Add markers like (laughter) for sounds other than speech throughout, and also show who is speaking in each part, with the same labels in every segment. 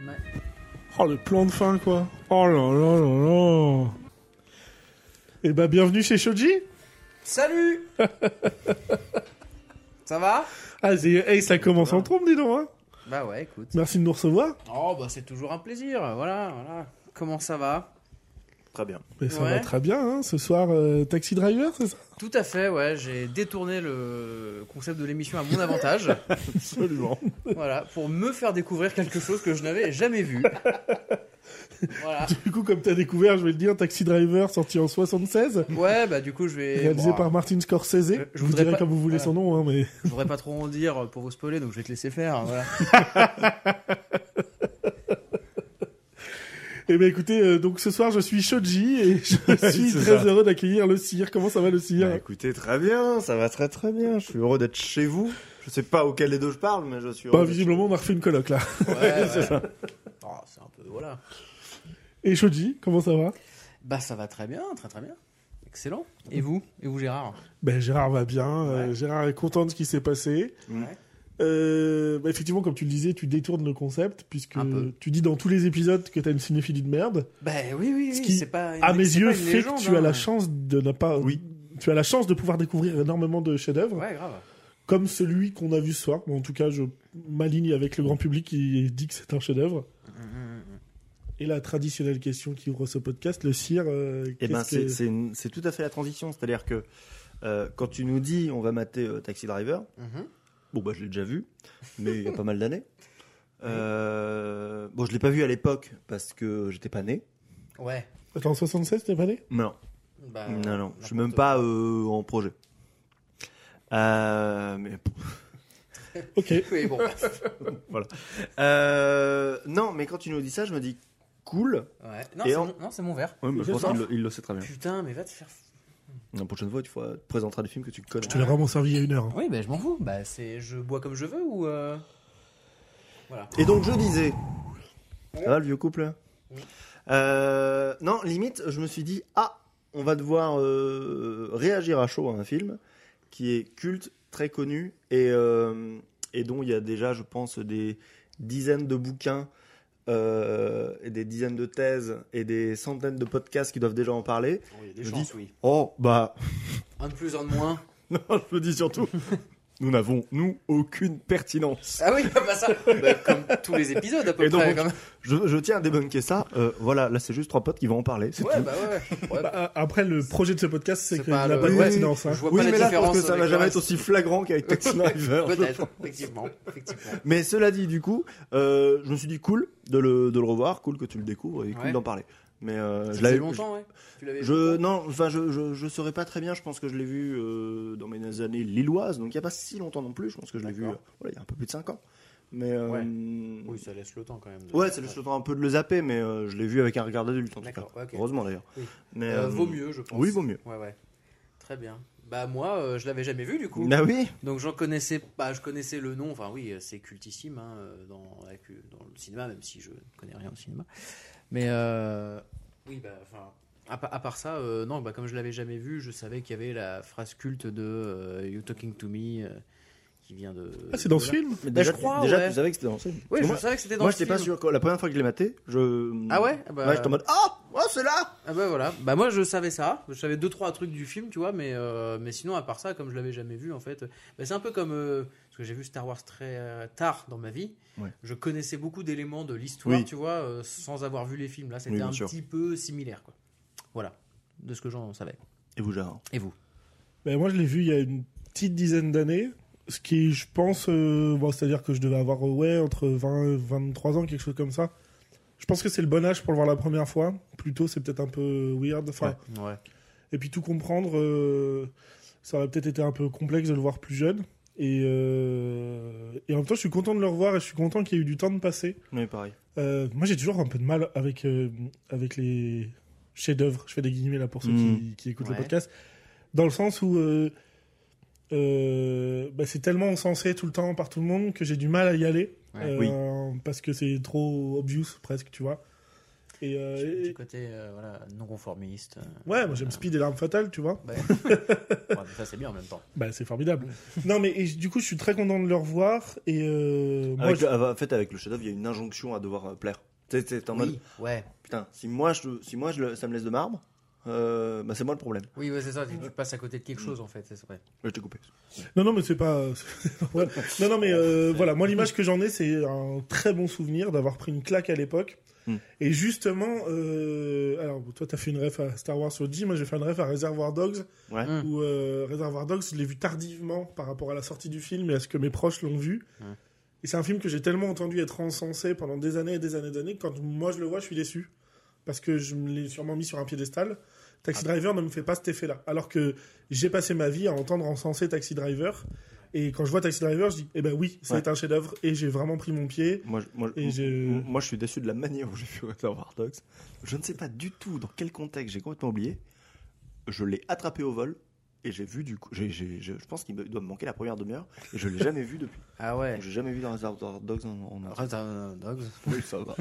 Speaker 1: Ouais.
Speaker 2: Oh, le plan de fin, quoi. Oh là là là là. Eh ben, bienvenue chez Shoji.
Speaker 1: Salut Ça va
Speaker 2: Ah, c'est- hey, ça commence en trompe, dis donc. hein.
Speaker 1: Bah ouais, écoute.
Speaker 2: Merci de nous recevoir.
Speaker 1: Oh bah c'est toujours un plaisir, voilà, voilà. Comment ça va
Speaker 3: Très bien.
Speaker 2: Mais ça
Speaker 1: Ouais.
Speaker 2: va très bien, hein. Ce soir, euh, Taxi Driver, c'est ça (laughs)
Speaker 1: Tout à fait, ouais, j'ai détourné le concept de l'émission à mon avantage,
Speaker 2: Absolument.
Speaker 1: voilà, pour me faire découvrir quelque chose que je n'avais jamais vu. Voilà.
Speaker 2: du coup, comme t'as découvert, je vais le dire, Taxi Driver, sorti en 76,
Speaker 1: Ouais, bah du coup je vais...
Speaker 2: réalisé
Speaker 1: bon,
Speaker 2: par Martin Scorsese.
Speaker 1: Euh, je
Speaker 2: Je vous
Speaker 1: voudrais
Speaker 2: direz
Speaker 1: pas-
Speaker 2: comme vous voulez
Speaker 1: voilà.
Speaker 2: son nom, hein, mais...
Speaker 1: Je voudrais pas trop en dire pour vous spoiler, donc je vais te laisser faire, voilà.
Speaker 2: Eh ben, écoutez, euh, donc ce soir, je suis Shoji et
Speaker 1: (laughs)
Speaker 2: je suis
Speaker 3: c'est
Speaker 2: très
Speaker 3: ça.
Speaker 2: heureux d'accueillir le Sire. Comment ça va, le Sire
Speaker 3: (laughs) Bah, écoutez, très bien, ça va très très bien. Je suis heureux d'être chez vous. Je sais pas auquel des deux je parle, mais je suis heureux.
Speaker 2: Bah,
Speaker 3: d'être
Speaker 2: visiblement, on a refait une coloc, là. (laughs)
Speaker 1: Ouais, ouais. Oh, c'est un peu... Voilà.
Speaker 2: Et Shoji, comment ça va
Speaker 1: Bah ça va très bien, très très bien. Excellent. Et vous Et vous Gérard
Speaker 2: Ben, Gérard va bien. euh,
Speaker 1: Ouais.
Speaker 2: Gérard est content de ce qui s'est passé.
Speaker 1: Ouais.
Speaker 2: Euh, bah, effectivement, comme tu le disais, tu détournes le concept puisque
Speaker 1: Un peu.
Speaker 2: tu dis dans tous les épisodes que tu as une cinéphilie de merde.
Speaker 1: Ben oui, oui,
Speaker 2: Ce
Speaker 1: oui.
Speaker 2: qui,
Speaker 1: c'est pas une-
Speaker 2: à mes
Speaker 1: c'est
Speaker 2: yeux,
Speaker 1: pas une
Speaker 2: fait
Speaker 1: légende,
Speaker 2: que tu as la
Speaker 1: hein.
Speaker 2: chance de ne pas.
Speaker 3: Oui.
Speaker 2: Tu as la chance de pouvoir découvrir énormément de chefs-d'œuvre,
Speaker 1: Ouais, grave.
Speaker 2: comme celui qu'on a vu ce soir. Bon, en tout cas, je m'aligne avec le grand public qui dit que c'est un chef-d'œuvre.
Speaker 3: Mm,
Speaker 2: Et la traditionnelle question qui ouvre ce podcast, le cire. euh,
Speaker 3: Eh ben,
Speaker 2: qu'est-ce
Speaker 3: c'est
Speaker 2: que-
Speaker 3: c'est une- c'est tout à fait la transition. C'est-à-dire que euh, quand tu nous dis on va mater euh, Taxi Driver,
Speaker 1: Mhm.
Speaker 3: bon bah je l'ai déjà vu, mais il y a pas mal
Speaker 2: (laughs)
Speaker 3: d'années. Euh, bon, je l'ai pas vu à l'époque parce que j'étais pas né.
Speaker 1: Ouais.
Speaker 2: Attends, 76, t'es pas né
Speaker 3: Non,
Speaker 2: Ah,
Speaker 1: Bah,
Speaker 3: non, non, je suis
Speaker 1: n'importe
Speaker 3: même pas euh, en projet. Euh, mais
Speaker 2: Ok.
Speaker 1: quoi. (laughs) Oui, bon.
Speaker 3: Euh, non, mais quand tu nous dis ça, je me dis cool.
Speaker 1: Ouais. Non,
Speaker 3: Et
Speaker 1: c'est
Speaker 3: en-
Speaker 1: mon- non, c'est mon verre.
Speaker 3: Oui,
Speaker 2: mais je pense qu'il
Speaker 3: le, sait très bien.
Speaker 1: Putain, mais va te faire. f-
Speaker 3: La prochaine fois, tu feras- tu présenteras des films que tu connais.
Speaker 2: Je te l'ai vraiment servi il y a une heure. hein.
Speaker 1: Oui, bah je m'en fous. Bah c'est. Je bois comme je veux ou. euh, Voilà.
Speaker 3: Et donc, je disais. Ça va, le vieux couple hein
Speaker 1: Oui.
Speaker 3: Euh, Non, limite, je me suis dit ah, on va devoir euh, réagir à chaud à un film qui est culte, très connu et, euh, et dont il y a déjà, je pense, des dizaines de bouquins. euh, et des dizaines de thèses et des centaines de podcasts qui doivent déjà en parler.
Speaker 1: Il y a des
Speaker 3: Je
Speaker 1: chances, oui.
Speaker 3: Oh, bah,
Speaker 1: Un de plus, un de moins.
Speaker 3: (laughs) Non, je me dis surtout, nous n'avons, nous, aucune pertinence.
Speaker 1: Ah oui, (laughs) bah ça. bah, comme tous les épisodes à peu
Speaker 3: Et donc,
Speaker 1: près. quand même.
Speaker 3: Je, je tiens à débunker ça. Euh, voilà, là, c'est juste trois potes qui vont en parler. C'est
Speaker 1: Ouais,
Speaker 3: tout.
Speaker 1: bah ouais, ouais. ouais.
Speaker 2: Bah, euh, après, le projet de ce podcast, c'est
Speaker 1: C'est
Speaker 2: qu'il
Speaker 1: pas
Speaker 2: n'a
Speaker 1: le-
Speaker 2: pas de
Speaker 3: ouais,
Speaker 2: pertinence. hein.
Speaker 1: je vois
Speaker 3: oui,
Speaker 1: pas
Speaker 3: mais
Speaker 1: la
Speaker 3: là, je pense
Speaker 1: différence.
Speaker 3: que ça
Speaker 1: avec
Speaker 3: va
Speaker 1: le
Speaker 3: jamais
Speaker 1: reste.
Speaker 3: être aussi flagrant qu'avec
Speaker 1: (laughs)
Speaker 3: Taxi Driver. je
Speaker 1: Peut-être,
Speaker 3: pense.
Speaker 1: effectivement. effectivement.
Speaker 3: Mais cela dit, du coup, euh, je me suis dit cool de le, de le revoir, cool que tu le découvres et cool
Speaker 1: Ouais.
Speaker 3: d'en parler. Mais
Speaker 1: Ça
Speaker 3: euh, je
Speaker 1: faisait
Speaker 3: l'avais
Speaker 1: longtemps, ouais. Tu l'avais
Speaker 3: Je non, enfin je, je je saurais pas très bien. Je pense que je l'ai vu euh, dans mes années lilloises, donc il y a pas si longtemps non plus. Je pense que je l'ai vu euh,
Speaker 1: D'accord.
Speaker 3: voilà, il y a un peu plus de 5 ans. Mais euh,
Speaker 1: Ouais. Oui, ça laisse le temps quand même. de-
Speaker 3: Ouais, c'est le temps un peu de le zapper, mais euh, je l'ai vu avec un regard d'adulte en tout cas.
Speaker 1: D'accord, ok.
Speaker 3: Heureusement d'ailleurs.
Speaker 1: Oui.
Speaker 3: Mais
Speaker 1: Euh,
Speaker 3: euh,
Speaker 1: vaut mieux, je pense.
Speaker 3: Oui, vaut mieux.
Speaker 1: Ouais, ouais. Très bien. Bah moi, euh, je l'avais jamais vu du coup.
Speaker 3: Ah oui.
Speaker 1: Donc j'en connaissais pas, je connaissais le nom. Enfin oui, euh, c'est cultissime hein, euh, dans, la cu- dans le cinéma, même si je ne connais rien au cinéma. Mais euh, oui, bah enfin. À, pa- à part ça, euh, non, bah, comme je l'avais jamais vu, je savais qu'il y avait la phrase culte de euh, You Talking to Me euh, qui vient de.
Speaker 2: Ah, c'est dans
Speaker 1: de
Speaker 2: ce
Speaker 1: là.
Speaker 2: film
Speaker 3: Mais
Speaker 1: Bah, je
Speaker 3: tu-
Speaker 1: crois,
Speaker 3: Déjà,
Speaker 1: ouais.
Speaker 3: tu savais que c'était dans le film.
Speaker 1: Oui,
Speaker 3: Parce que
Speaker 1: je
Speaker 3: moi,
Speaker 1: savais que c'était dans
Speaker 3: moi,
Speaker 1: le
Speaker 3: j'étais
Speaker 1: film.
Speaker 3: pas sûr. Quand- La première fois que je l'ai maté, je.
Speaker 1: Ah ouais Ah bah-
Speaker 3: Ouais, j'étais en mode ah, oh, c'est là.
Speaker 1: Ah bah voilà. Bah moi je savais ça. Je savais deux trois trucs du film, tu vois, mais euh, mais sinon à part ça, comme je l'avais jamais vu en fait, euh, bah, c'est un peu comme euh, parce que j'ai vu Star Wars très euh, tard dans ma vie.
Speaker 3: Ouais.
Speaker 1: Je connaissais beaucoup d'éléments de l'histoire,
Speaker 3: Oui.
Speaker 1: tu vois, euh, sans avoir vu les films. Là, c'était
Speaker 3: Oui, bien
Speaker 1: un
Speaker 3: sûr.
Speaker 1: petit peu similaire, quoi. Voilà, de ce que j'en savais.
Speaker 3: Et vous, Gérard
Speaker 1: Et vous
Speaker 2: Ben, Moi, je l'ai vu il y a une petite dizaine d'années. Ce qui, je pense, euh, bon, c'est-à-dire que je devais avoir euh, ouais, entre 20 et 23 ans, quelque chose comme ça. Je pense que c'est le bon âge pour le voir la première fois. Plutôt, c'est peut-être un peu weird. Enfin,
Speaker 3: Ouais.
Speaker 1: Ouais.
Speaker 2: Et puis tout comprendre, euh, ça aurait peut-être été un peu complexe de le voir plus jeune. Et, euh, et en même temps, je suis content de le revoir et je suis content qu'il y ait eu du temps de passer.
Speaker 3: Oui, pareil.
Speaker 2: Euh, moi, j'ai toujours un peu de mal avec, euh, avec les chefs-d'œuvre. Je fais des guillemets là pour ceux qui, qui écoutent
Speaker 1: Ouais.
Speaker 2: le podcast. Dans le sens où euh, euh, bah, c'est tellement encensé tout le temps par tout le monde que j'ai du mal à y aller.
Speaker 1: Ouais.
Speaker 2: Euh, Parce que c'est trop obvious presque, tu vois. Et, euh,
Speaker 1: Du-
Speaker 2: et-
Speaker 1: Du côté euh, voilà, non conformiste. euh,
Speaker 2: Ouais, moi j'aime
Speaker 1: euh,
Speaker 2: Speed et l'arme fatale, tu vois.
Speaker 1: ouais. Ouais, mais ça c'est bien en même temps.
Speaker 2: Bah, c'est formidable. non, mais et du coup, je suis très content de le revoir. Et euh, moi,
Speaker 3: Avec
Speaker 2: je-
Speaker 3: le- En fait, avec le chef-d'œuvre, il y a une injonction à devoir euh, plaire. Tu sais, t'es en mode,
Speaker 1: Oui, ouais.
Speaker 3: putain, si moi, je, si moi je, le- ça me laisse de marbre, euh, bah, c'est moi le problème.
Speaker 1: Oui, ouais, c'est ça, tu, tu passes à côté de quelque chose en fait, c'est vrai.
Speaker 3: Je t'ai coupé.
Speaker 2: Non, non, mais c'est pas. (laughs) Ouais. non, non, mais euh, voilà, moi l'image que j'en ai, c'est un très bon souvenir d'avoir pris une claque à l'époque.
Speaker 3: Hmm.
Speaker 2: Et justement, euh, alors toi, t'as fait une ref à Star Wars Odyssey, moi j'ai fait une ref à Reservoir Dogs,
Speaker 3: Ouais.
Speaker 1: Hmm.
Speaker 2: où euh, Reservoir Dogs, je l'ai vu tardivement par rapport à la sortie du film et à ce que mes proches l'ont vu.
Speaker 1: Hmm.
Speaker 2: Et c'est un film que j'ai tellement entendu être encensé pendant des années et des années et des années, que quand moi je le vois, je suis déçu. Parce que je me l'ai sûrement mis sur un piédestal.
Speaker 1: Ah.
Speaker 2: Taxi Driver ne me fait pas cet effet-là. Alors que j'ai passé ma vie à entendre encenser Taxi Driver. Et quand je vois Taxi Driver, je dis, eh ben oui, c'est
Speaker 3: Ouais.
Speaker 2: un chef-d'œuvre et j'ai vraiment pris mon pied.
Speaker 3: Moi, je- moi, je-
Speaker 1: Mmh.
Speaker 2: Et
Speaker 3: m-
Speaker 2: je-
Speaker 3: m- moi, je suis déçu de la manière où j'ai vu Reservoir Dogs. Je ne sais pas du tout dans quel contexte, j'ai complètement oublié. Je l'ai attrapé au vol et j'ai vu du coup. j'ai- j'ai- j'ai- je pense qu'il me- doit me manquer la première demi-heure et je l'ai jamais vu depuis.
Speaker 1: Ah ouais.
Speaker 3: (laughs) J'ai jamais vu dans Reservoir Dogs en. en- en-
Speaker 1: Reservoir Dogs.
Speaker 3: Oui, ça va.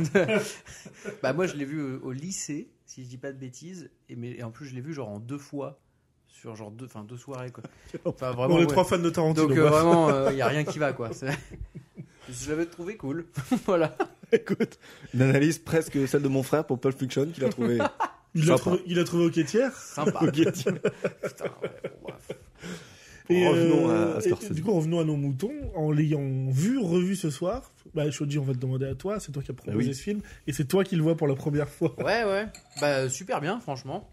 Speaker 1: Bah moi je l'ai vu au, au lycée, si je dis pas de bêtises, et, mais, et en plus je l'ai vu genre en deux fois, sur genre deux, enfin deux soirées
Speaker 3: (laughs)
Speaker 1: quoi. Enfin vraiment.
Speaker 2: Pour les
Speaker 1: ouais.
Speaker 2: trois fans de Tarantino.
Speaker 1: Donc euh,
Speaker 2: voilà.
Speaker 1: vraiment, il n'y a rien qui va
Speaker 3: (laughs)
Speaker 1: quoi. C'est- Je l'avais trouvé cool. (laughs) voilà.
Speaker 3: Écoute, (laughs) une analyse presque celle de mon frère pour Pulp Fiction qu'il a trouvé.
Speaker 1: euh,
Speaker 2: il, a
Speaker 3: sympa.
Speaker 2: trouvé, il a trouvé au quêtière.
Speaker 1: Sympa.
Speaker 3: Revenons
Speaker 1: (laughs) Putain, ouais, bon, bref.
Speaker 2: euh,
Speaker 3: à
Speaker 2: et
Speaker 3: Scorsese.
Speaker 2: du coup, revenons à nos moutons. En l'ayant vu, revu ce soir, bah, Shoji, on va te demander à toi. C'est toi qui as proposé
Speaker 3: Bah oui.
Speaker 2: ce film. Et c'est toi qui le vois pour la première fois. (laughs)
Speaker 1: Ouais, ouais. Bah, super bien, franchement.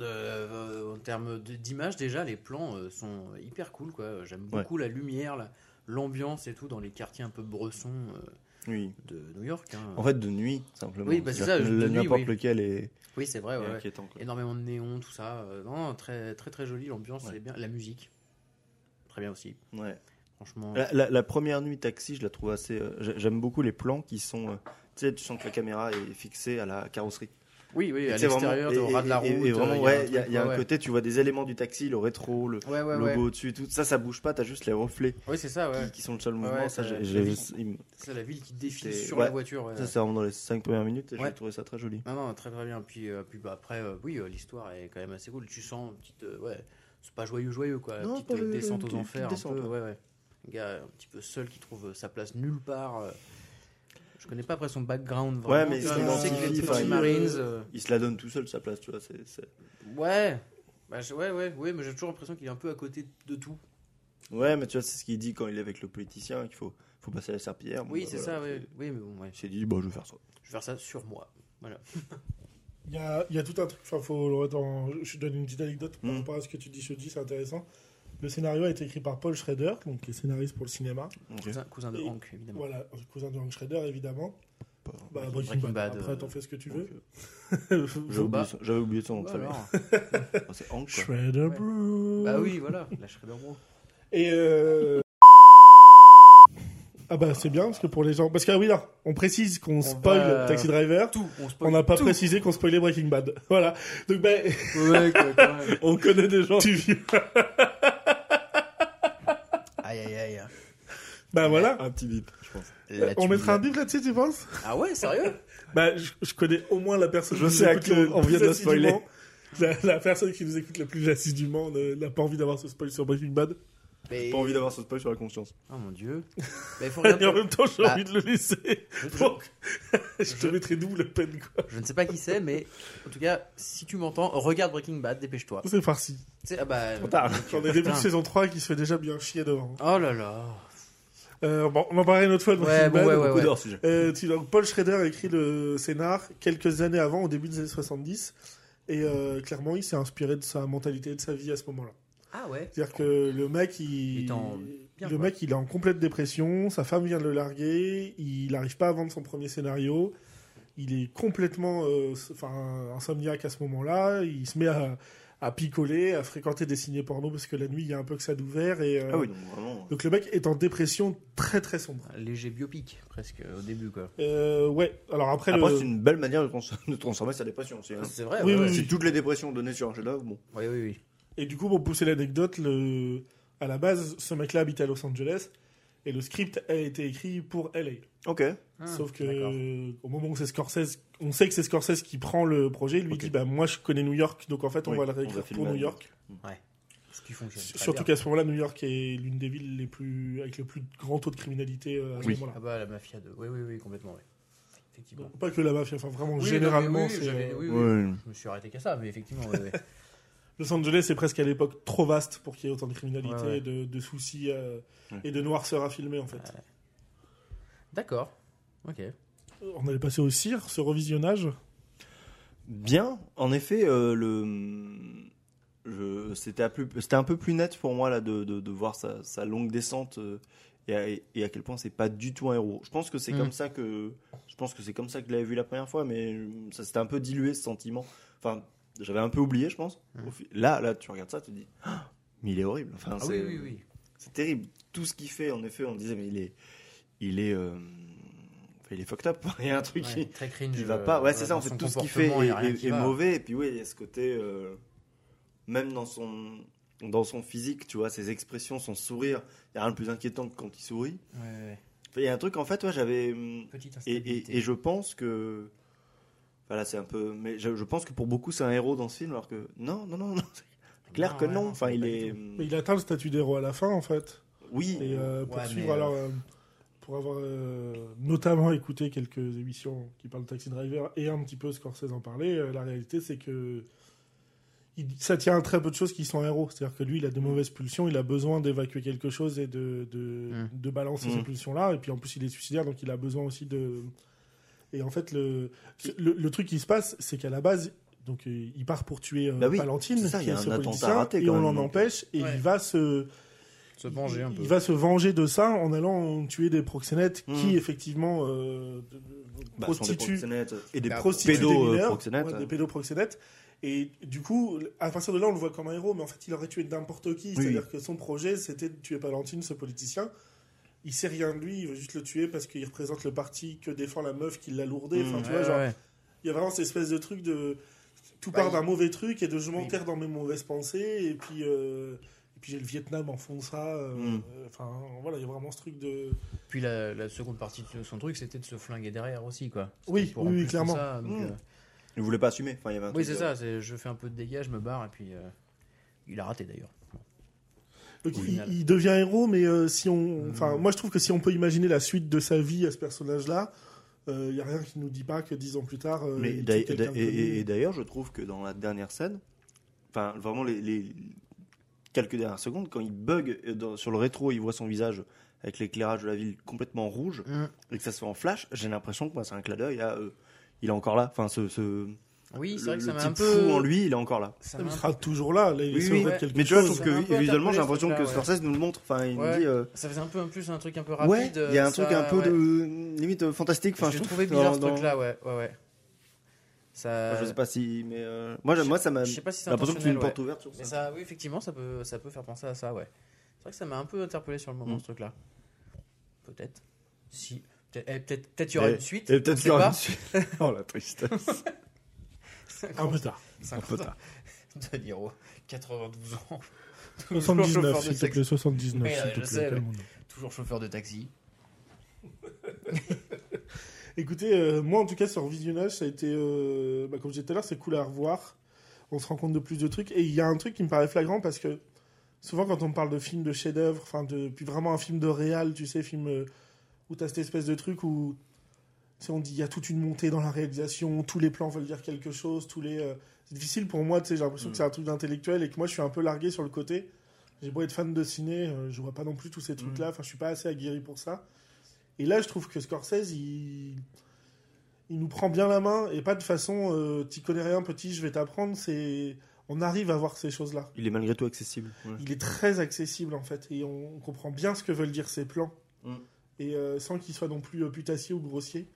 Speaker 1: Euh, euh, en termes de- d'image, déjà, les plans euh, sont hyper cool, quoi. J'aime
Speaker 3: Ouais.
Speaker 1: beaucoup la lumière, la- l'ambiance et tout dans les quartiers un peu bressons euh,
Speaker 3: (laughs) Oui.
Speaker 1: de New York. hein.
Speaker 3: En fait, de nuit, simplement.
Speaker 1: Oui, bah, c'est
Speaker 3: C'est-à-dire
Speaker 1: ça,
Speaker 3: que
Speaker 1: de nuit,
Speaker 3: N'importe
Speaker 1: oui.
Speaker 3: lequel est,
Speaker 1: Oui, c'est vrai,
Speaker 3: est
Speaker 1: ouais, ouais.
Speaker 3: inquiétant. quoi.
Speaker 1: Énormément de néons, tout ça. Euh, non, non, très, très, très joli, l'ambiance,
Speaker 3: Ouais.
Speaker 1: c'est bien. La musique, très bien aussi.
Speaker 3: Ouais.
Speaker 1: Franchement,
Speaker 3: La, la- la première nuit taxi, je la trouve assez. euh, j'ai- J'aime beaucoup les plans qui sont. euh, tu sais, tu sens que la caméra est fixée à la carrosserie.
Speaker 1: oui, oui,
Speaker 3: Et
Speaker 1: à
Speaker 3: tu sais,
Speaker 1: l'extérieur,
Speaker 3: vraiment-
Speaker 1: au ras de la route.
Speaker 3: et- et- et
Speaker 1: euh,
Speaker 3: vraiment,
Speaker 1: un
Speaker 3: ouais, il y a,
Speaker 1: truc,
Speaker 3: il y a
Speaker 1: ouais,
Speaker 3: un
Speaker 1: ouais.
Speaker 3: côté, tu vois des éléments du taxi, le rétro, le
Speaker 1: Ouais, ouais, ouais.
Speaker 3: logo au-dessus, tout ça, ça bouge pas, t'as juste les reflets
Speaker 1: Oui, c'est ça, ouais.
Speaker 3: qui, qui sont le seul
Speaker 1: Ouais,
Speaker 3: mouvement.
Speaker 1: ouais,
Speaker 3: ça,
Speaker 1: ça-
Speaker 3: j'ai- j'ai-
Speaker 1: ça-
Speaker 3: il me-
Speaker 1: C'est la ville qui défile
Speaker 3: C'est-
Speaker 1: sur
Speaker 3: ouais.
Speaker 1: la voiture. ouais.
Speaker 3: ça, c'est vraiment dans les 5 premières minutes et
Speaker 1: Ouais.
Speaker 3: j'ai trouvé ça très joli.
Speaker 1: Non, non, très très bien. Puis, euh, puis bah, après, euh, oui, euh, l'histoire est quand même assez cool. Tu sens une petite. euh, ouais, c'est pas joyeux, joyeux quoi.
Speaker 3: Non,
Speaker 1: petite
Speaker 3: pas
Speaker 1: euh,
Speaker 3: joyeux,
Speaker 1: descente
Speaker 3: une
Speaker 1: aux
Speaker 3: petite-
Speaker 1: enfers.
Speaker 3: petite
Speaker 1: un peu,
Speaker 3: descente,
Speaker 1: ouais, ouais. Un gars un petit peu seul qui trouve euh, sa place nulle part. euh. Je connais pas après son background. Vraiment,
Speaker 3: mais
Speaker 1: tu vois,
Speaker 2: il
Speaker 1: je sais qu'il
Speaker 2: s'identifie,
Speaker 1: était dans
Speaker 2: enfin,
Speaker 1: les
Speaker 2: il-
Speaker 1: Marines. euh,
Speaker 3: Il se la donne tout seul, sa place, tu vois. c'est- c'est-
Speaker 1: Ouais. Bah, je- ouais, ouais, ouais, mais j'ai toujours l'impression qu'il est un peu à côté de tout.
Speaker 3: Ouais, mais tu vois, c'est ce qu'il dit quand il est avec le politicien, qu'il faut, faut passer à la serpillière. Bon,
Speaker 1: Oui,
Speaker 3: bah,
Speaker 1: c'est
Speaker 3: voilà,
Speaker 1: ça, ouais. Oui, mais bon, ouais.
Speaker 3: Il s'est dit, bah, je vais faire ça.
Speaker 1: Je vais faire ça sur moi.
Speaker 2: Il y a, il y a tout un truc. Enfin, faut le retenir. je donne une petite anecdote par
Speaker 3: Mm.
Speaker 2: rapport à ce que tu dis, Shoji, c'est intéressant. Le scénario a été écrit par Paul Schrader, donc qui est scénariste pour le cinéma.
Speaker 1: Cousin, cousin de
Speaker 2: Et-
Speaker 1: Hank, évidemment.
Speaker 2: Voilà, cousin de Hank Schrader, évidemment.
Speaker 3: Pas-
Speaker 2: Bah,
Speaker 1: Breaking
Speaker 2: Breaking Bad,
Speaker 1: Bad,
Speaker 2: après,
Speaker 1: euh,
Speaker 2: t'en fais ce que tu
Speaker 3: donc,
Speaker 2: veux.
Speaker 3: euh,
Speaker 1: (laughs)
Speaker 3: J'avais oublié son- J'avais oublié son nom de
Speaker 1: Bah,
Speaker 3: famille.
Speaker 1: alors.
Speaker 3: Oh, C'est Hank, quoi.
Speaker 2: Shredder
Speaker 1: Ouais.
Speaker 2: Bros.
Speaker 1: (laughs) Bah oui, voilà, la Shredder Bro.
Speaker 2: Et euh... Ah bah c'est bien parce que pour les gens parce que ah oui là on précise qu'on spoil
Speaker 1: va-
Speaker 2: Taxi Driver
Speaker 1: Tout, on se
Speaker 2: on n'a pas précisé qu'on spoilait Breaking Bad (laughs) voilà donc ben
Speaker 1: Ouais, quoi, quand même.
Speaker 2: on connaît des gens tu vis
Speaker 1: Aïe aïe aïe. hein.
Speaker 2: bah voilà
Speaker 3: Un petit bip, je pense.
Speaker 2: on mettra un bip là-dessus tu penses
Speaker 1: Ah ouais, sérieux
Speaker 2: bah je, je connais au moins la personne
Speaker 3: Je
Speaker 2: qui
Speaker 3: sais
Speaker 2: nous
Speaker 3: à
Speaker 2: écoute
Speaker 3: qui
Speaker 2: le
Speaker 3: on- on vient de
Speaker 2: plus
Speaker 3: le spoiler.
Speaker 2: assidûment. la, la personne qui nous écoute le plus assidûment ne- n'a pas envie d'avoir ce spoil sur Breaking Bad
Speaker 1: Mais-
Speaker 3: Pas envie d'avoir ce spoil sur la conscience.
Speaker 1: Oh mon dieu. Bah, il (laughs) faut
Speaker 2: et
Speaker 1: regarder.
Speaker 2: en même temps j'ai
Speaker 1: Bah.
Speaker 2: envie de le laisser
Speaker 1: Je- je-
Speaker 2: donc (laughs) je te mettrai double peine quoi
Speaker 1: Je ne sais pas qui c'est, mais en tout cas, si tu m'entends, regarde Breaking Bad, dépêche-toi. Tu
Speaker 2: c'est farci
Speaker 1: sais, ah bah.
Speaker 3: Trop tard.
Speaker 2: J'en ai début de
Speaker 1: Putain.
Speaker 2: saison 3 qui se fait déjà bien chier devant.
Speaker 1: Oh là là.
Speaker 2: Euh, bon, on en parlait une autre fois de
Speaker 1: Ouais,
Speaker 2: Breaking
Speaker 1: bon,
Speaker 2: Bad.
Speaker 1: ouais, ouais,
Speaker 3: Beaucoup d'heures, ce sujet.
Speaker 2: Euh, tu- donc, Paul Schrader a écrit le scénar quelques années avant, au début des années 70. Et euh, clairement, il s'est inspiré de sa mentalité et de sa vie à ce moment-là.
Speaker 1: Ah ouais.
Speaker 2: C'est-à-dire que le mec,
Speaker 1: Il
Speaker 2: il,
Speaker 1: est en- bien,
Speaker 2: le
Speaker 1: quoi.
Speaker 2: mec, il est en complète dépression. Sa femme vient de le larguer. Il n'arrive pas à vendre son premier scénario. Il est complètement, euh, s- enfin, insomniaque à ce moment-là. Il se met à, à picoler, à fréquenter des ciné porno parce que la nuit, il y a un peu que ça d'ouvert. Et euh,
Speaker 3: Ah oui, donc vraiment.
Speaker 2: donc le mec est en dépression très très sombre.
Speaker 1: Un Léger biopic, presque, au début, quoi.
Speaker 2: Euh, ouais. Alors après,
Speaker 3: Après,
Speaker 2: le-
Speaker 3: c'est une belle manière de, trans- (laughs) de transformer sa dépression aussi. hein.
Speaker 1: C'est vrai,
Speaker 2: Oui,
Speaker 1: ouais,
Speaker 2: oui,
Speaker 1: ouais.
Speaker 3: Si toutes les dépressions données sur un chef-d'œuvre, bon.
Speaker 1: Oui, oui, oui.
Speaker 2: et du coup pour pousser l'anecdote, le... à la base, ce mec-là habitait à Los Angeles Et le script a été écrit pour LA.
Speaker 3: Ok.
Speaker 1: Ah,
Speaker 2: Sauf que
Speaker 1: d'accord.
Speaker 2: euh, au moment où c'est Scorsese, on sait que c'est Scorsese qui prend le projet, lui
Speaker 3: Ok.
Speaker 2: dit bah moi je connais New York, donc en fait on
Speaker 3: Oui,
Speaker 2: va le
Speaker 3: on va
Speaker 2: réécrire
Speaker 3: filmer
Speaker 2: pour
Speaker 3: à
Speaker 2: New
Speaker 3: New
Speaker 2: York.
Speaker 1: Ce qui fonctionne. très
Speaker 2: Surtout
Speaker 1: bien.
Speaker 2: qu'à ce moment-là, New York est l'une des villes les plus avec le plus grand taux de criminalité euh, à ce
Speaker 3: Oui.
Speaker 2: moment-là.
Speaker 1: Ah bah, la mafia de. Oui, oui, oui, complètement, oui. Effectivement.
Speaker 2: Pas que la mafia, enfin vraiment
Speaker 1: Oui,
Speaker 2: généralement.
Speaker 1: non, mais oui,
Speaker 2: c'est,
Speaker 1: j'avais-
Speaker 2: euh,
Speaker 1: oui, oui. Je me suis arrêté qu'à ça, mais effectivement. ouais,
Speaker 3: (laughs)
Speaker 1: ouais.
Speaker 2: Los Angeles est presque à l'époque trop vaste pour qu'il y ait autant de criminalité,
Speaker 1: Ouais, ouais.
Speaker 2: De, de soucis euh,
Speaker 3: Ouais.
Speaker 2: et de noirceur à filmer en fait.
Speaker 1: D'accord. Ok.
Speaker 2: On allait passer au cire, ce revisionnage.
Speaker 3: Bien, en effet, euh, le, mm, je- c'était, à plus- c'était un peu plus net pour moi là de, de- de voir sa, sa longue descente euh, et, à, et à quel point c'est pas du tout un héros. Je pense que c'est
Speaker 1: Mm.
Speaker 3: comme ça que je pense que c'est comme ça que je l'avais vu la première fois, mais euh, ça s'était un peu dilué ce sentiment. Enfin, j'avais un peu oublié, je pense.
Speaker 1: Mm.
Speaker 3: Au fi- Là, là, tu regardes ça, tu te dis, Ah, mais il est horrible. Enfin,
Speaker 1: Ah
Speaker 3: c'est,
Speaker 1: oui, oui, oui.
Speaker 3: c'est terrible. Tout ce qu'il fait, en effet, on disait, mais il est, il est, euh, enfin, il est fucked up. (laughs) Il y a un truc qui
Speaker 1: Ouais, très cringe. euh,
Speaker 3: il va pas. Ouais, c'est ça. En fait, tout ce qu'il fait est, est- est
Speaker 1: mauvais.
Speaker 3: mauvais. Et puis oui, il y a ce côté, euh, même dans son dans son physique, tu vois, ses expressions, son sourire, il y a rien de plus inquiétant que quand il sourit.
Speaker 1: Ouais, ouais.
Speaker 3: Enfin, Il y a un truc en fait, ouais, j'avais hum,
Speaker 1: Petite
Speaker 3: et, et, et je pense que voilà, c'est un peu, mais je, je pense que pour beaucoup c'est un héros dans ce film, alors que non, non, non, non, c'est clair que non. Enfin, il est hum,
Speaker 2: Mais il atteint le statut d'héros à la fin en fait.
Speaker 3: oui,
Speaker 2: Et euh, pour
Speaker 1: Ouais,
Speaker 2: suivre,
Speaker 1: mais,
Speaker 2: alors, euh, pour avoir euh, notamment écouté quelques émissions qui parlent de Taxi Driver et un petit peu Scorsese en parler, euh, la réalité c'est que il- ça tient à très peu de choses qui sont un héros. C'est-à-dire que lui, il a de
Speaker 3: Mm.
Speaker 2: mauvaises pulsions, il a besoin d'évacuer quelque chose et de, de,
Speaker 1: Mm.
Speaker 2: de balancer
Speaker 3: Mm.
Speaker 2: ces pulsions-là. Et puis en plus, il est suicidaire, donc il a besoin aussi de. Et en fait, le, le, le truc qui se passe, c'est qu'à la base, donc euh, il part pour tuer euh,
Speaker 3: Bah oui,
Speaker 2: Palantine,
Speaker 3: c'est ça, il y
Speaker 2: qui
Speaker 3: a
Speaker 2: est
Speaker 3: un
Speaker 2: ce
Speaker 3: attentat
Speaker 2: politicien,
Speaker 3: raté,
Speaker 2: et
Speaker 3: quand
Speaker 2: on
Speaker 3: même,
Speaker 2: l'en
Speaker 3: donc.
Speaker 2: empêche, et
Speaker 1: Ouais.
Speaker 2: il va se
Speaker 1: se venger un
Speaker 2: il-
Speaker 1: peu.
Speaker 2: Il va se venger de ça en allant tuer des proxénètes
Speaker 3: Mhm.
Speaker 2: qui, effectivement, euh, de- de-
Speaker 3: bah, ce sont des
Speaker 2: prostituent,
Speaker 3: proxénètes et des
Speaker 1: Bah,
Speaker 3: prostituées
Speaker 2: prostituent des
Speaker 3: euh,
Speaker 2: mineurs,
Speaker 3: proxénètes.
Speaker 2: ouais, des pédoproxénètes. Et du coup, à partir de là, on le voit comme un héros, mais en fait, il aurait tué n'importe qui. C'est-à-dire que son projet, c'était de tuer Palantine, ce politicien. Il sait rien de lui, il veut juste le tuer parce qu'il représente le parti que défend la meuf qui l'a lourdé. Enfin,
Speaker 3: Mhm.
Speaker 2: tu vois, genre, il y a vraiment cette espèce de truc de. Tout part
Speaker 1: Bah, il-
Speaker 2: d'un mauvais truc et de je
Speaker 1: Oui.
Speaker 2: m'enterre dans mes mauvaises pensées. Et puis, euh, et puis j'ai le Vietnam en fond ça. euh,
Speaker 3: Mm.
Speaker 2: euh, Enfin, voilà, il y a vraiment ce truc de.
Speaker 1: Puis la, la seconde partie de son truc, c'était de se flinguer derrière aussi, quoi. C'était
Speaker 2: Oui,
Speaker 1: pour
Speaker 2: oui,
Speaker 1: en
Speaker 2: oui,
Speaker 1: plus de
Speaker 2: clairement. Mm.
Speaker 1: ça, donc,
Speaker 3: Mmh.
Speaker 1: euh,
Speaker 3: Il voulait pas assumer. Enfin, il y avait un
Speaker 1: Oui,
Speaker 3: truc
Speaker 1: c'est
Speaker 3: de-
Speaker 1: ça. c'est- Je fais un peu de dégâts, je me barre, et puis euh, il a raté d'ailleurs.
Speaker 2: Donc,
Speaker 1: Au
Speaker 2: il,
Speaker 1: final.
Speaker 2: il devient héros, mais euh, si on.
Speaker 1: Mm.
Speaker 2: Enfin, moi je trouve que si on peut imaginer la suite de sa vie à ce personnage-là, euh, il y a rien qui nous dit pas que dix ans plus tard. euh,
Speaker 3: Mais
Speaker 2: il
Speaker 3: d'ailleurs-
Speaker 2: tue quelqu'un de
Speaker 3: et, et-
Speaker 2: connu.
Speaker 3: et d'ailleurs, je trouve que dans la dernière scène, enfin, vraiment les, les quelques dernières secondes, quand il bug euh, dans- sur le rétro, il voit son visage avec l'éclairage de la ville complètement rouge
Speaker 1: Mm.
Speaker 3: et que ça se fait en flash, j'ai l'impression que bah, c'est un clin d'œil à, euh, il est encore là. Enfin, ce, ce-
Speaker 1: Oui, c'est
Speaker 3: le,
Speaker 1: vrai que ça
Speaker 3: le
Speaker 1: m'a
Speaker 3: type
Speaker 1: un peu.
Speaker 3: fou en lui, il est encore là.
Speaker 1: Ça
Speaker 2: Ah, Il
Speaker 1: m'a un
Speaker 2: sera toujours là, là il
Speaker 3: Oui,
Speaker 2: est
Speaker 3: oui,
Speaker 2: sauvé de
Speaker 1: ouais.
Speaker 2: quelque
Speaker 3: Mais tu vois, je
Speaker 2: chose.
Speaker 3: trouve
Speaker 1: ça m'a un
Speaker 3: que
Speaker 1: peu
Speaker 3: visuellement, j'ai
Speaker 1: interpellé, ce
Speaker 3: l'impression que
Speaker 1: truc-là, ouais.
Speaker 3: Scorsese nous le montre. Enfin, il
Speaker 1: Ouais.
Speaker 3: dit, euh,
Speaker 1: Ça faisait un peu en plus un truc un peu
Speaker 3: ouais,
Speaker 1: rapide. euh,
Speaker 3: il y a un
Speaker 1: ça-
Speaker 3: truc un peu
Speaker 1: ouais.
Speaker 3: de limite euh, fantastique. Enfin,
Speaker 1: je
Speaker 3: trouve
Speaker 1: trouvais
Speaker 3: que
Speaker 1: bizarre
Speaker 3: dans-
Speaker 1: ce
Speaker 3: dans-
Speaker 1: truc-là, ouais, ouais, ouais. Ça.
Speaker 3: Enfin, je sais pas si, mais euh, moi, je- moi, ça m'a.
Speaker 1: Je sais pas si
Speaker 3: J'ai
Speaker 1: c'est
Speaker 3: l'impression que tu
Speaker 1: intentionnel.
Speaker 3: une
Speaker 1: ouais.
Speaker 3: porte ouverte sur
Speaker 1: Mais
Speaker 3: ça.
Speaker 1: ça, oui, effectivement, ça peut, ça peut faire penser à ça, ouais. C'est vrai que ça m'a un peu interpellé sur le moment,
Speaker 3: Mm.
Speaker 1: ce truc-là. Peut-être. Si. Peut-être eh, peut-être peut-être il y aura
Speaker 3: Eh,
Speaker 1: une suite.
Speaker 3: Et peut-être
Speaker 1: on
Speaker 3: qu'il y aura une
Speaker 1: sait
Speaker 3: suite.
Speaker 2: (laughs)
Speaker 3: Oh la tristesse.
Speaker 1: pas. (laughs)
Speaker 2: Un peu
Speaker 3: (laughs)
Speaker 2: tard.
Speaker 1: 50 (laughs) ans. De Niro, 92 ans. Toujours
Speaker 2: 79,
Speaker 1: chauffeur de
Speaker 2: s'il te
Speaker 1: sexe.
Speaker 2: plaît, 79,
Speaker 1: Mais, euh,
Speaker 2: s'il te
Speaker 1: je
Speaker 2: plaît.
Speaker 1: sais,
Speaker 2: calme-nous.
Speaker 1: Toujours chauffeur de taxi.
Speaker 2: Écoutez, euh, moi en tout cas sur visionnage, ça a été, euh, bah, comme je disais tout à l'heure, c'est cool à revoir. On se rend compte de plus de trucs. Et il y a un truc qui me paraît flagrant parce que souvent quand on parle de films de chef-d'œuvre, enfin de, puis vraiment un film de réal, tu sais, film euh, où t'as cette espèce de truc où tu sais, on dit il y a toute une montée dans la réalisation, tous les plans veulent dire quelque chose, tous les. euh, C'est difficile pour moi, tu sais, j'ai l'impression
Speaker 3: Mm.
Speaker 2: que c'est un truc d'intellectuel et que moi je suis un peu largué sur le côté. J'ai beau être fan de ciné, euh, je vois pas non plus tous ces trucs-là. Enfin, je suis pas assez aguerri pour ça. Et là, je trouve que Scorsese, il, il nous prend bien la main et pas de façon euh, t'y connais rien petit, je vais t'apprendre. C'est on arrive à voir ces choses-là.
Speaker 3: (laughs) Il est malgré tout accessible.
Speaker 2: Il est très accessible en fait et on, on comprend bien ce que veulent dire ses plans
Speaker 3: Mm.
Speaker 2: et euh, sans qu'il soit non plus euh, putassier ou grossier.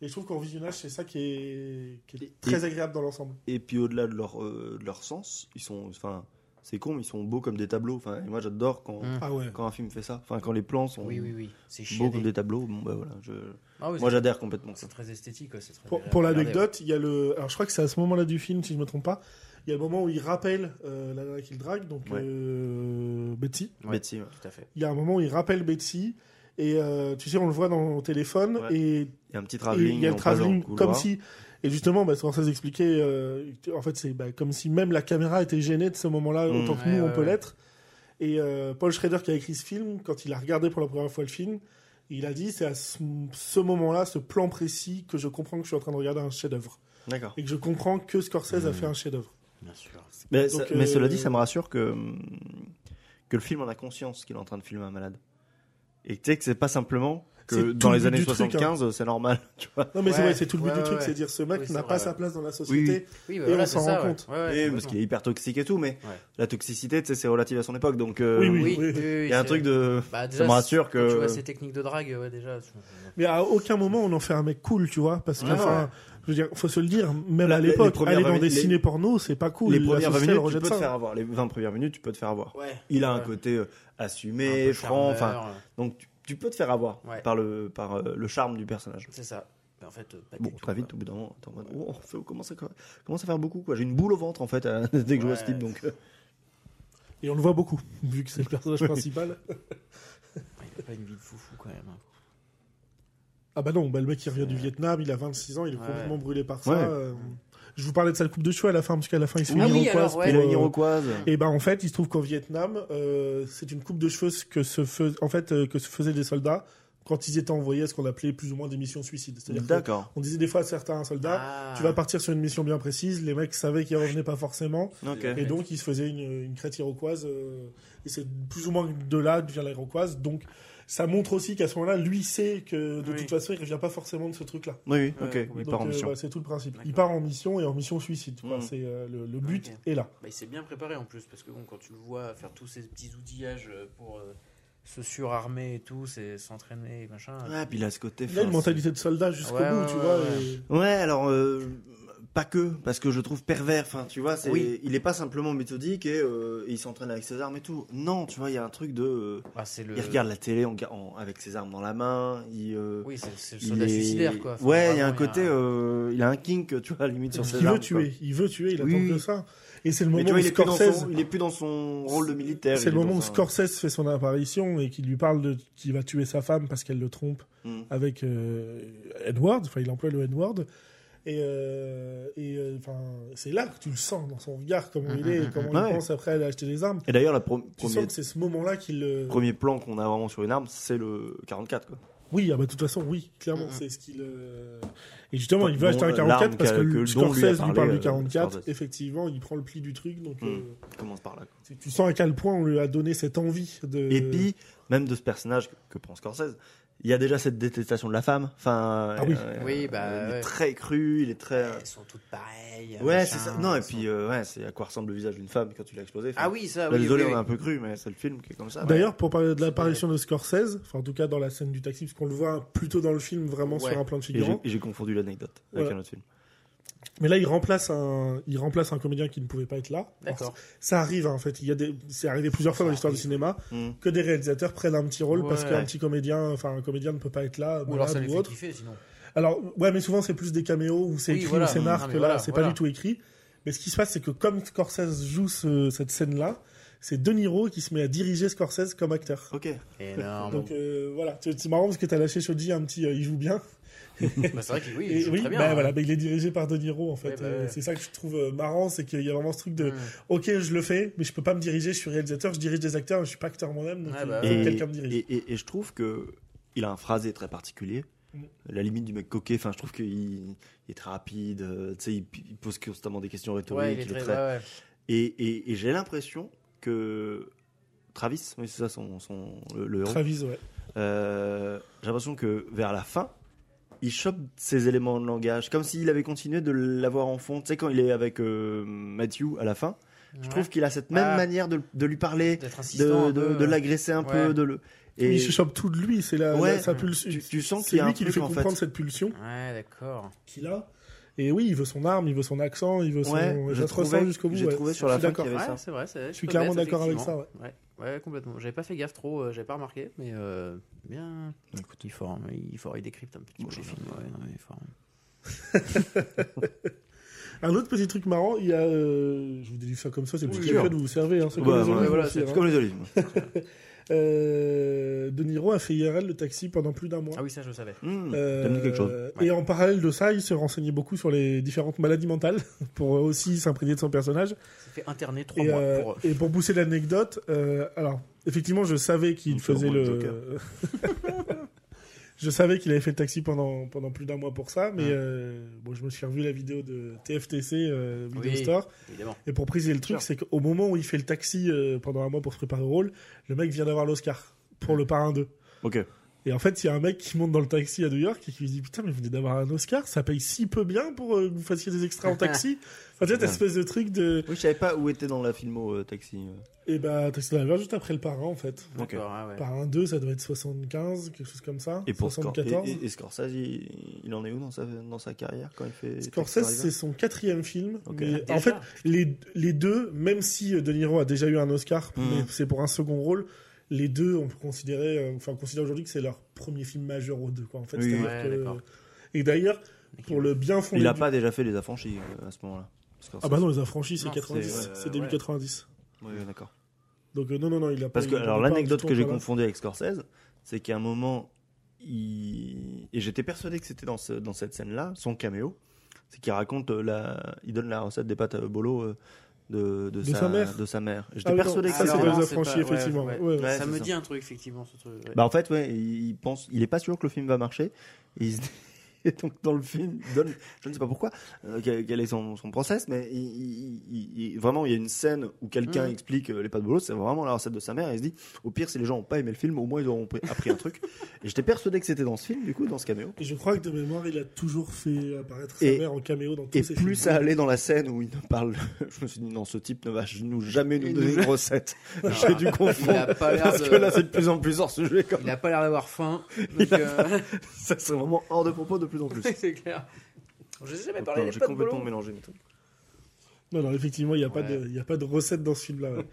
Speaker 2: Et je trouve qu'en visionnage, c'est ça qui est, qui est
Speaker 3: Et-
Speaker 2: très agréable dans l'ensemble.
Speaker 3: Et puis au-delà de leur euh, de leur sens, ils sont, enfin, c'est con, mais ils sont beaux comme des tableaux. Enfin, et moi j'adore quand
Speaker 1: Mm.
Speaker 2: Ah ouais.
Speaker 3: quand un film fait ça. Enfin, quand les plans sont
Speaker 1: Oui, oui, oui. C'est
Speaker 3: beaux
Speaker 1: chiant.
Speaker 3: comme des tableaux. Bon bah voilà, je,
Speaker 1: Ah, oui,
Speaker 3: moi
Speaker 1: c'est-
Speaker 3: j'adhère complètement.
Speaker 1: c'est très esthétique, ouais, c'est très
Speaker 2: Pour,
Speaker 1: agréable
Speaker 2: pour
Speaker 1: à regarder,
Speaker 2: l'anecdote, il y a le. Alors je crois que c'est à ce moment-là du film, si je me trompe pas. Il y a le moment où il rappelle euh, la nana qu'il drague, donc
Speaker 3: Ouais.
Speaker 2: euh, Betty.
Speaker 1: Ouais.
Speaker 3: Betsy, ouais.
Speaker 1: ouais. Tout à fait.
Speaker 2: Il y a un moment où il rappelle Betsy Et euh, tu sais, on le voit dans mon téléphone.
Speaker 3: Ouais.
Speaker 2: Et
Speaker 3: Il y a un petit
Speaker 2: et
Speaker 3: travelling.
Speaker 2: il y a le
Speaker 3: on passe dans
Speaker 2: travelling
Speaker 3: couloir.
Speaker 2: comme si. Et justement, bah, quand ça s'expliquait, euh, en fait, c'est bah, comme si même la caméra était gênée de ce moment-là,
Speaker 3: Mmh.
Speaker 2: autant que
Speaker 1: Ouais,
Speaker 2: nous,
Speaker 1: ouais,
Speaker 2: on peut
Speaker 1: ouais.
Speaker 2: l'être. Et euh, Paul Schrader, qui a écrit ce film, quand il a regardé pour la première fois le film, il a dit c'est à ce, ce moment-là, ce plan précis, que je comprends que je suis en train de regarder un chef-d'œuvre.
Speaker 3: D'accord.
Speaker 2: Et que je comprends que Scorsese a
Speaker 3: Mmh.
Speaker 2: fait un chef-d'œuvre.
Speaker 1: Bien sûr.
Speaker 3: Mais,
Speaker 2: Donc,
Speaker 3: ça- mais cela
Speaker 2: euh,
Speaker 3: dit, ça me rassure que, hum, que le film en a conscience qu'il est en train de filmer un malade. Et que tu sais que c'est pas simplement
Speaker 2: C'est
Speaker 3: que
Speaker 2: tout
Speaker 3: dans
Speaker 2: le
Speaker 3: les
Speaker 2: but
Speaker 3: années
Speaker 2: du truc, hein.
Speaker 3: 75, c'est normal. (laughs) Tu vois.
Speaker 2: Non, mais c'est
Speaker 1: Ouais,
Speaker 2: vrai, c'est tout le but
Speaker 1: ouais,
Speaker 2: du
Speaker 1: ouais,
Speaker 2: truc,
Speaker 1: ouais.
Speaker 2: c'est dire ce mec
Speaker 1: Oui, c'est
Speaker 2: n'a
Speaker 1: vrai,
Speaker 2: pas
Speaker 1: ouais.
Speaker 2: sa place dans la société.
Speaker 1: Oui, bah,
Speaker 2: Et
Speaker 1: voilà,
Speaker 2: on
Speaker 1: c'est
Speaker 2: s'en
Speaker 1: ça,
Speaker 2: rend
Speaker 1: ouais.
Speaker 2: compte.
Speaker 1: Ouais, ouais,
Speaker 3: Oui, parce
Speaker 1: complètement.
Speaker 3: qu'il est hyper toxique et tout, mais
Speaker 1: Ouais.
Speaker 3: la toxicité, tu sais, c'est relatif à son époque. Donc, euh,
Speaker 2: Oui,
Speaker 3: il
Speaker 2: oui.
Speaker 1: oui,
Speaker 3: y a un
Speaker 1: c'est-
Speaker 3: truc de.
Speaker 1: Bah,
Speaker 3: ça
Speaker 1: déjà,
Speaker 3: me rassure
Speaker 1: quand Tu vois
Speaker 3: que.
Speaker 1: ces techniques de drague, ouais, déjà. tu-
Speaker 2: Mais à aucun moment on en fait un mec cool, tu vois, parce que
Speaker 3: Ah,
Speaker 2: enfin,
Speaker 3: ouais.
Speaker 2: je veux dire, faut se le dire, même
Speaker 3: La-
Speaker 2: à
Speaker 3: les- les
Speaker 2: l'époque,
Speaker 3: premières
Speaker 2: aller dans
Speaker 3: 20
Speaker 2: des
Speaker 3: les-
Speaker 2: ciné porno, c'est pas cool.
Speaker 3: les
Speaker 2: La
Speaker 3: premières 20
Speaker 2: société,
Speaker 3: minutes,
Speaker 2: elle
Speaker 3: tu
Speaker 2: rejette
Speaker 3: peux te
Speaker 2: ça.
Speaker 3: faire avoir. Les 20 premières minutes, tu peux te faire avoir.
Speaker 1: Ouais.
Speaker 3: Il a un
Speaker 1: Ouais.
Speaker 3: côté euh,
Speaker 1: Un
Speaker 3: assumé,
Speaker 1: peu
Speaker 3: franc, enfin.
Speaker 1: charmeur, euh,
Speaker 3: Donc, tu, tu peux te faire avoir
Speaker 1: Ouais.
Speaker 3: par, le, par euh, le charme du personnage.
Speaker 1: C'est ça. Mais en fait, euh, pas
Speaker 3: Bon,
Speaker 1: du tout,
Speaker 3: très vite,
Speaker 1: quoi.
Speaker 3: au bout d'un moment, t'es en mode, oh, on fait- on commence à, commence à faire beaucoup, quoi. J'ai une boule au ventre, en fait, à- (laughs) dès que je vois ce
Speaker 1: Ouais.
Speaker 3: type, donc. euh,
Speaker 2: Et on le voit beaucoup, vu que c'est le
Speaker 3: (laughs)
Speaker 2: personnage principal.
Speaker 1: Il a pas une vie de foufou quand même. hein.
Speaker 2: Ah bah non, bah le mec il revient du Vietnam, il a 26 ans, il est
Speaker 1: Ouais.
Speaker 2: complètement brûlé par ça.
Speaker 3: Ouais.
Speaker 2: euh, Je vous parlais de sa coupe de cheveux à la fin, parce qu'à la fin il se fait
Speaker 1: Ah
Speaker 2: une
Speaker 1: oui,
Speaker 2: iroquoise
Speaker 1: alors, ouais.
Speaker 2: pour,
Speaker 3: Et la
Speaker 2: euh,
Speaker 3: iroquoise.
Speaker 2: Et ben en fait, il se trouve qu'au Vietnam, euh, c'est une coupe de cheveux que se fais- en fait euh, que se faisaient les soldats quand ils étaient envoyés à ce qu'on appelait plus ou moins des missions suicides. C'est-à-dire que
Speaker 3: D'accord.
Speaker 2: on disait des fois à certains soldats,
Speaker 1: Ah.
Speaker 2: Bah, tu vas partir sur une mission bien précise, les mecs savaient qu'ils revenaient pas forcément,
Speaker 3: Ok.
Speaker 2: et donc ils se faisaient une, une crête iroquoise, euh, et c'est plus ou moins de là devient la iroquoise, donc ça montre aussi qu'à ce moment-là, lui sait que de
Speaker 1: Oui.
Speaker 2: toute façon, il revient pas forcément de ce truc-là.
Speaker 3: Oui, oui, ok.
Speaker 1: Ouais,
Speaker 3: il
Speaker 2: Donc,
Speaker 3: part en
Speaker 2: euh,
Speaker 3: mission.
Speaker 2: voilà, c'est tout le principe. Il
Speaker 1: D'accord.
Speaker 2: part en mission et en mission suicide. quoi.
Speaker 3: Mm.
Speaker 2: C'est euh, le, le but
Speaker 1: Ok.
Speaker 2: est là.
Speaker 1: Bah, il s'est bien préparé en plus, parce que bon, quand tu le vois faire tous ces petits outillages euh, pour euh, se surarmer et tout, c'est s'entraîner et machin.
Speaker 3: Ouais, Ah, puis il a ce côté.
Speaker 2: Il a une
Speaker 3: fin,
Speaker 2: mentalité de soldat jusqu'au
Speaker 1: Ouais,
Speaker 2: bout,
Speaker 1: ouais,
Speaker 2: tu
Speaker 1: ouais,
Speaker 2: vois.
Speaker 1: ouais.
Speaker 2: et-
Speaker 3: c'est- Ouais, alors, euh, pas que, parce que je trouve pervers, enfin, tu vois, c'est,
Speaker 1: Oui.
Speaker 3: il est pas simplement méthodique et euh, il s'entraîne avec ses armes et tout. Non, tu vois, il y a un truc de. euh,
Speaker 1: Ah, c'est le.
Speaker 3: Il regarde la télé en, ga- en- avec ses armes dans la main, il. euh,
Speaker 1: Oui, c'est c'est le
Speaker 3: il
Speaker 1: soldat
Speaker 3: est-
Speaker 1: suicidaire quoi. Enfin,
Speaker 3: ouais, il y a
Speaker 1: vraiment,
Speaker 3: un côté, euh, il a un kink, tu vois, limite sur ses
Speaker 2: Il
Speaker 3: armes.
Speaker 2: veut tuer, il veut tuer, il
Speaker 3: Oui,
Speaker 2: attend
Speaker 3: oui.
Speaker 2: que ça. Et c'est le moment
Speaker 3: Mais tu vois,
Speaker 2: où
Speaker 3: il est, plus dans
Speaker 2: Scorsese.
Speaker 3: son, il est plus dans son rôle de militaire. il
Speaker 2: C'est
Speaker 3: est
Speaker 2: le moment
Speaker 3: dans
Speaker 2: où
Speaker 3: un-
Speaker 2: Scorsese fait son apparition et qu'il lui parle de qu'il va tuer sa femme parce qu'elle le trompe
Speaker 3: Mm.
Speaker 2: avec euh, Edward. Enfin, il emploie le Edward. Et, euh, et euh, enfin, c'est là que tu le sens dans son regard, comment il est, et comment
Speaker 3: Mm, Ouais.
Speaker 2: il pense après aller acheter des armes.
Speaker 3: Et d'ailleurs, le pro-
Speaker 2: Tu
Speaker 3: premier,
Speaker 2: sens que c'est ce moment-là qu'il. euh,
Speaker 3: premier plan qu'on a vraiment sur une arme, c'est le 44. Quoi.
Speaker 2: Oui, ah bah, de toute façon, oui, clairement,
Speaker 1: Mhm.
Speaker 2: c'est ce qu'il. euh, Et justement, il veut
Speaker 3: Dont
Speaker 2: acheter un
Speaker 3: Mm, l'arme
Speaker 2: 44 parce
Speaker 3: qu'a-
Speaker 2: que,
Speaker 3: que dont lui a
Speaker 2: Scorsese lui,
Speaker 3: parlé,
Speaker 2: parle
Speaker 3: euh,
Speaker 2: du 44.
Speaker 3: Scorsese.
Speaker 2: Effectivement, il prend le pli du truc, donc.
Speaker 3: Mhm.
Speaker 2: euh,
Speaker 3: On commence par là. quoi.
Speaker 2: Tu- Tu sens à quel point on lui a donné cette envie de.
Speaker 3: Et puis, même de ce personnage que, que prend Scorsese, il y a déjà cette détestation de la femme. Enfin, euh,
Speaker 2: Ah oui.
Speaker 1: Oui, bah,
Speaker 3: il est
Speaker 1: ouais.
Speaker 3: très cru, il est très.
Speaker 1: Elles sont toutes pareilles.
Speaker 3: ouais,
Speaker 1: machin,
Speaker 3: c'est ça. Non, et
Speaker 1: elles sont-
Speaker 3: puis, euh, ouais, c'est à quoi ressemble le visage d'une femme quand tu l'as explosé. Enfin,
Speaker 1: Ah oui, ça.
Speaker 3: bah,
Speaker 1: oui,
Speaker 3: désolé,
Speaker 1: oui,
Speaker 3: on a un
Speaker 1: oui.
Speaker 3: peu cru, mais c'est le film qui est comme ça.
Speaker 2: D'ailleurs, pour parler de l'apparition de Scorsese, enfin en tout cas dans la scène du taxi, parce qu'on le voit plutôt dans le film vraiment
Speaker 1: Ouais.
Speaker 2: sur un plan de
Speaker 3: Et j'ai-
Speaker 2: figurant.
Speaker 3: et j'ai confondu l'anecdote avec
Speaker 2: Voilà.
Speaker 3: un autre film.
Speaker 2: Mais là, il remplace un, il remplace un comédien qui ne pouvait pas être là.
Speaker 1: D'accord.
Speaker 2: Alors, ça arrive hein, en fait. Il y a des, c'est arrivé plusieurs fois dans
Speaker 1: Ça
Speaker 2: l'histoire du
Speaker 1: arrive.
Speaker 2: cinéma
Speaker 3: Mm.
Speaker 2: que des réalisateurs prennent un petit rôle parce
Speaker 1: Ouais.
Speaker 2: qu'un petit comédien, enfin un comédien ne peut pas être là,
Speaker 1: Ou alors
Speaker 2: malade
Speaker 1: ça les
Speaker 2: ou
Speaker 1: fait
Speaker 2: autre.
Speaker 1: kiffer sinon. (laughs)
Speaker 2: Alors, ouais, mais souvent, c'est plus des caméos où c'est
Speaker 1: Oui,
Speaker 2: écrit
Speaker 1: voilà.
Speaker 2: au
Speaker 1: Ah,
Speaker 2: scénar
Speaker 1: mais
Speaker 2: que là,
Speaker 1: voilà,
Speaker 2: c'est
Speaker 1: voilà.
Speaker 2: pas du tout écrit. Mais ce qui se passe, c'est que comme Scorsese joue ce- cette scène-là, c'est De Niro qui se met à diriger Scorsese comme acteur.
Speaker 3: Ok.
Speaker 1: Énorme.
Speaker 2: Donc euh, voilà, c'est c'est marrant parce que t'as lâché Shoji un petit, euh, il joue bien.
Speaker 1: Bah, c'est vrai que oui, il joue
Speaker 2: oui,
Speaker 1: très bien.
Speaker 2: bah,
Speaker 1: hein.
Speaker 2: voilà, bah, il est dirigé par De Niro en fait.
Speaker 1: Ouais, bah,
Speaker 2: Euh,
Speaker 1: ouais.
Speaker 2: C'est ça que je trouve euh, marrant, c'est qu'il y a vraiment ce truc de,
Speaker 1: Mm.
Speaker 2: ok, je le fais, mais je peux pas me diriger, je suis réalisateur, je dirige des acteurs, mais je suis pas acteur moi-même, Ah, donc
Speaker 1: Ouais,
Speaker 2: il
Speaker 1: bah,
Speaker 2: faut
Speaker 1: ouais.
Speaker 2: que quelqu'un me dirige.
Speaker 3: Et, et- et je trouve que il a un phrasé très particulier.
Speaker 2: Mm.
Speaker 3: À La limite du mec coquet. Enfin, je trouve qu'il il est très rapide. euh, tu sais, il, il pose constamment des questions rhétoriques.
Speaker 1: Ouais, il est
Speaker 3: il est
Speaker 1: très.
Speaker 3: très-
Speaker 1: ouais, ouais.
Speaker 3: Et, et- et j'ai l'impression que Travis, oui, c'est ça son, son- le, le héros.
Speaker 2: Travis, ouais.
Speaker 3: Euh, j'ai l'impression que vers la fin, il chope ces éléments de langage, comme s'il avait continué de l'avoir en fond. Tu sais, quand il est avec euh, Matthew à la fin, je
Speaker 1: Ouais.
Speaker 3: trouve qu'il a cette même
Speaker 1: Ah.
Speaker 3: manière de, de lui parler,
Speaker 1: d'être insistant.
Speaker 3: de,
Speaker 1: un
Speaker 3: de,
Speaker 1: peu,
Speaker 3: de
Speaker 1: euh,
Speaker 3: l'agresser un peu,
Speaker 1: Ouais.
Speaker 3: de le.
Speaker 2: Et... Il chope tout de lui, c'est la,
Speaker 3: Ouais.
Speaker 2: la- sa pulsion.
Speaker 3: tu, tu sens
Speaker 2: C'est
Speaker 3: qu'il y a un
Speaker 2: lui qui lui
Speaker 3: truc
Speaker 2: fait
Speaker 3: en
Speaker 2: comprendre
Speaker 3: fait.
Speaker 2: cette pulsion.
Speaker 1: Ouais, d'accord.
Speaker 2: qu'il a. Et oui, il veut son arme, il veut son accent, il veut son.
Speaker 3: Ouais,
Speaker 2: ça
Speaker 3: je
Speaker 2: se ressent
Speaker 3: trouvais-
Speaker 2: jusqu'au bout.
Speaker 3: j'ai
Speaker 2: ouais.
Speaker 3: trouvé sur la
Speaker 2: Je suis
Speaker 3: fin
Speaker 2: d'accord.
Speaker 3: qu'il y avait-
Speaker 1: Ouais,
Speaker 3: ça.
Speaker 1: c'est vrai. c'est- Je
Speaker 2: suis clairement d'accord avec
Speaker 1: effectivement. Ouais. ouais, complètement. J'avais pas fait gaffe trop, euh, j'avais pas remarqué, mais euh, bien. Écoute, il faut, il faut, il décrypte un petit peu
Speaker 3: Bon,
Speaker 1: les
Speaker 3: je-
Speaker 1: films. Ouais, non, mais il faut.
Speaker 2: Un autre petit truc marrant, il y a. euh, je vous dis ça comme ça, c'est le
Speaker 1: Oui,
Speaker 2: petit
Speaker 1: sûr.
Speaker 2: secret de vous servez. Hein, c'est
Speaker 3: Bah,
Speaker 2: comme les
Speaker 3: voilà,
Speaker 2: olives
Speaker 1: voilà,
Speaker 2: (laughs) aussi,
Speaker 1: c'est
Speaker 2: hein.
Speaker 3: C'est comme les olives.
Speaker 2: euh, De Niro a fait IRL le taxi pendant plus d'un mois.
Speaker 1: Ah oui, ça je le savais.
Speaker 3: Hmm,
Speaker 2: Euh,
Speaker 3: ça me dit quelque chose.
Speaker 2: Et en parallèle de ça, il se renseignait beaucoup sur les différentes maladies mentales (laughs) pour euh, aussi s'imprégner de son personnage.
Speaker 1: Ça fait interner trois
Speaker 2: Et,
Speaker 1: mois
Speaker 2: euh,
Speaker 1: pour.
Speaker 2: et pour pousser l'anecdote, euh, alors effectivement, je savais qu'il
Speaker 3: Donc, c'est
Speaker 2: faisait
Speaker 3: vraiment le
Speaker 2: le. (laughs) je savais qu'il avait fait le taxi pendant pendant plus d'un mois pour ça, mais
Speaker 1: Ouais.
Speaker 2: euh, bon, je me suis revu la vidéo de TFTC euh, Video
Speaker 1: Oui.
Speaker 2: Store.
Speaker 1: Évidemment.
Speaker 2: Et pour préciser le truc,
Speaker 3: Sure.
Speaker 2: c'est qu'au moment où il fait le taxi euh, pendant un mois pour se préparer au rôle, le mec vient d'avoir l'Oscar pour le parrain 2.
Speaker 3: Ok.
Speaker 2: Et en fait, il y a un mec qui monte dans le taxi à New York et qui lui dit Putain, mais vous venez d'avoir un Oscar, ça paye si peu bien pour euh, que vous fassiez des extras en
Speaker 1: (laughs)
Speaker 2: taxi. enfin, tu sais, cette
Speaker 3: Bien.
Speaker 2: espèce de truc de.
Speaker 3: Oui, je savais pas où était dans la filmo euh, Taxi. euh.
Speaker 2: Et bah, Taxi Driver juste après le parrain, en fait.
Speaker 3: Ok.
Speaker 1: D'accord, ah ouais.
Speaker 2: Par un 2, ça doit être 75, quelque chose comme ça.
Speaker 3: Et pour Scor-
Speaker 2: 74.
Speaker 3: et- et- et Scorsese, il, il en est où dans sa, dans sa carrière quand il fait Taxi
Speaker 2: Scorsese,
Speaker 3: Driver
Speaker 2: c'est son quatrième film.
Speaker 3: Ok.
Speaker 2: mais
Speaker 1: Ah, Déjà
Speaker 2: en fait, les, les deux, même si euh, De Niro a déjà eu un Oscar,
Speaker 3: Mhm.
Speaker 2: mais c'est pour un second rôle, les deux, on peut considérer, euh, enfin, on considère aujourd'hui que c'est leur premier film majeur aux deux, quoi. En fait,
Speaker 3: Oui.
Speaker 2: C'est-à-dire
Speaker 1: Ouais,
Speaker 2: que-
Speaker 1: d'accord.
Speaker 2: Et d'ailleurs, pour le bien fondé
Speaker 3: Il a
Speaker 2: du-
Speaker 3: pas déjà fait Les Affranchis euh, à ce moment-là. Scorsese.
Speaker 2: Ah bah non, les affranchis, c'est
Speaker 1: Non,
Speaker 2: 90,
Speaker 3: c'est, euh,
Speaker 2: c'est début
Speaker 1: ouais.
Speaker 2: 90.
Speaker 3: Oui, oui, d'accord.
Speaker 2: Donc euh, non, non, non, il a
Speaker 3: Parce
Speaker 2: pas-
Speaker 3: que
Speaker 2: il a
Speaker 3: alors
Speaker 2: pas
Speaker 3: l'anecdote
Speaker 2: du tout
Speaker 3: que j'ai
Speaker 2: encore là.
Speaker 3: confondue avec Scorsese, c'est qu'à un moment, il... et j'étais persuadé que c'était dans, ce- dans cette scène-là, son caméo, c'est qu'il raconte euh, la, il donne la recette des pâtes à bolo euh, de, de,
Speaker 2: De sa mère.
Speaker 3: de sa mère. J'étais
Speaker 2: Ah oui, non,
Speaker 3: persuadé que
Speaker 2: ça,
Speaker 1: Ah,
Speaker 2: c'est
Speaker 3: c'était
Speaker 1: non,
Speaker 2: les
Speaker 3: ça.
Speaker 1: non,
Speaker 2: affranchis,
Speaker 1: pas- ouais,
Speaker 2: effectivement.
Speaker 1: ouais.
Speaker 2: Ouais,
Speaker 3: ouais,
Speaker 1: ça
Speaker 3: c'est
Speaker 1: me
Speaker 3: ça.
Speaker 1: dit un truc, effectivement, ce truc. ouais.
Speaker 3: Bah en fait, ouais, il pense, il est pas sûr que le film va marcher. Et, il se dit- (laughs) et donc dans le film, il donne, je ne sais pas pourquoi, euh, quel quel est son, son process, mais il, il- il- il- vraiment il y a une scène où quelqu'un
Speaker 1: Mhm.
Speaker 3: explique euh, les pas de boulot, c'est vraiment la recette de sa mère. Et il se dit, au pire, si les gens n'ont pas aimé le film, au moins ils auront pr- appris un truc. Et j'étais persuadé que c'était dans ce film, du coup, dans ce caméo.
Speaker 2: Et je crois que de mémoire, il a toujours fait apparaître
Speaker 3: Et-
Speaker 2: sa mère en caméo dans tous
Speaker 3: Et
Speaker 2: ses
Speaker 3: plus
Speaker 2: films.
Speaker 3: ça allait dans la scène où il ne parle, (laughs) je me suis dit non, ce type ne va nous jamais nous
Speaker 1: Il
Speaker 3: donner
Speaker 1: nous-
Speaker 3: une recette.
Speaker 1: Non,
Speaker 3: J'ai dû
Speaker 1: Il a
Speaker 3: confondre.
Speaker 1: pas l'air
Speaker 3: (laughs) Parce
Speaker 1: de-
Speaker 3: que là, c'est de plus en plus hors sujet. Comme...
Speaker 1: il a pas l'air
Speaker 2: (laughs)
Speaker 1: d'avoir faim.
Speaker 3: Il
Speaker 1: Donc,
Speaker 3: a
Speaker 1: euh,
Speaker 3: Ça, c'est vraiment hors de propos de plus
Speaker 1: (laughs)
Speaker 3: en plus.
Speaker 1: c'est clair. Je sais jamais
Speaker 3: Donc,
Speaker 1: parler
Speaker 3: non,
Speaker 1: des
Speaker 3: J'ai
Speaker 1: pas de
Speaker 3: complètement
Speaker 1: boulot.
Speaker 3: mélangé mes trucs.
Speaker 2: Non, non, effectivement, il n'y a, pas
Speaker 1: Ouais.
Speaker 2: de- il y a pas de recette dans ce film-là.
Speaker 3: (laughs)
Speaker 2: ouais.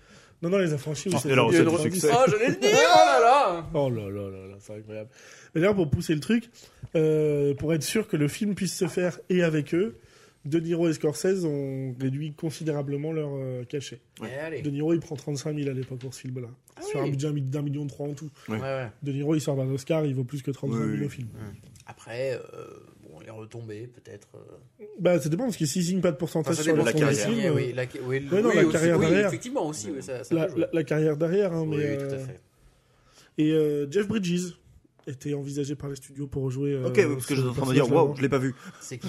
Speaker 2: non, non, les affranchis, oui,
Speaker 3: Sortez
Speaker 2: c'est
Speaker 3: Ah,
Speaker 2: le
Speaker 3: la recette
Speaker 2: début 90.
Speaker 3: du succès.
Speaker 1: Oh, j'allais le dire, oh là là
Speaker 2: Oh là là là là, c'est incroyable. Mais d'ailleurs, pour pousser le truc, euh, pour être sûr que le film puisse se faire et avec eux, De Niro et Scorsese ont réduit considérablement leur euh, cachet.
Speaker 3: Ouais.
Speaker 1: Eh, allez.
Speaker 2: De Niro, il prend 35 000 à l'époque pour ce film-là.
Speaker 1: Ah
Speaker 2: sur
Speaker 1: oui.
Speaker 2: un budget d'un million trois en tout.
Speaker 1: Ouais, ouais.
Speaker 2: De Niro, il sort d'un Oscar, il vaut plus que 35 000
Speaker 3: Oui, oui.
Speaker 2: au film.
Speaker 1: Après, euh, bon, les retombées, peut-être. euh,
Speaker 2: Bah, ça dépend, parce que s'il signe pas de pourcentage
Speaker 1: Enfin, ça
Speaker 2: sur
Speaker 1: dépend
Speaker 3: la
Speaker 2: l'ensemble des
Speaker 3: carrière.
Speaker 2: films,
Speaker 1: Oui, oui,
Speaker 2: euh,
Speaker 1: la, oui, le-
Speaker 2: ouais, non,
Speaker 1: oui,
Speaker 2: la
Speaker 1: aussi-
Speaker 2: carrière
Speaker 1: oui,
Speaker 2: derrière.
Speaker 1: effectivement aussi, oui, ça, ça
Speaker 2: la,
Speaker 1: peut jouer.
Speaker 2: la- la carrière derrière. hein,
Speaker 1: Oui,
Speaker 2: mais,
Speaker 1: oui, tout à
Speaker 2: euh,
Speaker 1: fait.
Speaker 2: Et euh, Jeff Bridges était envisagé par les studios pour jouer. euh,
Speaker 3: Ok, oui, parce que
Speaker 2: ce
Speaker 3: j'étais en train de dire,
Speaker 2: personnage-là.
Speaker 3: waouh, je l'ai pas vu.
Speaker 2: (laughs)
Speaker 1: C'est qui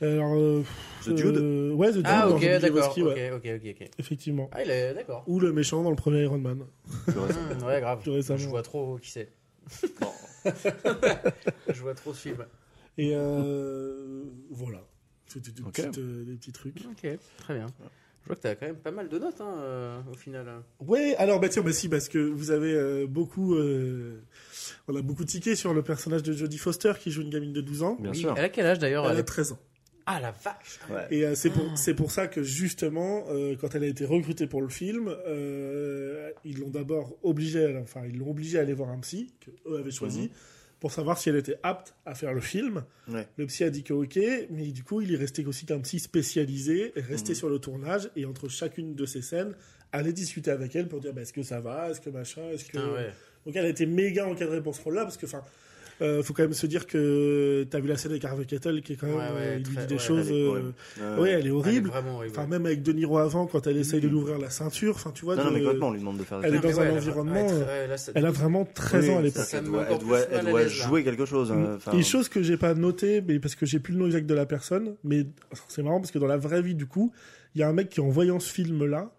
Speaker 2: Alors, euh,
Speaker 3: The Dude
Speaker 2: euh, Ouais, The Dude.
Speaker 1: Ah,
Speaker 2: dans
Speaker 1: ok,
Speaker 2: Big
Speaker 1: d'accord.
Speaker 2: Lebowski, ouais,
Speaker 1: Ok, ok, ok, ok.
Speaker 2: Effectivement.
Speaker 1: Ah, il est d'accord.
Speaker 2: Ou le méchant dans le premier Iron Man.
Speaker 1: Hum, ouais, grave.
Speaker 2: Plus récemment.
Speaker 1: Je vois trop qui c'est. (laughs) Je vois trop ce film.
Speaker 2: Et euh, voilà. C'était des,
Speaker 3: Ok.
Speaker 2: petites, euh, des petits trucs.
Speaker 1: Ok, très bien. Je vois que t'as quand même pas mal de notes hein, euh, au final.
Speaker 2: Ouais, alors, bah tiens, bah si, parce que vous avez euh, beaucoup. euh, on a beaucoup tiqué sur le personnage de Jodie Foster qui joue une gamine de 12 ans.
Speaker 3: Bien
Speaker 1: Oui,
Speaker 3: sûr.
Speaker 1: Elle a quel âge d'ailleurs
Speaker 2: Elle
Speaker 1: elle
Speaker 2: a
Speaker 1: est-
Speaker 2: 13 ans.
Speaker 1: Ah la vache
Speaker 3: Ouais.
Speaker 2: Et euh, c'est pour,
Speaker 1: Ah.
Speaker 2: c'est pour ça que justement, euh, quand elle a été recrutée pour le film, euh, ils l'ont d'abord obligée, à- enfin ils l'ont obligée à aller voir un psy que eux avaient choisi
Speaker 3: Mhm.
Speaker 2: pour savoir si elle était apte à faire le film.
Speaker 3: Ouais.
Speaker 2: Le psy a dit que ok, mais du coup il est resté aussi qu'un psy spécialisé, resté
Speaker 3: Mhm.
Speaker 2: sur le tournage et entre chacune de ces scènes allait discuter avec elle pour dire bah, est-ce que ça va, est-ce que machin, est-ce que
Speaker 1: Ah ouais.
Speaker 2: donc elle a été méga encadrée pour ce rôle-là, parce que, enfin, euh, faut quand même se dire que t'as vu la scène avec Harvey Kettle, qui est quand même,
Speaker 1: Ouais, ouais,
Speaker 2: euh, il lui
Speaker 1: très-
Speaker 2: dit des
Speaker 1: ouais,
Speaker 2: choses.
Speaker 3: elle est
Speaker 2: euh,
Speaker 3: horrible. Euh,
Speaker 2: ouais, elle est horrible.
Speaker 1: Elle est vraiment horrible.
Speaker 2: Enfin, même avec De Niro avant, quand elle essaye de lui ouvrir la ceinture, enfin, tu vois,
Speaker 3: Non, non,
Speaker 2: de-
Speaker 3: mais complètement, on lui demande de faire des
Speaker 2: elle est
Speaker 1: Non,
Speaker 3: trucs.
Speaker 1: mais
Speaker 2: dans un
Speaker 1: elle a-
Speaker 2: environnement,
Speaker 1: Ah, ouais, très-
Speaker 2: euh,
Speaker 1: ouais, là, ça-
Speaker 2: elle a vraiment 13 ans à
Speaker 3: Oui,
Speaker 2: l'époque.
Speaker 1: ça
Speaker 3: Elle
Speaker 1: me
Speaker 3: doit,
Speaker 1: met
Speaker 3: elle
Speaker 1: encore
Speaker 3: doit,
Speaker 1: plus mal
Speaker 3: elle
Speaker 1: à
Speaker 3: doit
Speaker 1: l'aise, là.
Speaker 3: jouer quelque chose. hein, enfin,
Speaker 2: Une chose que j'ai pas notée, mais parce que j'ai plus le nom exact de la personne, mais c'est marrant parce que dans la vraie vie, du coup, il y a un mec qui, en voyant ce film-là,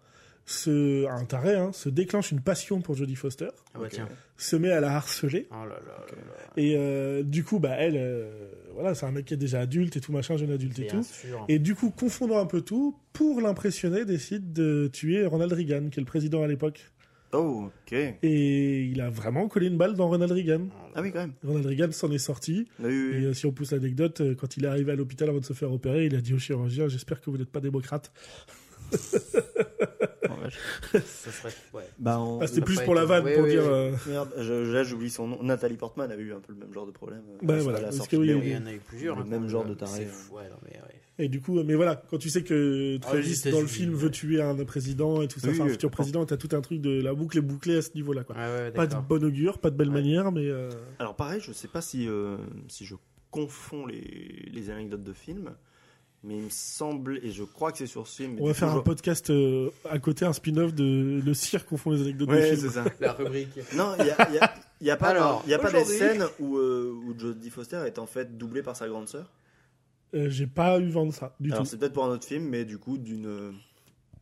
Speaker 2: se, un taré, hein, se déclenche une passion pour Jodie Foster,
Speaker 1: Ah bah
Speaker 3: Ok.
Speaker 1: tiens.
Speaker 2: se met à la harceler,
Speaker 1: Oh là là là là.
Speaker 2: Et euh, du coup, bah, elle, euh, voilà, c'est un mec qui est déjà adulte et tout machin, jeune adulte et
Speaker 1: Bien
Speaker 2: tout.
Speaker 1: sûr.
Speaker 2: Et du coup, confondant un peu tout, pour l'impressionner, décide de tuer Ronald Reagan, qui est le président à l'époque.
Speaker 3: Oh, ok.
Speaker 2: Et il a vraiment collé une balle dans Ronald
Speaker 1: Oh
Speaker 2: Reagan.
Speaker 3: Ah oui, quand même.
Speaker 2: Ronald Reagan s'en est sorti.
Speaker 3: Oui, oui, oui.
Speaker 2: Et euh, si on pousse l'anecdote, euh, quand il est arrivé à l'hôpital avant de se faire opérer, il a dit au chirurgien J'espère que vous n'êtes pas démocrate.
Speaker 3: Oh, vache.
Speaker 1: Ça serait. Ouais.
Speaker 3: Bah, on-
Speaker 2: Ah, c'était
Speaker 1: ça
Speaker 2: plus
Speaker 1: peut
Speaker 2: pour
Speaker 1: être-
Speaker 2: la vanne,
Speaker 1: oui,
Speaker 2: pour
Speaker 1: oui,
Speaker 2: dire.
Speaker 1: oui.
Speaker 2: euh,
Speaker 3: Merde, je- là j'oublie son nom. Nathalie Portman a eu un peu le même genre de problème. euh,
Speaker 2: Bah,
Speaker 3: à
Speaker 2: voilà,
Speaker 3: la
Speaker 2: parce
Speaker 3: sortie
Speaker 2: que
Speaker 3: de
Speaker 2: oui,
Speaker 3: Léon.
Speaker 1: Il y en a eu plusieurs.
Speaker 3: Le
Speaker 1: hein,
Speaker 3: même
Speaker 1: quand
Speaker 3: genre
Speaker 1: même.
Speaker 3: de taré,
Speaker 1: C'est
Speaker 3: hein.
Speaker 1: fou, ouais, non, mais ouais.
Speaker 2: Et du coup, mais voilà, quand tu sais que
Speaker 1: Ah oui, les
Speaker 2: Travis dans le
Speaker 1: États-Unis,
Speaker 2: film
Speaker 1: ouais.
Speaker 2: veut tuer un président et tout ça,
Speaker 3: Oui,
Speaker 2: enfin, un
Speaker 3: oui,
Speaker 2: futur
Speaker 3: bon.
Speaker 2: président, t'as tout un truc de la boucle est bouclée à ce niveau-là, quoi.
Speaker 1: Ouais, ouais,
Speaker 2: Pas de
Speaker 1: d'accord.
Speaker 2: bon augure, pas de belle
Speaker 3: Ouais.
Speaker 2: manière, mais euh,
Speaker 3: Alors pareil, je sais pas si, euh, si je confonds les, les anecdotes de films, mais il me semble, et je crois que c'est sur ce film. mais
Speaker 2: on va
Speaker 3: du
Speaker 2: faire
Speaker 3: coup,
Speaker 2: un podcast euh, à côté, un spin-off de le cirque qu'on font les anecdotes
Speaker 3: je- Ouais,
Speaker 2: de
Speaker 3: c'est
Speaker 2: films.
Speaker 3: ça.
Speaker 1: La rubrique.
Speaker 3: Non, il n'y a, y a- y a pas,
Speaker 1: Alors,
Speaker 3: y a pas des
Speaker 1: aujourd'hui-
Speaker 3: scènes où, euh, où Jodie Foster est en fait doublée par sa grande sœur.
Speaker 2: Euh, J'ai pas eu vent de ça du
Speaker 3: Alors
Speaker 2: tout.
Speaker 3: c'est peut-être pour un autre film, mais du coup d'une, euh,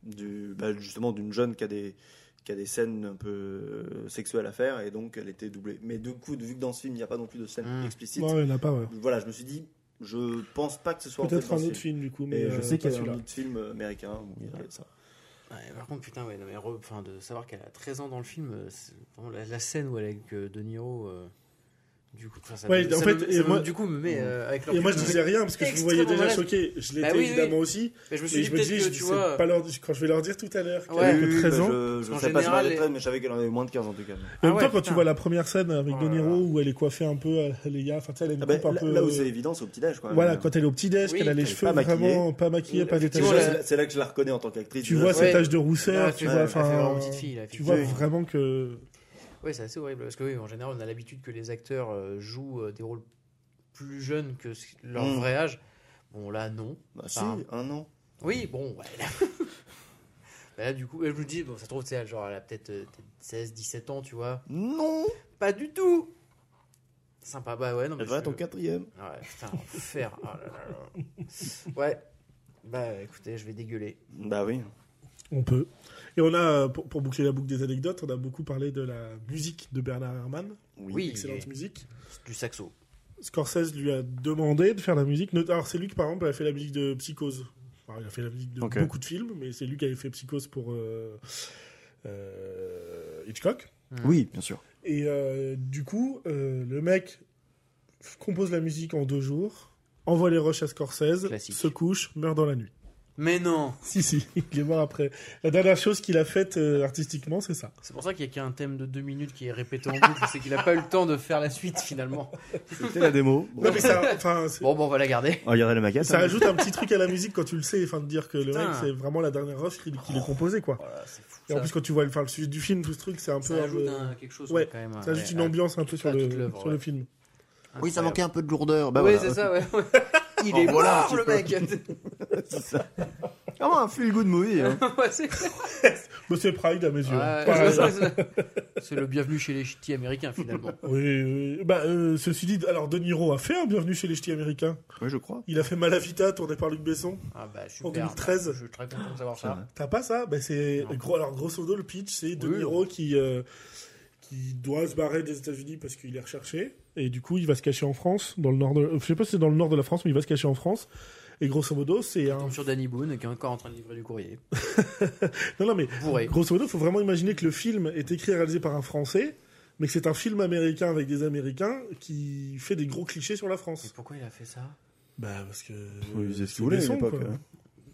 Speaker 3: du, bah, justement d'une jeune qui a des qui a des scènes un peu euh, sexuelles à faire et donc elle était doublée. Mais du coup, vu que dans ce film il n'y a pas non plus de scène
Speaker 1: Mm.
Speaker 3: explicite,
Speaker 2: Non, il y en a pas. ouais.
Speaker 3: voilà, je me suis dit, je pense pas que ce soit en fait
Speaker 2: Peut-être
Speaker 3: dans
Speaker 2: un
Speaker 3: ce
Speaker 2: autre
Speaker 3: film.
Speaker 2: film du coup, mais
Speaker 3: Mais je
Speaker 2: euh, pas
Speaker 3: sais qu'il y a un
Speaker 2: celui-là.
Speaker 3: autre film américain où il y a ça.
Speaker 1: Ouais, par contre, putain, ouais, non, mais re- enfin, de savoir qu'elle a 13 ans dans le film, euh, c'est- vraiment, la, la scène où elle est avec euh, De Niro, euh, du coup, enfin, ça
Speaker 2: Ouais,
Speaker 1: me-
Speaker 2: en
Speaker 1: ça
Speaker 2: fait,
Speaker 1: me-
Speaker 2: et
Speaker 1: ça me-
Speaker 2: moi-
Speaker 1: du coup, me met euh, avec leur
Speaker 2: Et moi je
Speaker 1: putain de-
Speaker 2: disais rien parce que je vous voyais déjà
Speaker 1: Extrêmement
Speaker 2: choqué. Je l'étais
Speaker 1: Bah oui, oui,
Speaker 2: évidemment
Speaker 1: oui.
Speaker 2: aussi.
Speaker 1: Mais je me suis
Speaker 2: Et
Speaker 1: dit,
Speaker 2: je me
Speaker 1: peut-être
Speaker 2: dis, je
Speaker 1: que
Speaker 2: dis,
Speaker 1: tu
Speaker 2: c'est
Speaker 1: vois.
Speaker 2: pas leur... quand je vais leur dire tout à l'heure qu'elle
Speaker 1: Ouais.
Speaker 2: avait
Speaker 1: Oui,
Speaker 2: que 13 ans.
Speaker 3: Euh, je, je
Speaker 1: Parce
Speaker 3: savais
Speaker 1: qu'en
Speaker 3: pas si elle avait
Speaker 1: général,
Speaker 3: 13, mais je savais qu'elle en avait moins de 15 en tout cas.
Speaker 2: En même
Speaker 1: Ah ouais,
Speaker 2: temps, quand
Speaker 1: putain.
Speaker 2: tu vois la première scène avec
Speaker 1: Oh
Speaker 2: De
Speaker 1: là
Speaker 2: Niro
Speaker 1: là.
Speaker 2: où elle est coiffée un peu, à- les gars, enfin, tu sais, elle est une
Speaker 3: Ah bah,
Speaker 2: coupe un
Speaker 3: là,
Speaker 2: peu.
Speaker 3: là où c'est
Speaker 2: euh,
Speaker 3: évident, c'est au petit âge quand même.
Speaker 2: Voilà, quand elle est au petit-déj,
Speaker 1: Oui,
Speaker 2: qu'elle a les
Speaker 3: elle est
Speaker 2: cheveux
Speaker 3: pas maquillée.
Speaker 2: vraiment pas maquillée, pas
Speaker 3: C'est
Speaker 1: Effectivement,
Speaker 2: détachée.
Speaker 1: là-
Speaker 3: là- c'est là que je la reconnais en tant qu'actrice.
Speaker 2: Tu
Speaker 3: déjà.
Speaker 2: vois
Speaker 1: Ouais.
Speaker 2: ses taches de
Speaker 1: Ouais,
Speaker 2: rousseur, tu
Speaker 1: elle
Speaker 2: vois,
Speaker 1: fait- elle fait vraiment
Speaker 2: enfin,
Speaker 1: petite fille, là,
Speaker 2: tu vois
Speaker 1: effectivement.
Speaker 2: vraiment que.
Speaker 1: Ouais, c'est assez horrible parce que oui, en général, on a l'habitude que les acteurs euh, jouent euh, des rôles plus jeunes que ce- leur
Speaker 3: Mm.
Speaker 1: vrai âge. Bon, là, non.
Speaker 3: Bah, si, un an.
Speaker 1: Oui, bon, ouais. (laughs) Bah, là, du coup, je me dis, bon, ça se trouve, tu sais, elle, genre, elle a peut-être euh, peut-être 16, 17 ans, tu vois.
Speaker 3: Non
Speaker 1: Pas du tout Sympa, bah ouais, non, mais.
Speaker 3: Elle va à
Speaker 1: je-
Speaker 3: ton quatrième.
Speaker 1: Ouais, putain, enfer. Ah là là là. Ouais. Bah écoutez, je vais dégueuler.
Speaker 3: Bah oui.
Speaker 2: On peut. Et on a, euh, pour, pour boucler la boucle des anecdotes, on a beaucoup parlé de la musique de Bernard Herrmann.
Speaker 1: Oui,
Speaker 2: Excellente
Speaker 1: et-
Speaker 2: musique.
Speaker 1: du saxo.
Speaker 2: Scorsese lui a demandé de faire la musique. Not- Alors, c'est lui qui, par exemple, a fait la musique de Psychose. Alors, il a fait la musique de
Speaker 3: Ok.
Speaker 2: beaucoup de films, mais c'est lui qui avait fait Psychose pour euh, euh, Hitchcock.
Speaker 3: Oui, bien sûr.
Speaker 2: Et euh, du coup, euh, le mec f- compose la musique en deux jours, envoie les rushs à Scorsese,
Speaker 1: Classique.
Speaker 2: se couche, meurt dans la nuit.
Speaker 1: Mais non
Speaker 2: (laughs) Si, si, il est mort après. La dernière chose qu'il a faite euh, artistiquement, c'est ça.
Speaker 1: C'est pour ça qu'il y a qu'un thème de deux minutes qui est répété en boucle, c'est qu'il n'a pas eu le temps de faire la suite finalement.
Speaker 3: C'était la (laughs) démo. Oh,
Speaker 2: Non, mais ça, enfin, c'est-
Speaker 1: Bon, bon, on va la garder.
Speaker 3: Regardez la maquette. hein.
Speaker 2: ça ajoute un petit truc à la musique quand tu le sais, enfin, de dire que le
Speaker 1: Putain.
Speaker 2: mec, c'est vraiment la dernière rush qu'il qu'il ait composée, quoi.
Speaker 1: Voilà, c'est fou.
Speaker 2: Et en
Speaker 1: Oh. Ça,
Speaker 2: plus, quand tu vois enfin, le sujet du film, tout ce truc, c'est un peu.
Speaker 1: ça ajoute
Speaker 2: un peu-
Speaker 1: un- quelque chose
Speaker 2: ouais,
Speaker 1: quand même.
Speaker 2: ça ajoute
Speaker 1: ouais,
Speaker 2: une ambiance un peu sur
Speaker 1: ça,
Speaker 2: le,
Speaker 1: toute l'œuvre,
Speaker 2: sur le
Speaker 1: ouais.
Speaker 2: film.
Speaker 1: incroyable.
Speaker 3: Oui, ça manquait un peu de lourdeur. Bah,
Speaker 1: oui,
Speaker 3: voilà.
Speaker 1: c'est ça, ouais. (laughs) Il
Speaker 3: Oh,
Speaker 1: est
Speaker 3: voilà,
Speaker 1: mort,
Speaker 3: tu
Speaker 1: le
Speaker 3: peux.
Speaker 1: mec
Speaker 3: (laughs) C'est (laughs) ça. Vraiment un feel good movie. hein.
Speaker 1: (laughs) Ouais, c'est-
Speaker 2: Oh, Mais c'est Pride à mes yeux. hein.
Speaker 1: (laughs) Ouais,
Speaker 2: Pareil.
Speaker 1: c'est- C'est le bienvenu chez les ch'tis américains finalement.
Speaker 2: Oui, oui. Bah, euh, ceci dit, alors De Niro a fait un Bienvenue chez les Ch'tis américains.
Speaker 3: Oui, je crois.
Speaker 2: Il a fait Malavita, tourné par Luc Besson.
Speaker 1: Ah bah super.
Speaker 2: En 2013.
Speaker 1: Je suis très content de savoir ça.
Speaker 2: T'as pas ça bah, c'est
Speaker 1: Non.
Speaker 2: gros, Alors, grosso modo, le pitch, c'est De
Speaker 1: Oui.
Speaker 2: Niro qui, euh, qui doit se barrer des États-Unis parce qu'il est recherché. Et du coup, il va se cacher en France, dans le nord de... euh, Je sais pas si c'est dans le nord de la France, mais il va se cacher en France. Et grosso modo, c'est un...
Speaker 1: tombe sur Danny Boone qui est encore en train de livrer du courrier.
Speaker 2: Non, non, mais
Speaker 1: Bourré.
Speaker 2: grosso modo, faut vraiment imaginer que le film est écrit et réalisé par un Français, mais que c'est un film américain avec des Américains qui fait des gros clichés sur la
Speaker 1: Mais
Speaker 2: France.
Speaker 1: pourquoi il a fait ça
Speaker 2: Bah, parce que...
Speaker 3: Oui, c'est ce
Speaker 2: c'est
Speaker 3: qu'il voulait à
Speaker 2: Besson,
Speaker 3: l'époque.
Speaker 2: quoi.
Speaker 3: hein.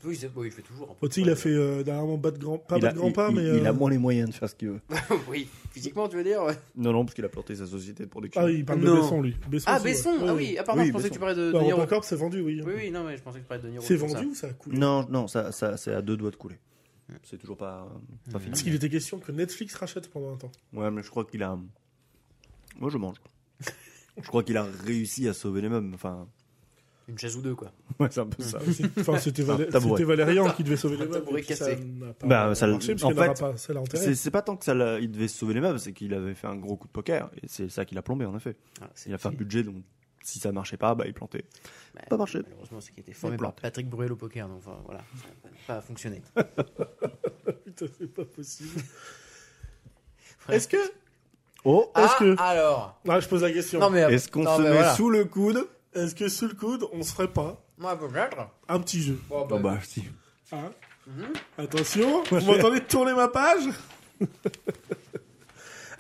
Speaker 1: Oui, c'est- oui, il fait toujours. un peu
Speaker 2: Oh, tu sais, il a fait euh, dernièrement Bad Grand... pas
Speaker 3: Il a-
Speaker 2: Bad Grandpa,
Speaker 3: il-
Speaker 2: mais.
Speaker 3: il- Il
Speaker 2: euh,
Speaker 3: a moins les moyens de faire ce qu'il veut.
Speaker 1: (laughs) oui, physiquement, tu veux dire ouais.
Speaker 3: Non, non, parce qu'il a planté sa société pour des
Speaker 2: Ah oui, il parle de
Speaker 1: Non.
Speaker 2: Besson, lui. Besson,
Speaker 1: Ah,
Speaker 2: c'est-
Speaker 1: Besson
Speaker 2: ouais,
Speaker 1: Ah
Speaker 2: ouais.
Speaker 1: oui, ah, pardon,
Speaker 3: Oui,
Speaker 1: je pensais
Speaker 3: Besson.
Speaker 1: que tu parlais de, de
Speaker 2: Bah,
Speaker 1: Niro.
Speaker 2: Eurocorp, c'est vendu, oui.
Speaker 1: Oui, oui, non, mais je pensais que tu parlais de Niro.
Speaker 2: C'est
Speaker 1: comme ça.
Speaker 2: vendu ou ça a coulé
Speaker 3: Non, non, ça, ça, c'est à deux doigts de couler. C'est toujours pas, euh, pas
Speaker 1: Hmm.
Speaker 3: fini.
Speaker 2: Parce qu'il était question que Netflix rachète pendant un temps.
Speaker 3: Ouais, mais je crois qu'il a. Moi, je mange. je crois qu'il a réussi à sauver les mêmes. Enfin,
Speaker 1: Une chaise ou deux, quoi.
Speaker 3: ouais, c'est un peu ça.
Speaker 2: C'est- Enfin, c'était Valé-
Speaker 3: Un tabouret.
Speaker 2: c'était Valérian qui devait sauver les
Speaker 1: Un
Speaker 2: meubles.
Speaker 1: tabouret
Speaker 2: et puis Ça
Speaker 1: cassé.
Speaker 2: n'a pas
Speaker 3: Bah, ça-
Speaker 2: marché, parce
Speaker 3: en
Speaker 2: qu'il n'aura
Speaker 3: fait,
Speaker 2: pas. Ça l'a enterré.
Speaker 3: C'est c'est pas tant que ça l'a- il devait sauver les meubles, c'est qu'il avait fait un gros coup de poker. Et c'est ça qui l'a plombé, en effet.
Speaker 1: Ah, c'est-
Speaker 3: Il a fait un
Speaker 1: c'est-
Speaker 3: budget, donc si ça marchait pas, bah, il plantait.
Speaker 1: bah,
Speaker 3: pas marché.
Speaker 1: Malheureusement, c'est qu'il était formé
Speaker 3: Il
Speaker 1: par
Speaker 3: plante.
Speaker 1: Patrick Bruel au poker, donc enfin, voilà, ça n'a pas- pas fonctionné.
Speaker 2: (laughs) Putain, c'est pas possible. (laughs)
Speaker 1: Voilà.
Speaker 2: Est-ce que.
Speaker 3: Oh
Speaker 2: Est-ce
Speaker 1: Ah,
Speaker 2: que-
Speaker 1: alors
Speaker 2: Ah, je pose la question.
Speaker 1: Non, mais.
Speaker 3: Est-ce qu'on
Speaker 1: non,
Speaker 3: se
Speaker 1: mais
Speaker 3: met
Speaker 1: voilà.
Speaker 3: sous le coude
Speaker 2: Est-ce que sous le coude, on se ferait pas
Speaker 1: Moi, peut-être.
Speaker 2: un petit jeu
Speaker 1: Bon,
Speaker 3: Oh
Speaker 1: bah,
Speaker 3: bah, si.
Speaker 2: Hein Attention, vous m'entendez tourner ma page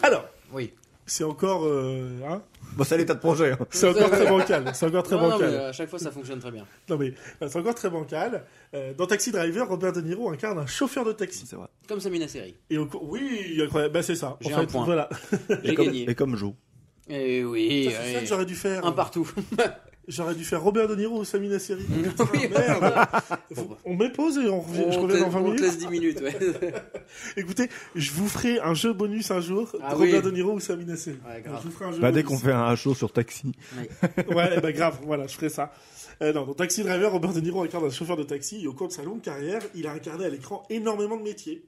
Speaker 2: Alors,
Speaker 1: Oui.
Speaker 2: bah. c'est encore. euh, hein
Speaker 3: Bon, ça, l'état de projet. hein.
Speaker 2: C'est encore très bancal. C'est encore très
Speaker 1: Non, non,
Speaker 2: bancal.
Speaker 1: mais, euh, à chaque fois, ça fonctionne très bien.
Speaker 2: Non mais euh, c'est encore très bancal. Euh, dans Taxi Driver, Robert De Niro incarne un chauffeur de taxi.
Speaker 3: (laughs) C'est vrai.
Speaker 1: Comme Samina Seri.
Speaker 2: Et au cours- oui, incroyable. Bah c'est ça.
Speaker 1: J'ai
Speaker 2: en
Speaker 1: un
Speaker 2: fait,
Speaker 1: point.
Speaker 2: voilà.
Speaker 1: J'ai
Speaker 3: Et comme,
Speaker 1: gagné.
Speaker 3: et comme Joe.
Speaker 1: Eh oui.
Speaker 2: Ça, c'est ça
Speaker 1: oui.
Speaker 2: que j'aurais dû faire. (laughs)
Speaker 1: Un partout.
Speaker 2: J'aurais dû faire Robert De Niro ou Samina Seri.
Speaker 1: (laughs) Oui,
Speaker 2: Ah, merde.
Speaker 1: (laughs) Bon,
Speaker 2: Faut-
Speaker 1: bah.
Speaker 2: on met pause et on revient, je
Speaker 1: On
Speaker 2: reviens
Speaker 1: te-
Speaker 2: dans 20
Speaker 1: on te
Speaker 2: minutes.
Speaker 1: laisse 10 minutes, ouais.
Speaker 2: (laughs) Écoutez, je vous ferai un jeu bonus un jour.
Speaker 1: Ah
Speaker 2: Robert
Speaker 1: oui.
Speaker 2: De Niro ou Samina Seri.
Speaker 1: Ouais,
Speaker 2: je
Speaker 1: grave.
Speaker 2: vous ferai un jeu
Speaker 3: Bah, dès qu'on
Speaker 2: bonus.
Speaker 3: fait un show sur taxi.
Speaker 2: ouais, bah grave, voilà, je ferai ça. Euh, non, dans Taxi Driver, Robert De Niro incarne un chauffeur de taxi et au cours de sa longue carrière, il a incarné à l'écran énormément de métiers.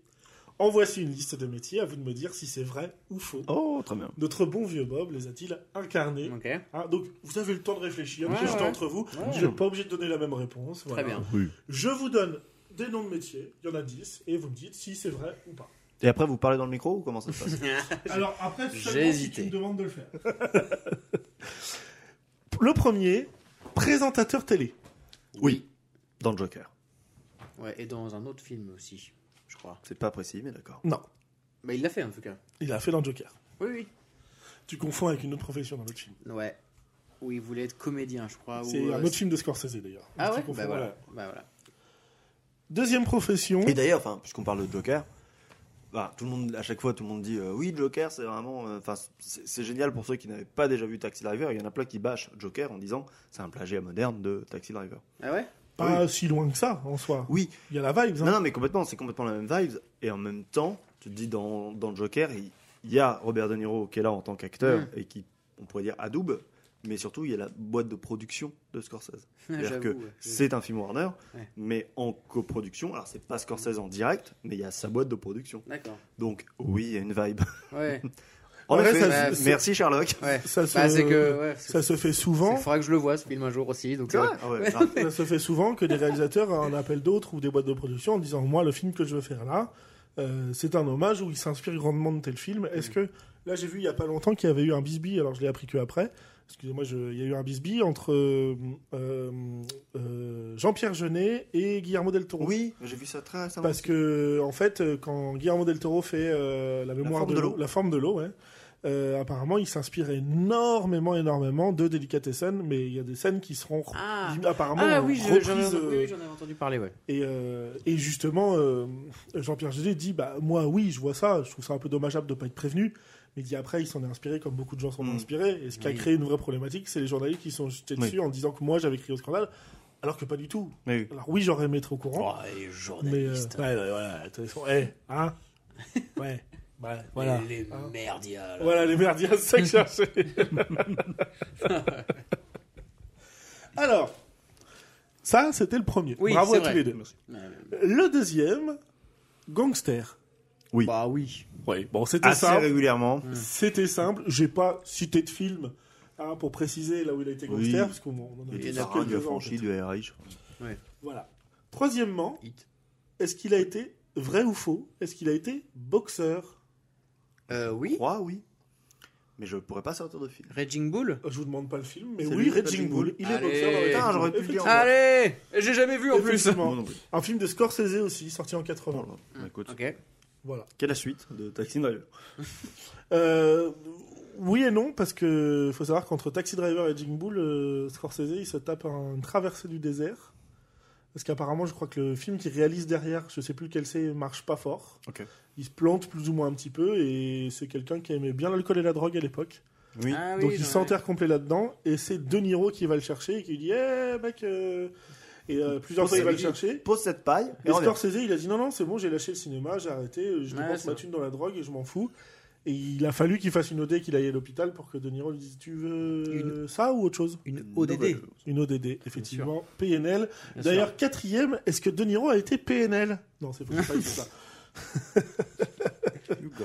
Speaker 2: En voici une liste de métiers, à vous de me dire si c'est vrai ou faux.
Speaker 3: Oh, très bien.
Speaker 2: Notre bon vieux Bob les a-t-il incarnés
Speaker 1: Ok.
Speaker 2: Hein, Donc, vous avez le temps de réfléchir,
Speaker 1: Ouais,
Speaker 2: j'ai le
Speaker 1: ouais.
Speaker 2: temps entre vous.
Speaker 1: Ouais.
Speaker 2: Je ne suis pas obligé de donner la même réponse. voilà.
Speaker 1: Très bien.
Speaker 3: Oui.
Speaker 2: Je vous donne des noms de métiers, il y en a 10, et vous me dites si c'est vrai ou pas.
Speaker 3: Et après, vous parlez dans le micro ou comment ça se passe
Speaker 2: Alors après,
Speaker 1: j'ai
Speaker 2: seulement si
Speaker 1: hésité.
Speaker 2: tu me demandes de le faire. (laughs) le premier, présentateur télé.
Speaker 3: Oui. Dans le Joker.
Speaker 1: Ouais, et dans un autre film aussi, je crois.
Speaker 3: C'est pas précis, mais d'accord.
Speaker 2: Non,
Speaker 1: Mais il l'a fait en tout cas.
Speaker 2: il a fait dans le Joker.
Speaker 1: Oui, oui.
Speaker 2: Tu confonds avec une autre profession dans l'autre film.
Speaker 1: Ouais. Où il voulait être comédien, je crois. ou,
Speaker 2: C'est
Speaker 1: euh,
Speaker 2: un autre film de Scorsese d'ailleurs.
Speaker 1: Ah
Speaker 2: Tu
Speaker 1: ouais
Speaker 2: confonds,
Speaker 1: Bah
Speaker 2: voilà.
Speaker 1: voilà. Bah voilà.
Speaker 2: Deuxième profession.
Speaker 1: Hein
Speaker 3: Et d'ailleurs, enfin, puisqu'on parle de Joker, bah, tout le monde, à chaque fois, tout le monde dit euh, oui, Joker, c'est vraiment, euh, enfin, c'est c'est génial pour ceux qui n'avaient pas déjà vu Taxi Driver. Il y en a plein qui bâchent Joker en disant c'est un plagiat moderne de Taxi Driver.
Speaker 1: Ah ouais
Speaker 2: Pas si loin que ça en soi.
Speaker 3: Oui,
Speaker 2: Il y a la hein. vibe.
Speaker 3: non, non, mais complètement, c'est complètement la même vibe. Et en même temps, tu te dis dans, dans le Joker, il il y a Robert De Niro qui est là en tant qu'acteur
Speaker 1: Mm.
Speaker 3: et qui, on pourrait dire, adoube. Mais surtout, il y a la boîte de production de Scorsese. C'est-à-dire que
Speaker 1: Ah, J'avoue. ouais.
Speaker 3: c'est un film Warner,
Speaker 1: Mm. Ouais.
Speaker 3: mais en coproduction. Alors, c'est pas Scorsese en direct, mais il y a sa boîte de production.
Speaker 1: D'accord.
Speaker 3: Donc, oui, il y a une vibe.
Speaker 1: Ouais.
Speaker 3: En
Speaker 2: Ouais,
Speaker 3: effet,
Speaker 1: ça,
Speaker 3: m-
Speaker 2: c'est-
Speaker 3: merci Sherlock.
Speaker 1: Ouais.
Speaker 2: (laughs) Ça se,
Speaker 1: Bah, c'est que. Ouais,
Speaker 2: ça se fait
Speaker 1: Il
Speaker 2: souvent.
Speaker 1: faudra que je le vois ce film un jour aussi. Donc, euh,
Speaker 3: Ah ouais, grave.
Speaker 2: Ça se fait souvent que des réalisateurs en appellent d'autres ou des boîtes de production en disant moi le film que je veux faire là, euh, c'est un hommage ou il s'inspire grandement de tel film. Est-ce que là j'ai vu il y a pas longtemps qu'il y avait eu un bisbee alors je l'ai appris que après. Excusez-moi, je- il y a eu un bisbee entre euh, euh, euh, Jean-Pierre Jeunet et Guillermo del Toro.
Speaker 3: Oui, j'ai vu ça très récemment.
Speaker 2: Parce que, en fait, euh, quand Guillermo del Toro fait euh, la mémoire
Speaker 3: forme
Speaker 2: de
Speaker 3: de
Speaker 2: l'eau,
Speaker 3: l'eau.
Speaker 2: la forme de l'eau, ouais, euh, apparemment, il s'inspire énormément, énormément de Delicatessen, mais il y a des scènes qui seront
Speaker 1: Ah,
Speaker 2: apparemment
Speaker 1: ah oui, je- j'en ai,
Speaker 2: reprises.
Speaker 1: oui,
Speaker 2: euh,
Speaker 1: oui, j'en ai entendu parler, ouais.
Speaker 2: et, euh, et justement, euh, Jean-Pierre Jeunet dit bah, Moi, oui, je vois ça, je trouve ça un peu dommageable de ne pas être prévenu. Mais il dit après, il s'en est inspiré comme beaucoup de gens s'en ont
Speaker 3: Mm.
Speaker 2: inspiré. Et ce qui a
Speaker 1: Oui.
Speaker 2: créé une vraie problématique, c'est les journalistes qui sont jetés
Speaker 3: Oui.
Speaker 2: dessus en disant que moi, j'avais crié au scandale, alors que pas du tout.
Speaker 3: Mais oui.
Speaker 2: Alors, oui, j'aurais aimé être au courant.
Speaker 1: Oh, et journaliste.
Speaker 2: Mais, euh, ouais, ouais, ouais, attention, eh, hein (laughs) Ouais, ouais, voilà.
Speaker 1: Les
Speaker 2: Hein
Speaker 1: merdias. là.
Speaker 2: Voilà, les merdias, c'est ça que je cherchais. (laughs) Alors, ça, c'était le premier.
Speaker 1: Oui,
Speaker 2: Bravo
Speaker 1: c'est
Speaker 2: à tous
Speaker 1: vrai.
Speaker 2: les deux.
Speaker 1: Ouais, ouais.
Speaker 2: Le deuxième, Gangster.
Speaker 3: Oui.
Speaker 1: Bah oui.
Speaker 2: Oui, bon, c'était
Speaker 3: Assez
Speaker 2: simple.
Speaker 3: régulièrement.
Speaker 2: C'était simple. J'ai pas cité de film hein, pour préciser là où il a été
Speaker 3: Oui.
Speaker 2: Gangster, parce qu'on on en a
Speaker 3: Il
Speaker 1: Il
Speaker 3: y
Speaker 1: y
Speaker 3: a
Speaker 1: en
Speaker 2: dit
Speaker 3: des
Speaker 2: quelques-uns,
Speaker 1: a
Speaker 3: harangues
Speaker 2: en fait.
Speaker 3: affranchies du RI, je crois.
Speaker 2: Voilà. Troisièmement,
Speaker 1: Hit.
Speaker 2: est-ce qu'il a été vrai ou faux Est-ce qu'il a été boxeur
Speaker 1: Euh,
Speaker 3: Je
Speaker 1: oui.
Speaker 3: crois, oui. Mais je pourrais pas sortir de fil.
Speaker 1: Raging Bull.
Speaker 2: Je vous demande pas le film, mais
Speaker 3: C'est
Speaker 2: oui,
Speaker 3: lui,
Speaker 2: Raging
Speaker 3: Raging
Speaker 2: Bull.
Speaker 3: Bull.
Speaker 2: Il est
Speaker 1: Allez.
Speaker 2: boxeur. dans Raging
Speaker 1: Putain,
Speaker 2: Bull.
Speaker 3: j'aurais pu le dire.
Speaker 2: Effectivement.
Speaker 1: Allez J'ai jamais vu en plus.
Speaker 2: Effectivement.
Speaker 3: non plus.
Speaker 2: Un film de Scorsese aussi, sorti en 80.
Speaker 3: Bon, bah, écoute.
Speaker 1: Ok.
Speaker 2: Voilà.
Speaker 3: Quelle est la suite de Taxi Driver
Speaker 2: Euh, oui et non, parce que faut savoir qu'entre Taxi Driver et Jing Bull, euh, Scorsese, il se tape un traversée du désert. Parce qu'apparemment, je crois que le film qu'il réalise derrière, je sais plus lequel c'est, marche pas fort.
Speaker 3: Ok.
Speaker 2: Il se plante plus ou moins un petit peu, et c'est quelqu'un qui aimait bien l'alcool et la drogue à l'époque.
Speaker 3: Oui.
Speaker 1: Ah oui,
Speaker 2: Donc il
Speaker 1: j'en ai-
Speaker 2: s'enterre complet là-dedans et c'est De Niro qui va le chercher et qui lui dit Eh mec euh... Et euh, plusieurs
Speaker 3: Pour
Speaker 2: fois il va le
Speaker 3: celui qui-
Speaker 2: chercher.
Speaker 3: Pose cette paille et
Speaker 2: Et
Speaker 3: on revient.
Speaker 2: Scorsese il a dit Non, non, c'est bon, j'ai lâché le cinéma, j'ai arrêté, euh, je
Speaker 1: Ouais,
Speaker 2: dépense
Speaker 1: ça.
Speaker 2: ma thune dans la drogue et je m'en fous. Et il a fallu qu'il fasse une OD, qu'il aille à l'hôpital pour que De Niro lui dise Tu veux
Speaker 1: Une-
Speaker 2: ça ou autre chose
Speaker 1: Une
Speaker 3: Nouvelle
Speaker 1: ODD.
Speaker 3: chose.
Speaker 2: Une ODD, effectivement. PNL.
Speaker 1: Bien
Speaker 2: D'ailleurs, quatrième, est-ce que De Niro a été PNL Non, c'est pas c'est pas ça.
Speaker 1: sûr.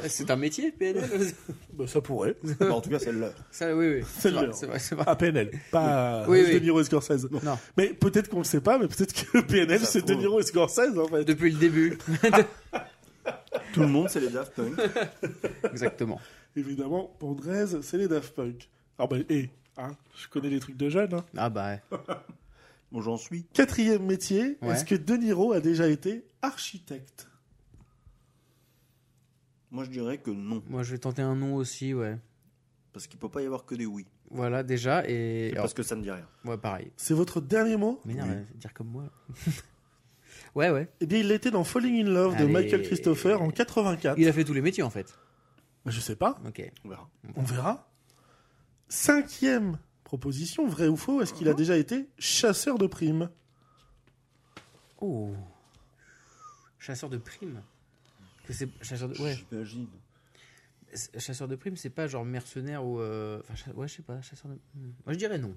Speaker 1: Eh, C'est un métier, PNL
Speaker 2: Bah, ça pourrait.
Speaker 3: Bah, en tout cas, c'est le leur.
Speaker 1: Ça, oui, oui.
Speaker 2: C'est
Speaker 1: C'est vrai,
Speaker 2: le- Ah,
Speaker 1: c'est vrai, c'est vrai.
Speaker 2: À PNL, pas euh,
Speaker 1: Oui,
Speaker 2: De
Speaker 1: oui.
Speaker 2: Niro et Scorsese.
Speaker 1: Non,
Speaker 2: Mais peut-être qu'on le sait pas, mais peut-être que PNL
Speaker 3: Ça
Speaker 2: c'est De
Speaker 3: trouve.
Speaker 2: Niro et Scorsese en fait.
Speaker 1: depuis le début.
Speaker 3: (laughs)
Speaker 1: (laughs)
Speaker 3: Tout le monde, c'est les Daft Punk.
Speaker 1: Exactement.
Speaker 2: Évidemment, Pondrez, c'est les Daft Punk. Ah ben, hé, hein, je connais les trucs de jeunes. hein.
Speaker 1: Ah bah ouais.
Speaker 3: Bon, j'en suis.
Speaker 2: Quatrième métier,
Speaker 1: Ouais.
Speaker 2: est-ce que De Niro a déjà été architecte
Speaker 3: Moi, je dirais que non.
Speaker 1: Moi, je vais tenter un nom aussi, ouais.
Speaker 3: Parce qu'il peut pas y avoir que des oui.
Speaker 1: Voilà, déjà. Et.
Speaker 3: C'est
Speaker 1: alors,
Speaker 3: parce que ça ne dit rien.
Speaker 1: ouais, pareil.
Speaker 2: C'est votre dernier mot
Speaker 1: Mais non, dire comme moi. (laughs) ouais, ouais.
Speaker 2: Eh bien, il était dans Falling in Love de
Speaker 1: Allez.
Speaker 2: Michael Christopher en 84.
Speaker 1: Il a fait tous les métiers en fait.
Speaker 2: Je sais pas,
Speaker 1: Ok.
Speaker 3: On verra.
Speaker 2: on verra. Cinquième proposition, vrai ou faux, est-ce
Speaker 1: Mhm.
Speaker 2: qu'il a déjà été chasseur de primes
Speaker 1: Oh. Chasseur de primes. Que c'est chasseur de ouais.
Speaker 3: J'imagine.
Speaker 1: C'est- Chasseur de primes, c'est pas genre mercenaire ou euh, enfin cha- ouais, je sais pas, chasseur de hmm. Moi je dirais non.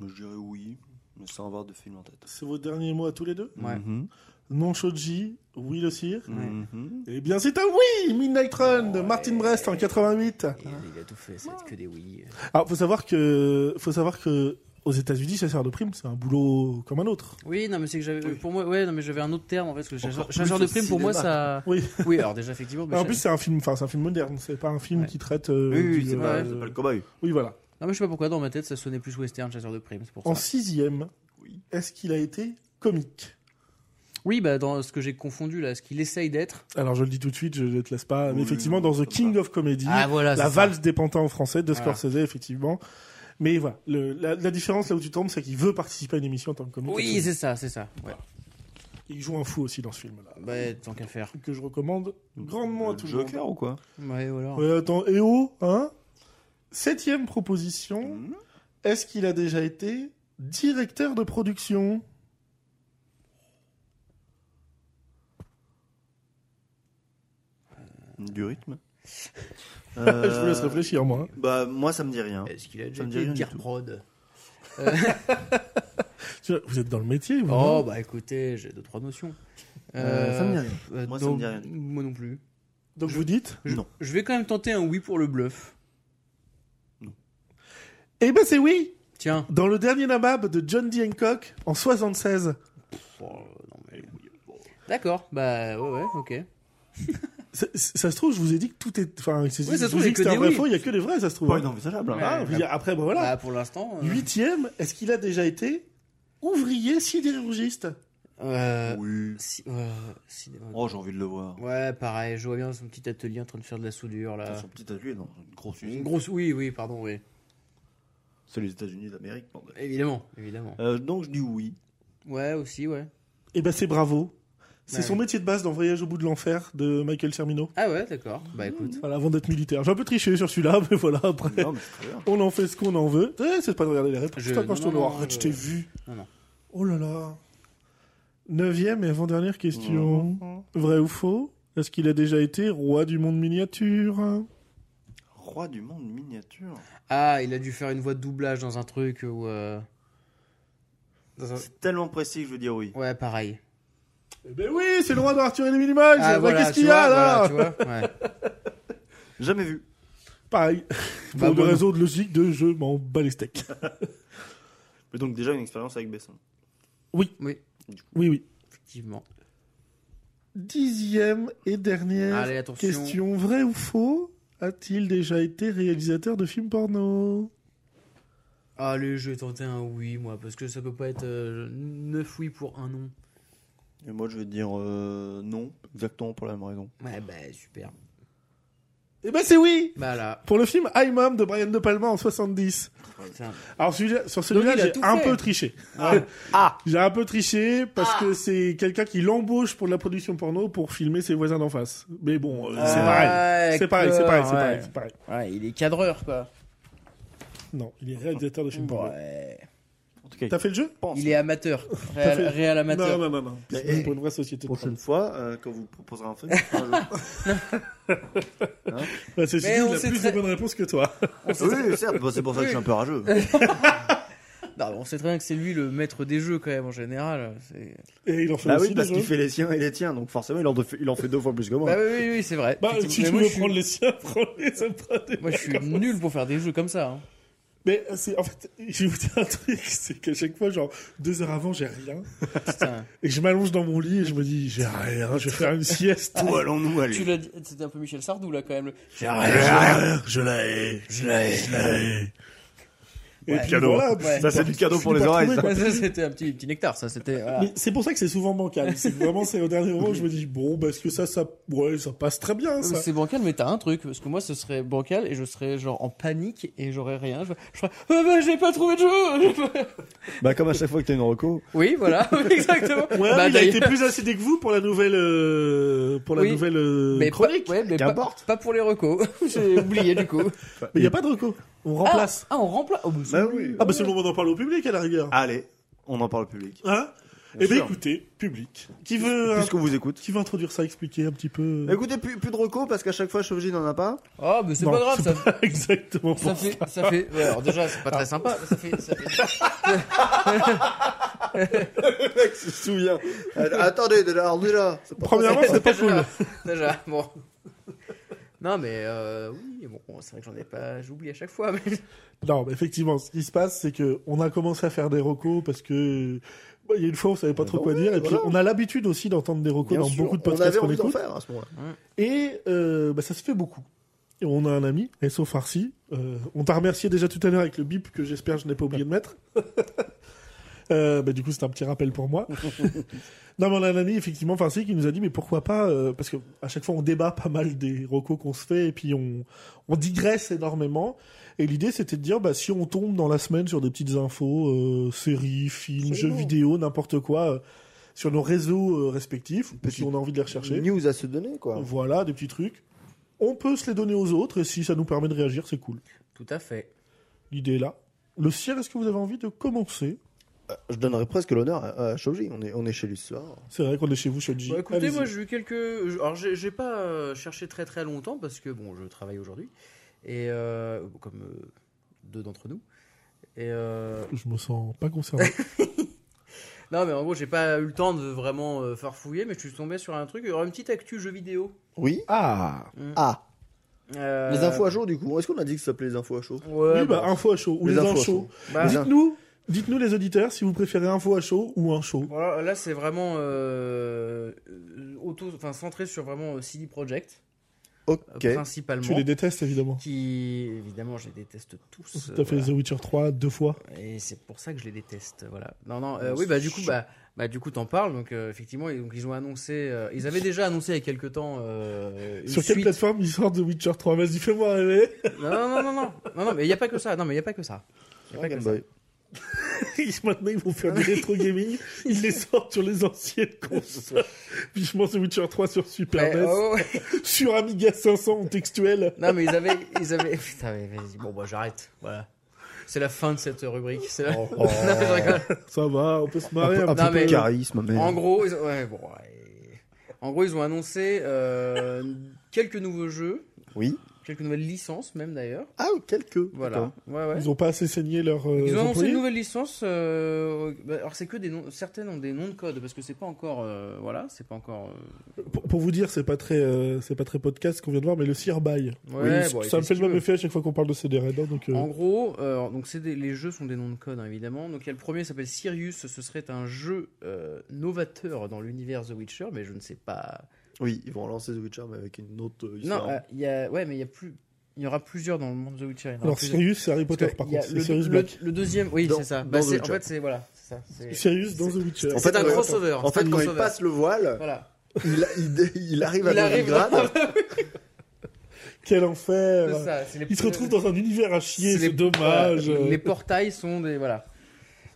Speaker 3: Moi, Je dirais oui, mais sans avoir de film en tête.
Speaker 2: C'est vos derniers mots à tous les deux
Speaker 1: Ouais.
Speaker 3: Mhm.
Speaker 2: Non, Shoji, oui, le cire.
Speaker 1: Ouais.
Speaker 3: Mhm.
Speaker 2: Eh bien, c'est un oui Midnight Run de
Speaker 1: Ouais.
Speaker 2: Martin Brest en 88.
Speaker 1: Et il a tout fait, c'est que des oui.
Speaker 2: Alors, Ah, faut savoir que, faut savoir que aux États-Unis, chasseur de primes, c'est un boulot comme un autre.
Speaker 1: Oui, non mais c'est que j'avais
Speaker 3: Oui.
Speaker 1: pour moi ouais, non mais j'avais un autre terme en fait parce que chasseur,
Speaker 3: plus
Speaker 1: chasseur de
Speaker 3: au
Speaker 1: primes pour moi ça
Speaker 2: Oui.
Speaker 1: Oui, alors déjà effectivement mais
Speaker 2: en
Speaker 1: cha-
Speaker 2: plus, c'est un film, enfin, c'est un film moderne. C'est pas un film
Speaker 1: Bah, Ouais.
Speaker 2: qui traite. euh,
Speaker 1: Oui, oui,
Speaker 2: du-
Speaker 1: c'est pas-
Speaker 2: euh,
Speaker 1: c'est
Speaker 3: Pas le cowboy.
Speaker 2: oui, voilà.
Speaker 1: Non mais je sais pas pourquoi dans ma tête ça sonnait plus western chasseur de primes, c'est pour
Speaker 2: En
Speaker 1: ça.
Speaker 2: sixième,
Speaker 3: Oui.
Speaker 2: est-ce qu'il a été comique
Speaker 1: Oui, bah dans ce que j'ai confondu là, ce qu'il essaye d'être.
Speaker 2: Alors, je le dis tout de suite, je ne te laisse pas. Mais
Speaker 3: Oui,
Speaker 2: effectivement,
Speaker 3: oui,
Speaker 2: dans
Speaker 3: oui,
Speaker 2: The King of Comedy,
Speaker 1: Ah
Speaker 2: la
Speaker 1: voilà, c'est ça. Ah.
Speaker 2: valse des pantins en français de
Speaker 1: Voilà.
Speaker 2: Scorsese, effectivement. Mais voilà, le- la, la différence là où tu tombes, c'est qu'il veut participer à une émission en tant que comique.
Speaker 1: Oui, c'est ça, c'est ça. Ouais.
Speaker 2: Il joue un fou aussi dans ce film-là.
Speaker 1: Bah tant qu'à faire.
Speaker 2: Truc que je recommande grandement à tout le monde.
Speaker 3: Joker Euh, ou quoi
Speaker 1: Ouais, voilà.
Speaker 2: Ouais, attends, et oh, hein Septième proposition,
Speaker 3: Mhm.
Speaker 2: est-ce qu'il a déjà été directeur de production
Speaker 3: Du (laughs) rythme
Speaker 2: Eh, Je vous laisse
Speaker 3: Euh,
Speaker 2: réfléchir, moi. hein.
Speaker 3: Bah, moi, ça me dit rien.
Speaker 1: Est-ce qu'il a
Speaker 3: Ça
Speaker 1: déjà
Speaker 3: me dit
Speaker 1: été
Speaker 3: rien du
Speaker 1: dire
Speaker 3: tout.
Speaker 1: prod
Speaker 2: Tu vois, Vous êtes dans le métier, vous.
Speaker 1: Oh
Speaker 2: non
Speaker 1: bah écoutez, j'ai deux trois notions.
Speaker 3: Euh, ça me dit rien.
Speaker 1: euh,
Speaker 3: Moi, ça
Speaker 1: donc-
Speaker 3: me dit rien.
Speaker 1: Moi non plus.
Speaker 2: Donc vous dites
Speaker 1: Je,
Speaker 3: Non.
Speaker 1: je vais quand même tenter un oui pour le bluff.
Speaker 2: Eh ben c'est oui
Speaker 1: Tiens.
Speaker 2: Dans le dernier nabab de John D. Hancock, en 76.
Speaker 1: Oh, non, mais- D'accord. Bah ouais ouais ok.
Speaker 2: Ça, ça se trouve, je vous ai dit que tout est... Enfin, c'est-
Speaker 1: Oui, ça se
Speaker 2: je vous
Speaker 1: trouve, il y a
Speaker 2: dis
Speaker 1: que
Speaker 2: que c'est
Speaker 1: des
Speaker 2: un vrai
Speaker 1: oui.
Speaker 2: faux, il n'y a que les vrais, ça se trouve.
Speaker 3: Pas inenvisageable. hein.
Speaker 1: Ouais.
Speaker 2: Ah, je veux dire, après, ben voilà.
Speaker 1: Bah, pour l'instant. euh,
Speaker 2: Huitième, est-ce qu'il a déjà été ouvrier sidérurgiste
Speaker 1: euh,
Speaker 3: Ah Oui.
Speaker 1: si- euh, si-
Speaker 3: Oh, j'ai envie de le voir.
Speaker 1: Ouais pareil. Je vois bien son petit atelier en train de faire de la soudure
Speaker 3: Putain,
Speaker 1: là.
Speaker 3: Son petit atelier dans une grosse
Speaker 1: Une
Speaker 3: usine.
Speaker 1: grosse. Oui oui pardon oui.
Speaker 3: C'est les États-Unis d'Amérique, bordel.
Speaker 1: Évidemment évidemment.
Speaker 3: Euh, donc, je dis (laughs) oui.
Speaker 1: Ouais aussi ouais.
Speaker 2: Eh ben c'est bravo. C'est
Speaker 1: Ouais.
Speaker 2: son métier de base dans Voyage au bout de l'enfer de Michael Cermino.
Speaker 1: Ah ouais d'accord. Bah écoute.
Speaker 2: Voilà, avant d'être militaire. J'ai un peu triché sur celui-là, (laughs) mais voilà, après,
Speaker 3: Non, mais c'est très (laughs) bien.
Speaker 2: on en fait ce qu'on en veut. Eh, c'est pas de regarder les rêves.
Speaker 1: Je-
Speaker 2: Putain, quand
Speaker 1: non,
Speaker 2: je tourne,
Speaker 1: non,
Speaker 2: oh,
Speaker 1: non,
Speaker 2: arrête, je
Speaker 1: je-
Speaker 2: t'ai vu.
Speaker 1: Non, non.
Speaker 2: Oh là là. Neuvième et avant-dernière question.
Speaker 1: Oh.
Speaker 2: Vrai ou faux Est-ce qu'il a déjà été roi du monde miniature
Speaker 3: Roi du monde miniature.
Speaker 1: Ah, il a dû faire une voix de doublage dans un truc ou. euh, dans un-
Speaker 3: C'est tellement précis que je veux dire oui.
Speaker 1: Ouais, pareil. Ah,
Speaker 2: Eh ben oui, c'est le roi d'Arthur et les Minimax Bah, Qu'est-ce
Speaker 1: tu
Speaker 2: qu'il y
Speaker 1: vois,
Speaker 2: a là
Speaker 1: voilà, tu vois, ouais.
Speaker 3: Jamais vu.
Speaker 2: Pareil.
Speaker 1: Bah,
Speaker 2: Pour des
Speaker 1: bon.
Speaker 2: raisons de logique de je m'en bats les steaks.
Speaker 3: Mais donc, déjà, une expérience avec Besson.
Speaker 1: Oui,
Speaker 2: Oui, oui.
Speaker 1: effectivement. Dixième.
Speaker 2: Dixième et dernière
Speaker 1: Allez, attention.
Speaker 2: question. Vrai ou faux A-t-il déjà été réalisateur de films porno
Speaker 1: Allez, je vais tenter un oui, moi, parce que ça peut pas être 9 oui pour un non.
Speaker 3: Et moi, je vais dire euh, non, exactement pour la même raison.
Speaker 1: Ouais, bah, super.
Speaker 2: Eh ben c'est oui
Speaker 1: Bah là,
Speaker 2: Pour le film I'm Mom de Brian De Palma en 70.
Speaker 1: c'est un-
Speaker 2: Alors celui-là- sur celui-là,
Speaker 1: Donc, il a
Speaker 2: j'ai
Speaker 1: tout
Speaker 2: un
Speaker 1: fait.
Speaker 2: peu triché.
Speaker 3: Ah.
Speaker 2: J'ai un peu triché parce que c'est quelqu'un qui l'embauche pour de la production porno pour filmer ses voisins d'en face. Mais bon, euh, c'est
Speaker 1: Ah,
Speaker 2: pareil. C'est pareil, c'est pareil, c'est
Speaker 1: ouais.
Speaker 2: pareil, c'est pareil.
Speaker 1: Ouais, il est cadreur, quoi.
Speaker 2: Non, il est réalisateur de films porno.
Speaker 1: Ouais.
Speaker 3: En tout cas,
Speaker 2: T'as fait le jeu
Speaker 1: euh, Il est amateur. Réal,
Speaker 2: fait.
Speaker 1: réal amateur. eh,
Speaker 2: Non, non, non, non. C'est
Speaker 3: Mais-
Speaker 2: même pour une vraie société.
Speaker 3: la
Speaker 2: de
Speaker 3: prochaine fois, euh, quand vous proposerez un film, je ferai (laughs) un jeu.
Speaker 2: porno. Bah, ceci
Speaker 1: Mais
Speaker 2: dit,
Speaker 1: on
Speaker 2: il a
Speaker 1: sait
Speaker 2: plus
Speaker 1: très-
Speaker 2: de bonnes réponses que toi.
Speaker 3: oui, certes, bah, c'est pour ça que je suis un peu rageux.
Speaker 1: Non, mais on sait très bien que c'est lui le maître des jeux, quand même, en général. c'est-
Speaker 2: Et il en fait
Speaker 3: Bah
Speaker 2: aussi
Speaker 3: oui, parce
Speaker 2: des
Speaker 3: qu'il
Speaker 2: jeux.
Speaker 3: fait les siens et les tiens, donc forcément, il en fait, il en fait deux fois plus que moi.
Speaker 1: Bah oui, oui, oui, c'est vrai.
Speaker 2: Bah,
Speaker 1: Effectivement.
Speaker 2: si
Speaker 1: Mais
Speaker 2: tu
Speaker 1: moi,
Speaker 2: veux
Speaker 1: je suis-
Speaker 2: prendre les siens, prends-les, ça me fera des-
Speaker 1: Moi, je suis nul pour faire des jeux
Speaker 2: (laughs)
Speaker 1: comme ça. hein.
Speaker 2: Mais euh, c'est en fait, (laughs) je vais vous dire un truc, c'est qu'à chaque fois, genre deux heures avant, j'ai rien,
Speaker 1: Putain.
Speaker 2: et je m'allonge dans mon lit et je me dis, j'ai rien, je vais faire une (laughs) sieste.
Speaker 3: Où allons-nous aller
Speaker 1: tu l'as dit, c'était un peu Michel Sardou là quand même. le-
Speaker 2: J'ai rien, je l'ai, je l'ai, je l'ai. Et
Speaker 1: Ouais.
Speaker 2: puis
Speaker 3: Cadeau.
Speaker 2: voilà,
Speaker 1: Ouais.
Speaker 2: je
Speaker 3: Ça, c'est
Speaker 2: l'ai
Speaker 3: du
Speaker 2: pas-
Speaker 3: cadeau
Speaker 2: je
Speaker 3: pour
Speaker 2: l'ai
Speaker 3: les
Speaker 2: pas
Speaker 3: oreilles,
Speaker 2: trouvé,
Speaker 3: ça.
Speaker 2: quoi.
Speaker 1: (laughs) Ouais, ça, c'était un petit, petit nectar, ça, c'était. voilà.
Speaker 2: Mais c'est pour ça que c'est souvent bancal. C'est que vraiment, c'est au dernier moment, je me dis, bon, bah, est-ce que ça, ça, ouais, ça passe très bien, ça.
Speaker 1: C'est bancal, Ah, mais t'as un truc. Parce que moi, ce serait bancal et je serais genre en panique et j'aurais rien. Je, je ferais, ah bah, j'ai pas trouvé
Speaker 2: (laughs)
Speaker 1: de jeu
Speaker 3: Bah, comme à chaque fois que t'as une reco.
Speaker 1: Oui, (laughs) voilà, oui, exactement.
Speaker 2: Ouais,
Speaker 1: Bah,
Speaker 2: mais il a
Speaker 1: d'ailleurs-
Speaker 2: été plus acidé que vous pour la nouvelle, euh, pour la
Speaker 1: Oui,
Speaker 2: nouvelle euh,
Speaker 1: mais pas,
Speaker 2: chronique.
Speaker 1: ouais, mais pas,
Speaker 3: Qu'importe.
Speaker 1: pas pour les recos. (laughs)
Speaker 2: (laughs)
Speaker 1: J'ai oublié du coup.
Speaker 2: Mais il n'y a pas de reco. On remplace.
Speaker 1: Ah, on remplace. Oh, bah, c'est-
Speaker 3: Bah oui.
Speaker 2: Ah, bah, c'est le moment d'en parler au public, à la rigueur.
Speaker 1: Ah.
Speaker 3: Allez, on en parle au public.
Speaker 2: Hein
Speaker 3: Bien
Speaker 2: Eh ben,
Speaker 3: sûr.
Speaker 2: écoutez, public. Qui veut,
Speaker 3: Puisqu'on vous écoute.
Speaker 2: qui veut introduire ça, expliquer un petit peu?
Speaker 3: euh. Écoutez, plus, plus de reco parce qu'à chaque fois, Shoji n'en a pas.
Speaker 1: Ah, mais c'est
Speaker 2: Non,
Speaker 1: pas grave, ça,
Speaker 2: pas (laughs) Ah. exactement
Speaker 1: ça
Speaker 2: pour
Speaker 1: fait. Ça fait... ouais, alors déjà, c'est pas très sympa. mais Ça fait, ça fait...
Speaker 3: Le mec se souvient. Euh, (laughs) Attendez, déjà, alors déjà. c'est pas-
Speaker 2: Premièrement, c'est Ah
Speaker 3: (laughs)
Speaker 2: pas cool.
Speaker 1: déjà, (laughs) Déjà, bon. Non, mais euh, oui, bon, c'est vrai que j'en ai pas. J'oublie à chaque fois. Mais... (laughs)
Speaker 2: Non, mais effectivement, ce qui se passe, c'est que on a commencé à faire des recos parce que bah, il y a une fois, on savait pas
Speaker 3: Bah
Speaker 2: trop
Speaker 3: bah
Speaker 2: quoi
Speaker 3: oui,
Speaker 2: dire, et puis
Speaker 3: voilà.
Speaker 2: on a l'habitude aussi d'entendre des recos
Speaker 3: Bien
Speaker 2: dans
Speaker 3: sûr,
Speaker 2: beaucoup de
Speaker 3: on avait
Speaker 2: podcasts qu'on
Speaker 3: envie d'en
Speaker 2: écoute,
Speaker 3: faire à ce moment-là.
Speaker 2: et euh, bah, ça se fait beaucoup. Et on a un ami, SO Farsi, euh, on t'a remercié déjà tout à l'heure avec le bip que j'espère que je n'ai pas oublié de mettre. (laughs) Euh, bah, du coup, c'est un petit rappel pour moi. non, mais on a un ami, effectivement, Farsi, qui nous a dit, mais pourquoi pas, euh, parce que à chaque fois, on débat pas mal des recos qu'on se fait, et puis on, on digresse énormément. Et l'idée, c'était de dire, bah, si on tombe dans la semaine sur des petites infos, euh, séries, films,
Speaker 3: Absolument.
Speaker 2: jeux vidéo, n'importe quoi, euh, sur nos réseaux euh, respectifs, ou si
Speaker 3: Petite
Speaker 2: on a envie de les rechercher.
Speaker 3: News à se donner, quoi.
Speaker 2: Voilà, des petits trucs. On peut se les donner aux autres et si ça nous permet de réagir, c'est cool.
Speaker 1: Tout à fait.
Speaker 2: L'idée est là. Le ciel, est-ce que vous avez envie de commencer
Speaker 3: Euh, Je donnerais presque l'honneur à, à Shoji. On est, on est chez lui ce soir.
Speaker 2: C'est vrai qu'on est chez vous, chez J.
Speaker 1: Bah, écoutez,
Speaker 2: Allez-y.
Speaker 1: moi j'ai eu quelques. Alors j'ai j'ai pas euh, cherché très très longtemps parce que bon, je travaille aujourd'hui et euh, comme euh, deux d'entre nous. Et euh,
Speaker 2: Je me sens pas concerné.
Speaker 1: non, mais en gros, j'ai pas eu le temps de vraiment euh, farfouiller, mais je suis tombé sur un truc, Alors, une petite actu jeu vidéo.
Speaker 3: Oui. Ah.
Speaker 1: Mm.
Speaker 3: Ah.
Speaker 1: Euh,
Speaker 3: Les infos à chaud, du coup. Est-ce qu'on a dit que ça s'appelait les infos à chaud
Speaker 1: Ouais,
Speaker 2: oui, bah, info à chaud ou les,
Speaker 3: infos
Speaker 2: uns
Speaker 3: à
Speaker 2: chauds.
Speaker 1: bah,
Speaker 3: Les-
Speaker 2: Dites-nous, dites-nous les auditeurs si vous préférez info à chaud ou un chaud.
Speaker 1: voilà, là, c'est vraiment euh, euh, auto, enfin centré sur vraiment euh, CD Project
Speaker 3: Ok.
Speaker 2: Tu
Speaker 1: principalement.
Speaker 2: les détestes évidemment.
Speaker 1: Qui évidemment, je les déteste tous.
Speaker 2: T'as
Speaker 1: euh,
Speaker 2: fait
Speaker 1: voilà.
Speaker 2: The Witcher 3 deux fois.
Speaker 1: Et c'est pour ça que je les déteste, voilà. Non, non, euh,
Speaker 3: Ouais,
Speaker 1: oui, bah
Speaker 3: c'est
Speaker 1: du coup,
Speaker 3: chiant.
Speaker 1: bah, bah du coup, t'en parles. Donc euh, effectivement, ils- donc, ils ont annoncé, euh, ils avaient déjà annoncé il y a quelque temps euh, une
Speaker 2: Sur quelle
Speaker 1: suite.
Speaker 2: plateforme ils sortent The Witcher 3 Vas-y, fais-moi rêver. (laughs)
Speaker 1: Non, non, non, non, non, non, non, mais il y a pas que ça. Non, mais il y a pas que ça.
Speaker 3: Ah,
Speaker 1: pas
Speaker 3: Game
Speaker 1: que ça.
Speaker 3: Boy.
Speaker 2: Maintenant, ils vont faire du rétro gaming. Ils les sortent sur les anciennes consoles. Vivement The Witcher 3 sur Super E
Speaker 1: Ouais,
Speaker 2: NES.
Speaker 1: oh, ouais.
Speaker 2: sur Amiga 500 en textuel.
Speaker 1: Non, mais ils avaient, ils avaient. (laughs) Putain, mais vas-y. Bon, bah j'arrête. Voilà. C'est la fin de cette rubrique. C'est la-
Speaker 3: Oh.
Speaker 1: (laughs) Non, mais je rigole.
Speaker 2: Ça va, on peut se marrer un,
Speaker 3: un
Speaker 2: peu.
Speaker 1: non,
Speaker 3: peu
Speaker 1: mais-
Speaker 3: de charisme, mais.
Speaker 1: En gros, ils ont, ouais, bon, ouais. en gros, ils ont annoncé euh, quelques nouveaux jeux,
Speaker 3: Oui.
Speaker 1: quelques nouvelles licences même d'ailleurs.
Speaker 3: Ah, quelques.
Speaker 1: Voilà. Ouais, ouais.
Speaker 2: Ils ont pas assez saigné leur. euh,
Speaker 1: Ils ont annoncé
Speaker 2: employés.
Speaker 1: une nouvelle licence. euh, bah, alors c'est que des noms, certaines ont des noms de code parce que c'est pas encore, euh, voilà, c'est pas encore. euh,
Speaker 2: Pour, pour vous dire, c'est pas très, euh, c'est pas très podcast ce qu'on vient de voir, mais le cirbaille.
Speaker 1: ouais, bon, il
Speaker 2: ça me
Speaker 1: ce
Speaker 2: fait
Speaker 1: qu'il
Speaker 2: le même
Speaker 1: veut.
Speaker 2: effet à chaque fois qu'on parle de CD Red. hein, donc, euh,
Speaker 1: En gros, euh, donc c'est des- les jeux sont des noms de code hein, évidemment. Donc il y a le premier qui s'appelle Sirius. Ce serait un jeu euh, novateur dans l'univers The Witcher, mais je ne sais pas.
Speaker 3: Oui, ils vont relancer The Witcher, mais avec une autre euh, histoire.
Speaker 1: Non, euh, il y a, ouais, mais il y a plus, il y aura plusieurs dans le monde The Witcher. il y en aura
Speaker 2: Alors,
Speaker 1: plusieurs.
Speaker 2: Sirius, c'est Harry
Speaker 1: Parce
Speaker 2: Potter,
Speaker 1: que
Speaker 2: par
Speaker 1: il y a
Speaker 2: contre. C'est
Speaker 1: le,
Speaker 2: Sirius
Speaker 1: le-
Speaker 2: Black.
Speaker 1: le deuxième, oui,
Speaker 3: Dans-
Speaker 1: c'est ça.
Speaker 3: dans
Speaker 1: Bah,
Speaker 3: The
Speaker 1: c'est- en
Speaker 3: Witcher.
Speaker 1: fait, c'est voilà, c'est ça. c'est-
Speaker 2: Sirius dans The Witcher.
Speaker 3: en
Speaker 1: C'est
Speaker 3: fait,
Speaker 1: un
Speaker 3: ouais,
Speaker 1: crossover.
Speaker 3: En
Speaker 1: c'est
Speaker 3: fait,
Speaker 1: un
Speaker 3: quand il
Speaker 1: crossover.
Speaker 3: passe le voile,
Speaker 1: voilà.
Speaker 3: il, il- il arrive à
Speaker 1: Il
Speaker 3: la
Speaker 1: arrive
Speaker 3: grade.
Speaker 1: dans-
Speaker 2: (laughs) Quel
Speaker 1: C'est
Speaker 2: enfer.
Speaker 1: ça, c'est les-
Speaker 2: Ils euh, se retrouvent dans un univers à chier,
Speaker 1: C'est
Speaker 2: c'est
Speaker 1: les-
Speaker 2: dommage.
Speaker 1: voilà, les portails sont des. Voilà.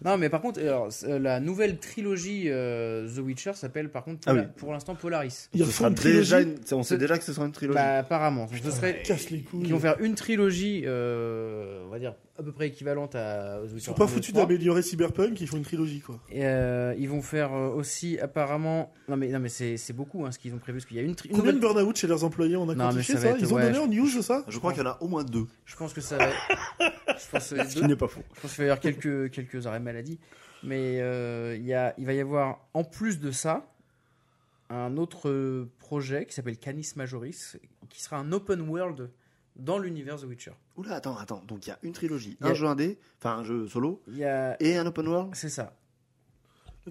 Speaker 1: Non, mais par contre, alors, c'est- euh, la nouvelle trilogie euh, The Witcher s'appelle par contre
Speaker 3: Ah
Speaker 1: Pola-
Speaker 3: oui.
Speaker 1: pour l'instant Polaris.
Speaker 2: Ils
Speaker 3: Ce
Speaker 2: refont
Speaker 3: sera
Speaker 2: une
Speaker 3: déjà
Speaker 2: trilogie.
Speaker 3: une- On sait déjà que ce sera une trilogie.
Speaker 1: Bah, apparemment. Ce serait.
Speaker 2: Casse les couilles.
Speaker 1: Qui vont faire une trilogie, euh, on va dire, à peu près équivalente à The Witcher.
Speaker 2: Ils sont pas
Speaker 1: 1, 2,
Speaker 2: foutus
Speaker 1: 3.
Speaker 2: d'améliorer Cyberpunk, ils font une trilogie, quoi.
Speaker 1: Et, euh, ils vont faire euh, aussi, apparemment. Non, mais, non, mais c'est c'est beaucoup hein, ce qu'ils ont prévu. Parce qu'il y a une, tri- une
Speaker 2: Combien de
Speaker 1: nouvelle-
Speaker 2: burn-out chez leurs employés on a
Speaker 1: Non, mais
Speaker 2: quantifié
Speaker 1: ça
Speaker 2: ça
Speaker 1: va être-
Speaker 2: Ils ont
Speaker 1: ouais,
Speaker 2: donné
Speaker 1: je-
Speaker 2: en news ça
Speaker 3: Je crois qu'il y en a au moins deux.
Speaker 1: Je pense que ça va. je
Speaker 2: (laughs)
Speaker 1: pense que ça va être deux.
Speaker 3: pas faux.
Speaker 1: Je pense qu'il va y avoir quelques, (laughs) quelques arrêts maladie. Mais euh, il y a, il va y avoir, en plus de ça, un autre euh, projet qui s'appelle Canis Majoris, qui sera un open world dans l'univers The Witcher.
Speaker 3: Oula, attends, attends. Donc il y a une trilogie,
Speaker 1: Il y a-
Speaker 3: un jeu indé, enfin un jeu solo,
Speaker 1: Il y a...
Speaker 3: et un open world.
Speaker 1: C'est ça.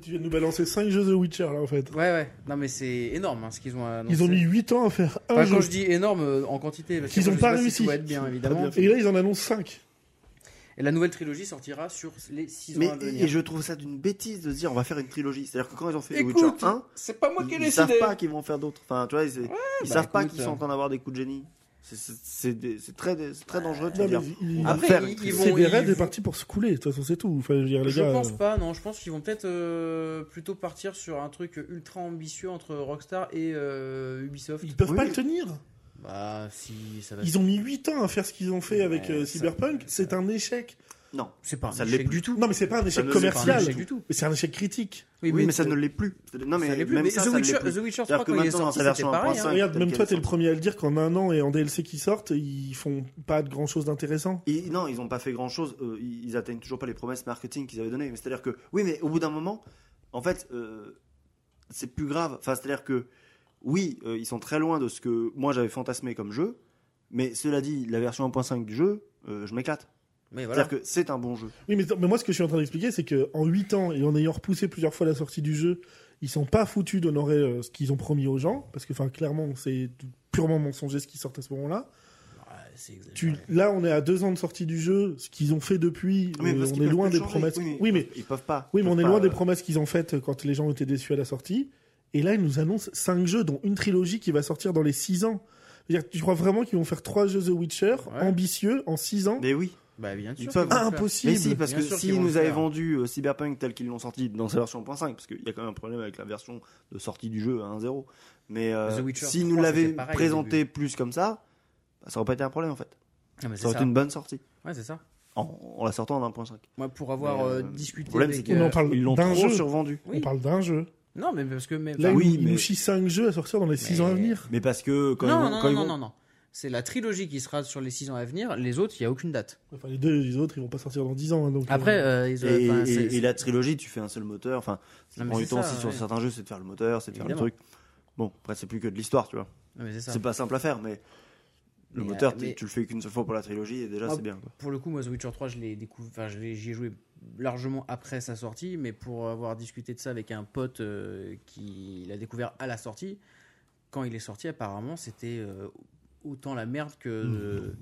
Speaker 2: Tu viens de nous balancer 5 jeux The Witcher, là, en fait.
Speaker 1: Ouais, ouais. Non, mais c'est énorme hein, ce qu'ils ont annoncé.
Speaker 2: Ils ont mis 8 ans à faire un
Speaker 1: Enfin,
Speaker 2: jeu.
Speaker 1: quand je dis énorme euh, en quantité, parce que
Speaker 2: Qu'ils
Speaker 1: moi,
Speaker 2: ont
Speaker 1: je
Speaker 2: pas
Speaker 1: sais si
Speaker 2: réussi.
Speaker 1: tout va être bien, évidemment.
Speaker 2: Et là, ils en annoncent 5.
Speaker 1: Et la nouvelle trilogie sortira sur les 6
Speaker 3: Mais
Speaker 1: ans à
Speaker 3: et,
Speaker 1: venir.
Speaker 3: je trouve ça d'une bêtise de se dire on va faire une trilogie. C'est-à-dire que quand ils ont fait The
Speaker 1: Écoute,
Speaker 3: Witcher 1,
Speaker 1: c'est pas moi qui ai
Speaker 3: ils,
Speaker 1: décidé.
Speaker 3: ils savent pas qu'ils vont en faire d'autres. Enfin, tu vois, ils, ils
Speaker 1: bah,
Speaker 3: savent pas
Speaker 1: écoute,
Speaker 3: qu'ils sont en train d'avoir des coups de génie. C'est- c'est- C'est des- c'est très, des- c'est très dangereux de se dire.
Speaker 2: il-
Speaker 3: va
Speaker 1: Après,
Speaker 3: faire
Speaker 1: ils,
Speaker 3: une
Speaker 1: ils vont. ils
Speaker 2: CBRL est
Speaker 1: vont-
Speaker 2: parti pour se couler, de toute façon, c'est tout. Enfin, je veux dire, les
Speaker 1: Je
Speaker 2: gars,
Speaker 1: pense
Speaker 2: euh,
Speaker 1: pas, non. Je pense qu'ils vont peut-être euh, plutôt partir sur un truc euh, ultra ambitieux entre Rockstar et euh, Ubisoft.
Speaker 2: ils peuvent
Speaker 3: Oui.
Speaker 2: pas le tenir.
Speaker 1: Bah, si, ça va.
Speaker 2: Ils ont mis 8 ans à faire ce qu'ils ont fait
Speaker 1: Ouais,
Speaker 2: avec euh,
Speaker 1: ça-
Speaker 2: Cyberpunk. C'est un échec.
Speaker 3: Non,
Speaker 1: C'est pas un
Speaker 3: ça l'est
Speaker 1: échec
Speaker 3: plus.
Speaker 1: du tout.
Speaker 2: Non, mais c'est pas un échec
Speaker 3: ne-
Speaker 1: C'est pas un
Speaker 2: commercial.
Speaker 1: échec du tout.
Speaker 2: Mais c'est un échec critique.
Speaker 3: oui, mais, ça ne l'est plus. Non, mais
Speaker 1: ça l'est plus.
Speaker 3: même
Speaker 1: mais
Speaker 3: ça,
Speaker 1: The,
Speaker 3: ça ne l'est
Speaker 1: Witcher,
Speaker 3: plus.
Speaker 1: The Witcher 3,
Speaker 3: C'est-à-dire que
Speaker 1: quand il est
Speaker 3: maintenant, dans
Speaker 1: sorti, c'était
Speaker 3: sa version
Speaker 1: pareil.
Speaker 3: 1.5,
Speaker 1: hein.
Speaker 2: Regarde,
Speaker 3: tel
Speaker 2: même
Speaker 3: quel
Speaker 2: toi, t'es
Speaker 3: sort.
Speaker 2: le premier à le dire qu'en un an et en DLC qui sortent, ils font pas de grand chose d'intéressant.
Speaker 3: Et non, ils n'ont pas fait grand-chose. euh, ils ils atteignent toujours pas les promesses marketing qu'ils avaient données. Mais c'est-à-dire que, oui, mais au bout d'un moment, en fait, euh, c'est plus grave. Enfin, c'est-à-dire que, oui, euh, ils sont très loin de ce que moi j'avais fantasmé comme jeu. Mais cela dit, la version 1.5 du jeu, euh, je m'éclate.
Speaker 1: Mais voilà.
Speaker 3: C'est-à-dire que c'est un bon jeu.
Speaker 2: Oui, mais, mais moi, ce que je suis en train d'expliquer, c'est qu'en 8 ans et en ayant repoussé plusieurs fois la sortie du jeu, ils sont pas foutus d'honorer euh, ce qu'ils ont promis aux gens. Parce que, enfin, clairement, c'est purement mensonger ce qui sort à ce moment-là.
Speaker 1: Ouais, Ah, c'est exagéré.
Speaker 2: Tu, là, on est à deux ans de sortie du jeu. Ce qu'ils ont fait depuis,
Speaker 3: Ah Oui, mais
Speaker 2: euh,
Speaker 3: parce
Speaker 2: on
Speaker 3: qu'ils
Speaker 2: est
Speaker 3: peuvent
Speaker 2: loin des
Speaker 3: plus changer.
Speaker 2: promesses.
Speaker 3: Oui, mais-
Speaker 2: Oui, mais
Speaker 3: Ils peuvent pas.
Speaker 2: Oui,
Speaker 3: Ils
Speaker 2: mais on
Speaker 3: peuvent
Speaker 2: est loin
Speaker 3: pas,
Speaker 2: des
Speaker 3: euh,
Speaker 2: promesses qu'ils ont faites quand les gens étaient déçus à la sortie. Et là, ils nous annoncent cinq jeux, dont une trilogie qui va sortir dans les six ans. C'est-à-dire, tu crois vraiment qu'ils vont faire trois jeux The Witcher,
Speaker 1: Ouais.
Speaker 2: ambitieux, en six ans
Speaker 3: Mais oui.
Speaker 1: Bah, bien sûr.
Speaker 3: Ils
Speaker 1: qu'ils
Speaker 3: peuvent-
Speaker 1: vont le faire.
Speaker 2: Impossible.
Speaker 3: Mais si, parce
Speaker 1: Bien
Speaker 3: que
Speaker 1: sûr
Speaker 3: s'ils
Speaker 1: qu'ils vont
Speaker 3: nous
Speaker 1: le
Speaker 3: avaient
Speaker 1: faire.
Speaker 3: vendu euh, Cyberpunk tel qu'ils l'ont sorti dans sa version 1.5, parce qu'il y a quand même un problème avec la version de sortie du jeu à 1.0, mais euh,
Speaker 1: The Witcher
Speaker 3: s'ils
Speaker 1: 3,
Speaker 3: nous l'avaient
Speaker 1: c'était pareil au
Speaker 3: présenté plus comme ça, bah, ça aurait pas été un problème en fait.
Speaker 1: Ah, mais
Speaker 3: Ça
Speaker 1: c'est
Speaker 3: aurait
Speaker 1: ça.
Speaker 3: été une bonne sortie,
Speaker 1: Ouais, c'est ça.
Speaker 3: en, en la sortant en 1.5.
Speaker 1: Moi, pour avoir
Speaker 3: Mais,
Speaker 1: euh,
Speaker 3: euh,
Speaker 1: discuté.
Speaker 3: le problème,
Speaker 1: avec,
Speaker 3: c'est que-
Speaker 2: On
Speaker 1: euh,
Speaker 2: en parle
Speaker 3: Ils l'ont
Speaker 2: d'un
Speaker 3: trop
Speaker 2: jeu.
Speaker 3: survendu.
Speaker 1: oui.
Speaker 2: On parle d'un jeu.
Speaker 1: Non, mais parce que. mais-
Speaker 2: Là,
Speaker 1: enfin,
Speaker 2: oui,
Speaker 3: oui,
Speaker 2: ils
Speaker 3: mais-
Speaker 2: nous chient cinq jeux à sortir dans les six
Speaker 1: Mais-
Speaker 2: ans à venir.
Speaker 3: Mais parce que quand
Speaker 1: non,
Speaker 3: ils vont,
Speaker 1: non,
Speaker 3: quand
Speaker 1: non,
Speaker 3: ils
Speaker 1: non,
Speaker 3: vont-
Speaker 1: non, non. C'est la trilogie qui sera sur les 6 ans à venir. Les autres, il n'y a aucune date.
Speaker 2: Enfin, les deux, les autres, ils vont pas sortir dans dix ans. hein, donc,
Speaker 1: Après,
Speaker 2: euh,
Speaker 1: euh, ils ont-
Speaker 3: Et,
Speaker 1: enfin,
Speaker 3: et-
Speaker 1: c'est-
Speaker 3: et la trilogie, tu fais un seul moteur. Enfin, ça
Speaker 1: Non, mais
Speaker 3: prend du
Speaker 1: c'est
Speaker 3: temps
Speaker 1: ça,
Speaker 3: si sur
Speaker 1: ouais.
Speaker 3: certains jeux, c'est de faire le moteur, c'est de faire le
Speaker 1: Évidemment.
Speaker 3: truc. Bon, après, c'est plus que de l'histoire, tu vois.
Speaker 1: Non, mais c'est ça.
Speaker 3: C'est pas simple à faire, mais le
Speaker 1: Mais,
Speaker 3: moteur,
Speaker 1: euh,
Speaker 3: t'es-
Speaker 1: mais-
Speaker 3: tu le fais qu'une seule fois pour la trilogie, et déjà,
Speaker 1: Ah,
Speaker 3: c'est bien. quoi.
Speaker 1: Pour le coup, moi, The Witcher 3, je l'ai découvert, enfin, je l'ai- j'y ai joué largement après sa sortie, mais pour avoir discuté de ça avec un pote euh, qui l'a découvert à la sortie, quand il est sorti, apparemment, c'était euh, autant la merde que. euh,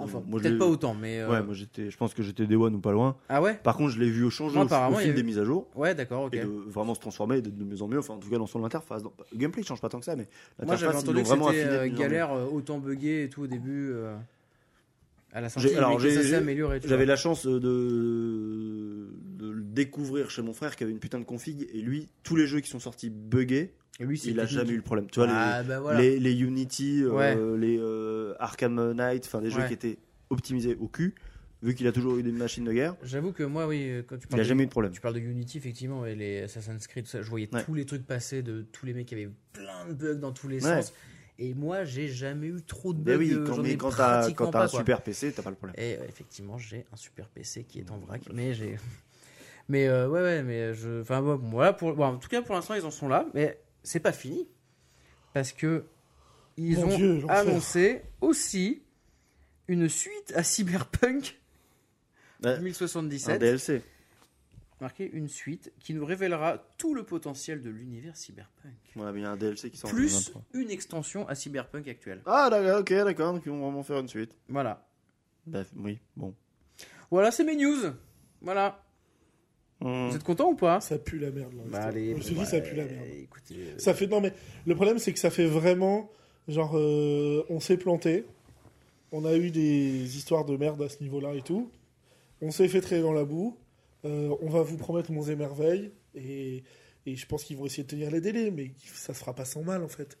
Speaker 1: Enfin,
Speaker 3: Mmh. Ah, Moi, je
Speaker 1: peut-être
Speaker 3: l'ai-
Speaker 1: pas autant, mais. euh,
Speaker 3: Ouais, moi j'étais, je pense que j'étais Day One ou pas loin.
Speaker 1: Ah ouais
Speaker 3: Par contre, je l'ai vu au changement
Speaker 1: Moi,
Speaker 3: au,
Speaker 1: apparemment,
Speaker 3: au
Speaker 1: il y
Speaker 3: fil
Speaker 1: a
Speaker 3: des
Speaker 1: eu-
Speaker 3: mises à jour
Speaker 1: Ouais, d'accord, ok.
Speaker 3: et de vraiment se transformer et d'être de mieux en mieux. Enfin, en tout cas, dans son interface. Dans- Le gameplay change pas tant que ça, mais
Speaker 1: Moi, j'avais
Speaker 3: l'interface, ils
Speaker 1: entendu
Speaker 3: l'ont
Speaker 1: que
Speaker 3: vraiment
Speaker 1: c'était
Speaker 3: affiné. de
Speaker 1: euh,
Speaker 3: mieux en mieux.
Speaker 1: galère, euh, autant buggé et tout au début. euh, à la sortie,
Speaker 3: J'ai- alors,
Speaker 1: mais que
Speaker 3: j'ai-
Speaker 1: ça s'est
Speaker 3: j'ai-
Speaker 1: amélioré. tu
Speaker 3: J'avais
Speaker 1: vois.
Speaker 3: la chance euh, de... de le découvrir chez mon frère qui avait une putain de config et lui, tous les jeux qui sont sortis buggés,
Speaker 1: Et lui, c'est
Speaker 3: il a
Speaker 1: technique.
Speaker 3: jamais eu le problème. Tu vois, les-
Speaker 1: Ah, bah voilà.
Speaker 3: les, les Unity, euh,
Speaker 1: Ouais.
Speaker 3: les euh, Arkham Knight, enfin des jeux
Speaker 1: Ouais.
Speaker 3: qui étaient optimisés au cul, vu qu'il a toujours eu des machines de guerre,
Speaker 1: J'avoue que moi, oui, euh, quand tu
Speaker 3: il
Speaker 1: parles
Speaker 3: n'a
Speaker 1: de-
Speaker 3: jamais eu de problème.
Speaker 1: Tu parles de Unity, effectivement, et les Assassin's Creed, ça, je voyais
Speaker 3: Ouais.
Speaker 1: tous les trucs passer de tous les mecs qui avaient plein de bugs dans tous les
Speaker 3: Ouais.
Speaker 1: sens. Et moi, j'ai jamais eu trop de bugs.
Speaker 3: Mais Eh oui,
Speaker 1: euh,
Speaker 3: quand,
Speaker 1: j'en
Speaker 3: mais
Speaker 1: ai
Speaker 3: quand t'as
Speaker 1: pratiquement
Speaker 3: quand t'as
Speaker 1: pas,
Speaker 3: un
Speaker 1: quoi.
Speaker 3: super PC, t'as pas le problème.
Speaker 1: Et euh, effectivement, j'ai un super PC qui est en vrac, mais j'ai. (laughs) Mais euh, ouais, ouais, mais je. Enfin, bon, voilà, pour... bon, en tout cas, pour l'instant, ils en sont là, mais c'est pas fini. Parce que. Ils
Speaker 2: Mon
Speaker 1: ont
Speaker 2: Dieu, l'enfer.
Speaker 1: annoncé aussi une suite à Cyberpunk
Speaker 3: Ouais, Ah, ben un
Speaker 1: 2077
Speaker 3: DLC.
Speaker 1: marqué une suite qui nous révélera tout le potentiel de l'univers cyberpunk.
Speaker 3: On a bien un DLC qui sort. en
Speaker 1: Plus
Speaker 3: 2023.
Speaker 1: une extension à cyberpunk actuelle.
Speaker 3: Ah d'accord, ok, d'accord, donc ils vont vraiment faire une suite.
Speaker 1: Voilà.
Speaker 3: Bah oui, bon.
Speaker 1: Voilà, c'est mes news. Voilà.
Speaker 3: Hmm.
Speaker 1: Vous êtes content ou pas
Speaker 2: ça pue la merde. là,
Speaker 1: Bah,
Speaker 2: l'instant.
Speaker 1: allez,
Speaker 2: Je me suis
Speaker 1: bah,
Speaker 2: dit, ça pue la merde.
Speaker 1: Écoutez, euh,
Speaker 2: Ça fait non mais le problème c'est que ça fait vraiment genre euh, on s'est planté, on a eu des histoires de merde à ce niveau-là et tout, on s'est fait traîner dans la boue, euh, on va vous promettre mon et merveilles et et je pense qu'ils vont essayer de tenir les délais, mais ça se fera pas sans mal en fait.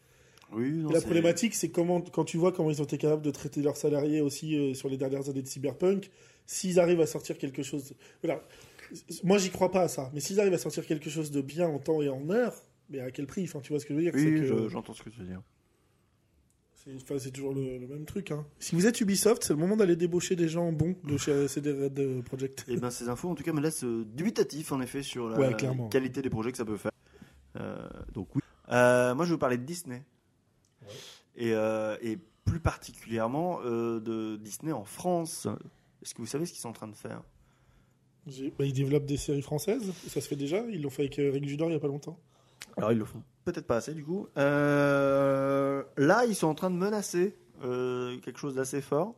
Speaker 3: Oui, non,
Speaker 2: La
Speaker 3: c'est-
Speaker 2: problématique, c'est comment, quand tu vois comment ils ont été capables de traiter leurs salariés aussi euh, sur les dernières années de Cyberpunk, s'ils arrivent à sortir quelque chose. Voilà. Moi, j'y crois pas à ça, mais s'ils arrivent à sortir quelque chose de bien en temps et en heure, mais à quel prix Enfin, tu vois ce que je veux dire
Speaker 3: Oui,
Speaker 2: c'est
Speaker 3: oui,
Speaker 2: que-
Speaker 3: je- j'entends ce que tu veux dire.
Speaker 2: c'est enfin, c'est toujours le, le même truc. hein. Si vous êtes Ubisoft, c'est le moment d'aller débaucher des gens bons de
Speaker 3: (laughs)
Speaker 2: chez CD Red euh, Project.
Speaker 3: Et ben ces infos, en tout cas, me laissent euh, dubitatif en effet sur la
Speaker 2: Ouais, clairement.
Speaker 3: qualité des projets que ça peut faire. Euh, donc oui. Euh, moi, je vais vous parler de Disney. Et, euh, et plus particulièrement euh, de Disney en France. Est-ce que vous savez ce qu'ils sont en train de faire
Speaker 2: J'ai- bah, ils développent des séries françaises, ça se fait déjà. Ils l'ont fait avec Eric Judor il y a pas longtemps.
Speaker 3: Alors ils le font peut-être pas assez du coup. Euh, là ils sont en train de menacer euh, quelque chose d'assez fort.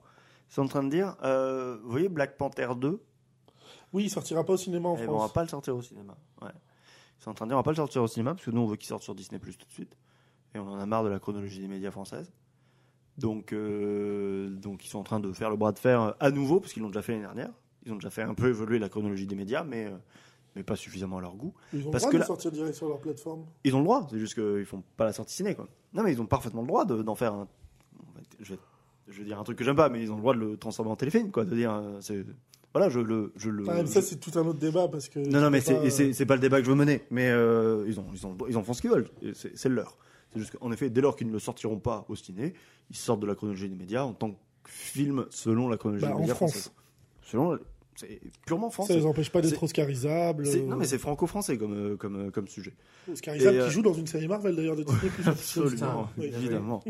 Speaker 3: sont en train de dire, euh, vous voyez Black Panther 2,
Speaker 2: Oui, il sortira pas au cinéma en
Speaker 3: eh ben, on va
Speaker 2: France.
Speaker 3: pas le sortir au cinéma. Ouais. Ils sont en train de dire, on va pas le sortir au cinéma parce que nous on veut qu'il sorte sur Disney Plus tout de suite. Et on en a marre de la chronologie des médias françaises. Donc, euh, donc ils sont en train de faire le bras de fer euh, à nouveau parce qu'ils l'ont déjà fait l'année dernière. Ils ont déjà fait un peu évoluer la chronologie des médias, mais euh, mais pas suffisamment à leur goût.
Speaker 2: Ils ont
Speaker 3: parce
Speaker 2: le droit
Speaker 3: que
Speaker 2: de
Speaker 3: là-
Speaker 2: sortir direct sur leur plateforme.
Speaker 3: Ils ont le droit, c'est juste qu'ils font pas la sortie ciné, quoi. Non, mais ils ont parfaitement le droit de- d'en faire un. on va- Je vais, je vais dire un truc que j'aime pas, mais ils ont le droit de le transformer en téléfilm, quoi. De dire. euh, c'est- Voilà, je le. Je le
Speaker 2: Enfin, même ça, c'est tout un autre débat parce que.
Speaker 3: Euh, non, non, mais
Speaker 2: c'est euh,
Speaker 3: c'est c'est- c'est pas le débat que je veux mener. Mais euh, ils, ont, ils, ont, ils en font ce qu'ils veulent. Et C'est c'est leur. C'est juste qu'en effet, dès lors qu'ils ne le sortiront pas au ciné, ils sortent de la chronologie des médias en tant que film selon la chronologie
Speaker 2: Bah,
Speaker 3: des
Speaker 2: en
Speaker 3: médias
Speaker 2: France.
Speaker 3: française. Selon. C'est purement
Speaker 2: Ça
Speaker 3: français.
Speaker 2: les empêche pas d'être
Speaker 3: c'est-
Speaker 2: oscarisables.
Speaker 3: C'est-
Speaker 2: euh,
Speaker 3: Non, mais c'est franco-français comme, euh, comme, euh, comme sujet.
Speaker 2: Oscarisable
Speaker 3: Et, euh,
Speaker 2: qui joue dans une série Marvel d'ailleurs de Disney plus
Speaker 3: Absolument,
Speaker 2: Oui.
Speaker 3: évidemment.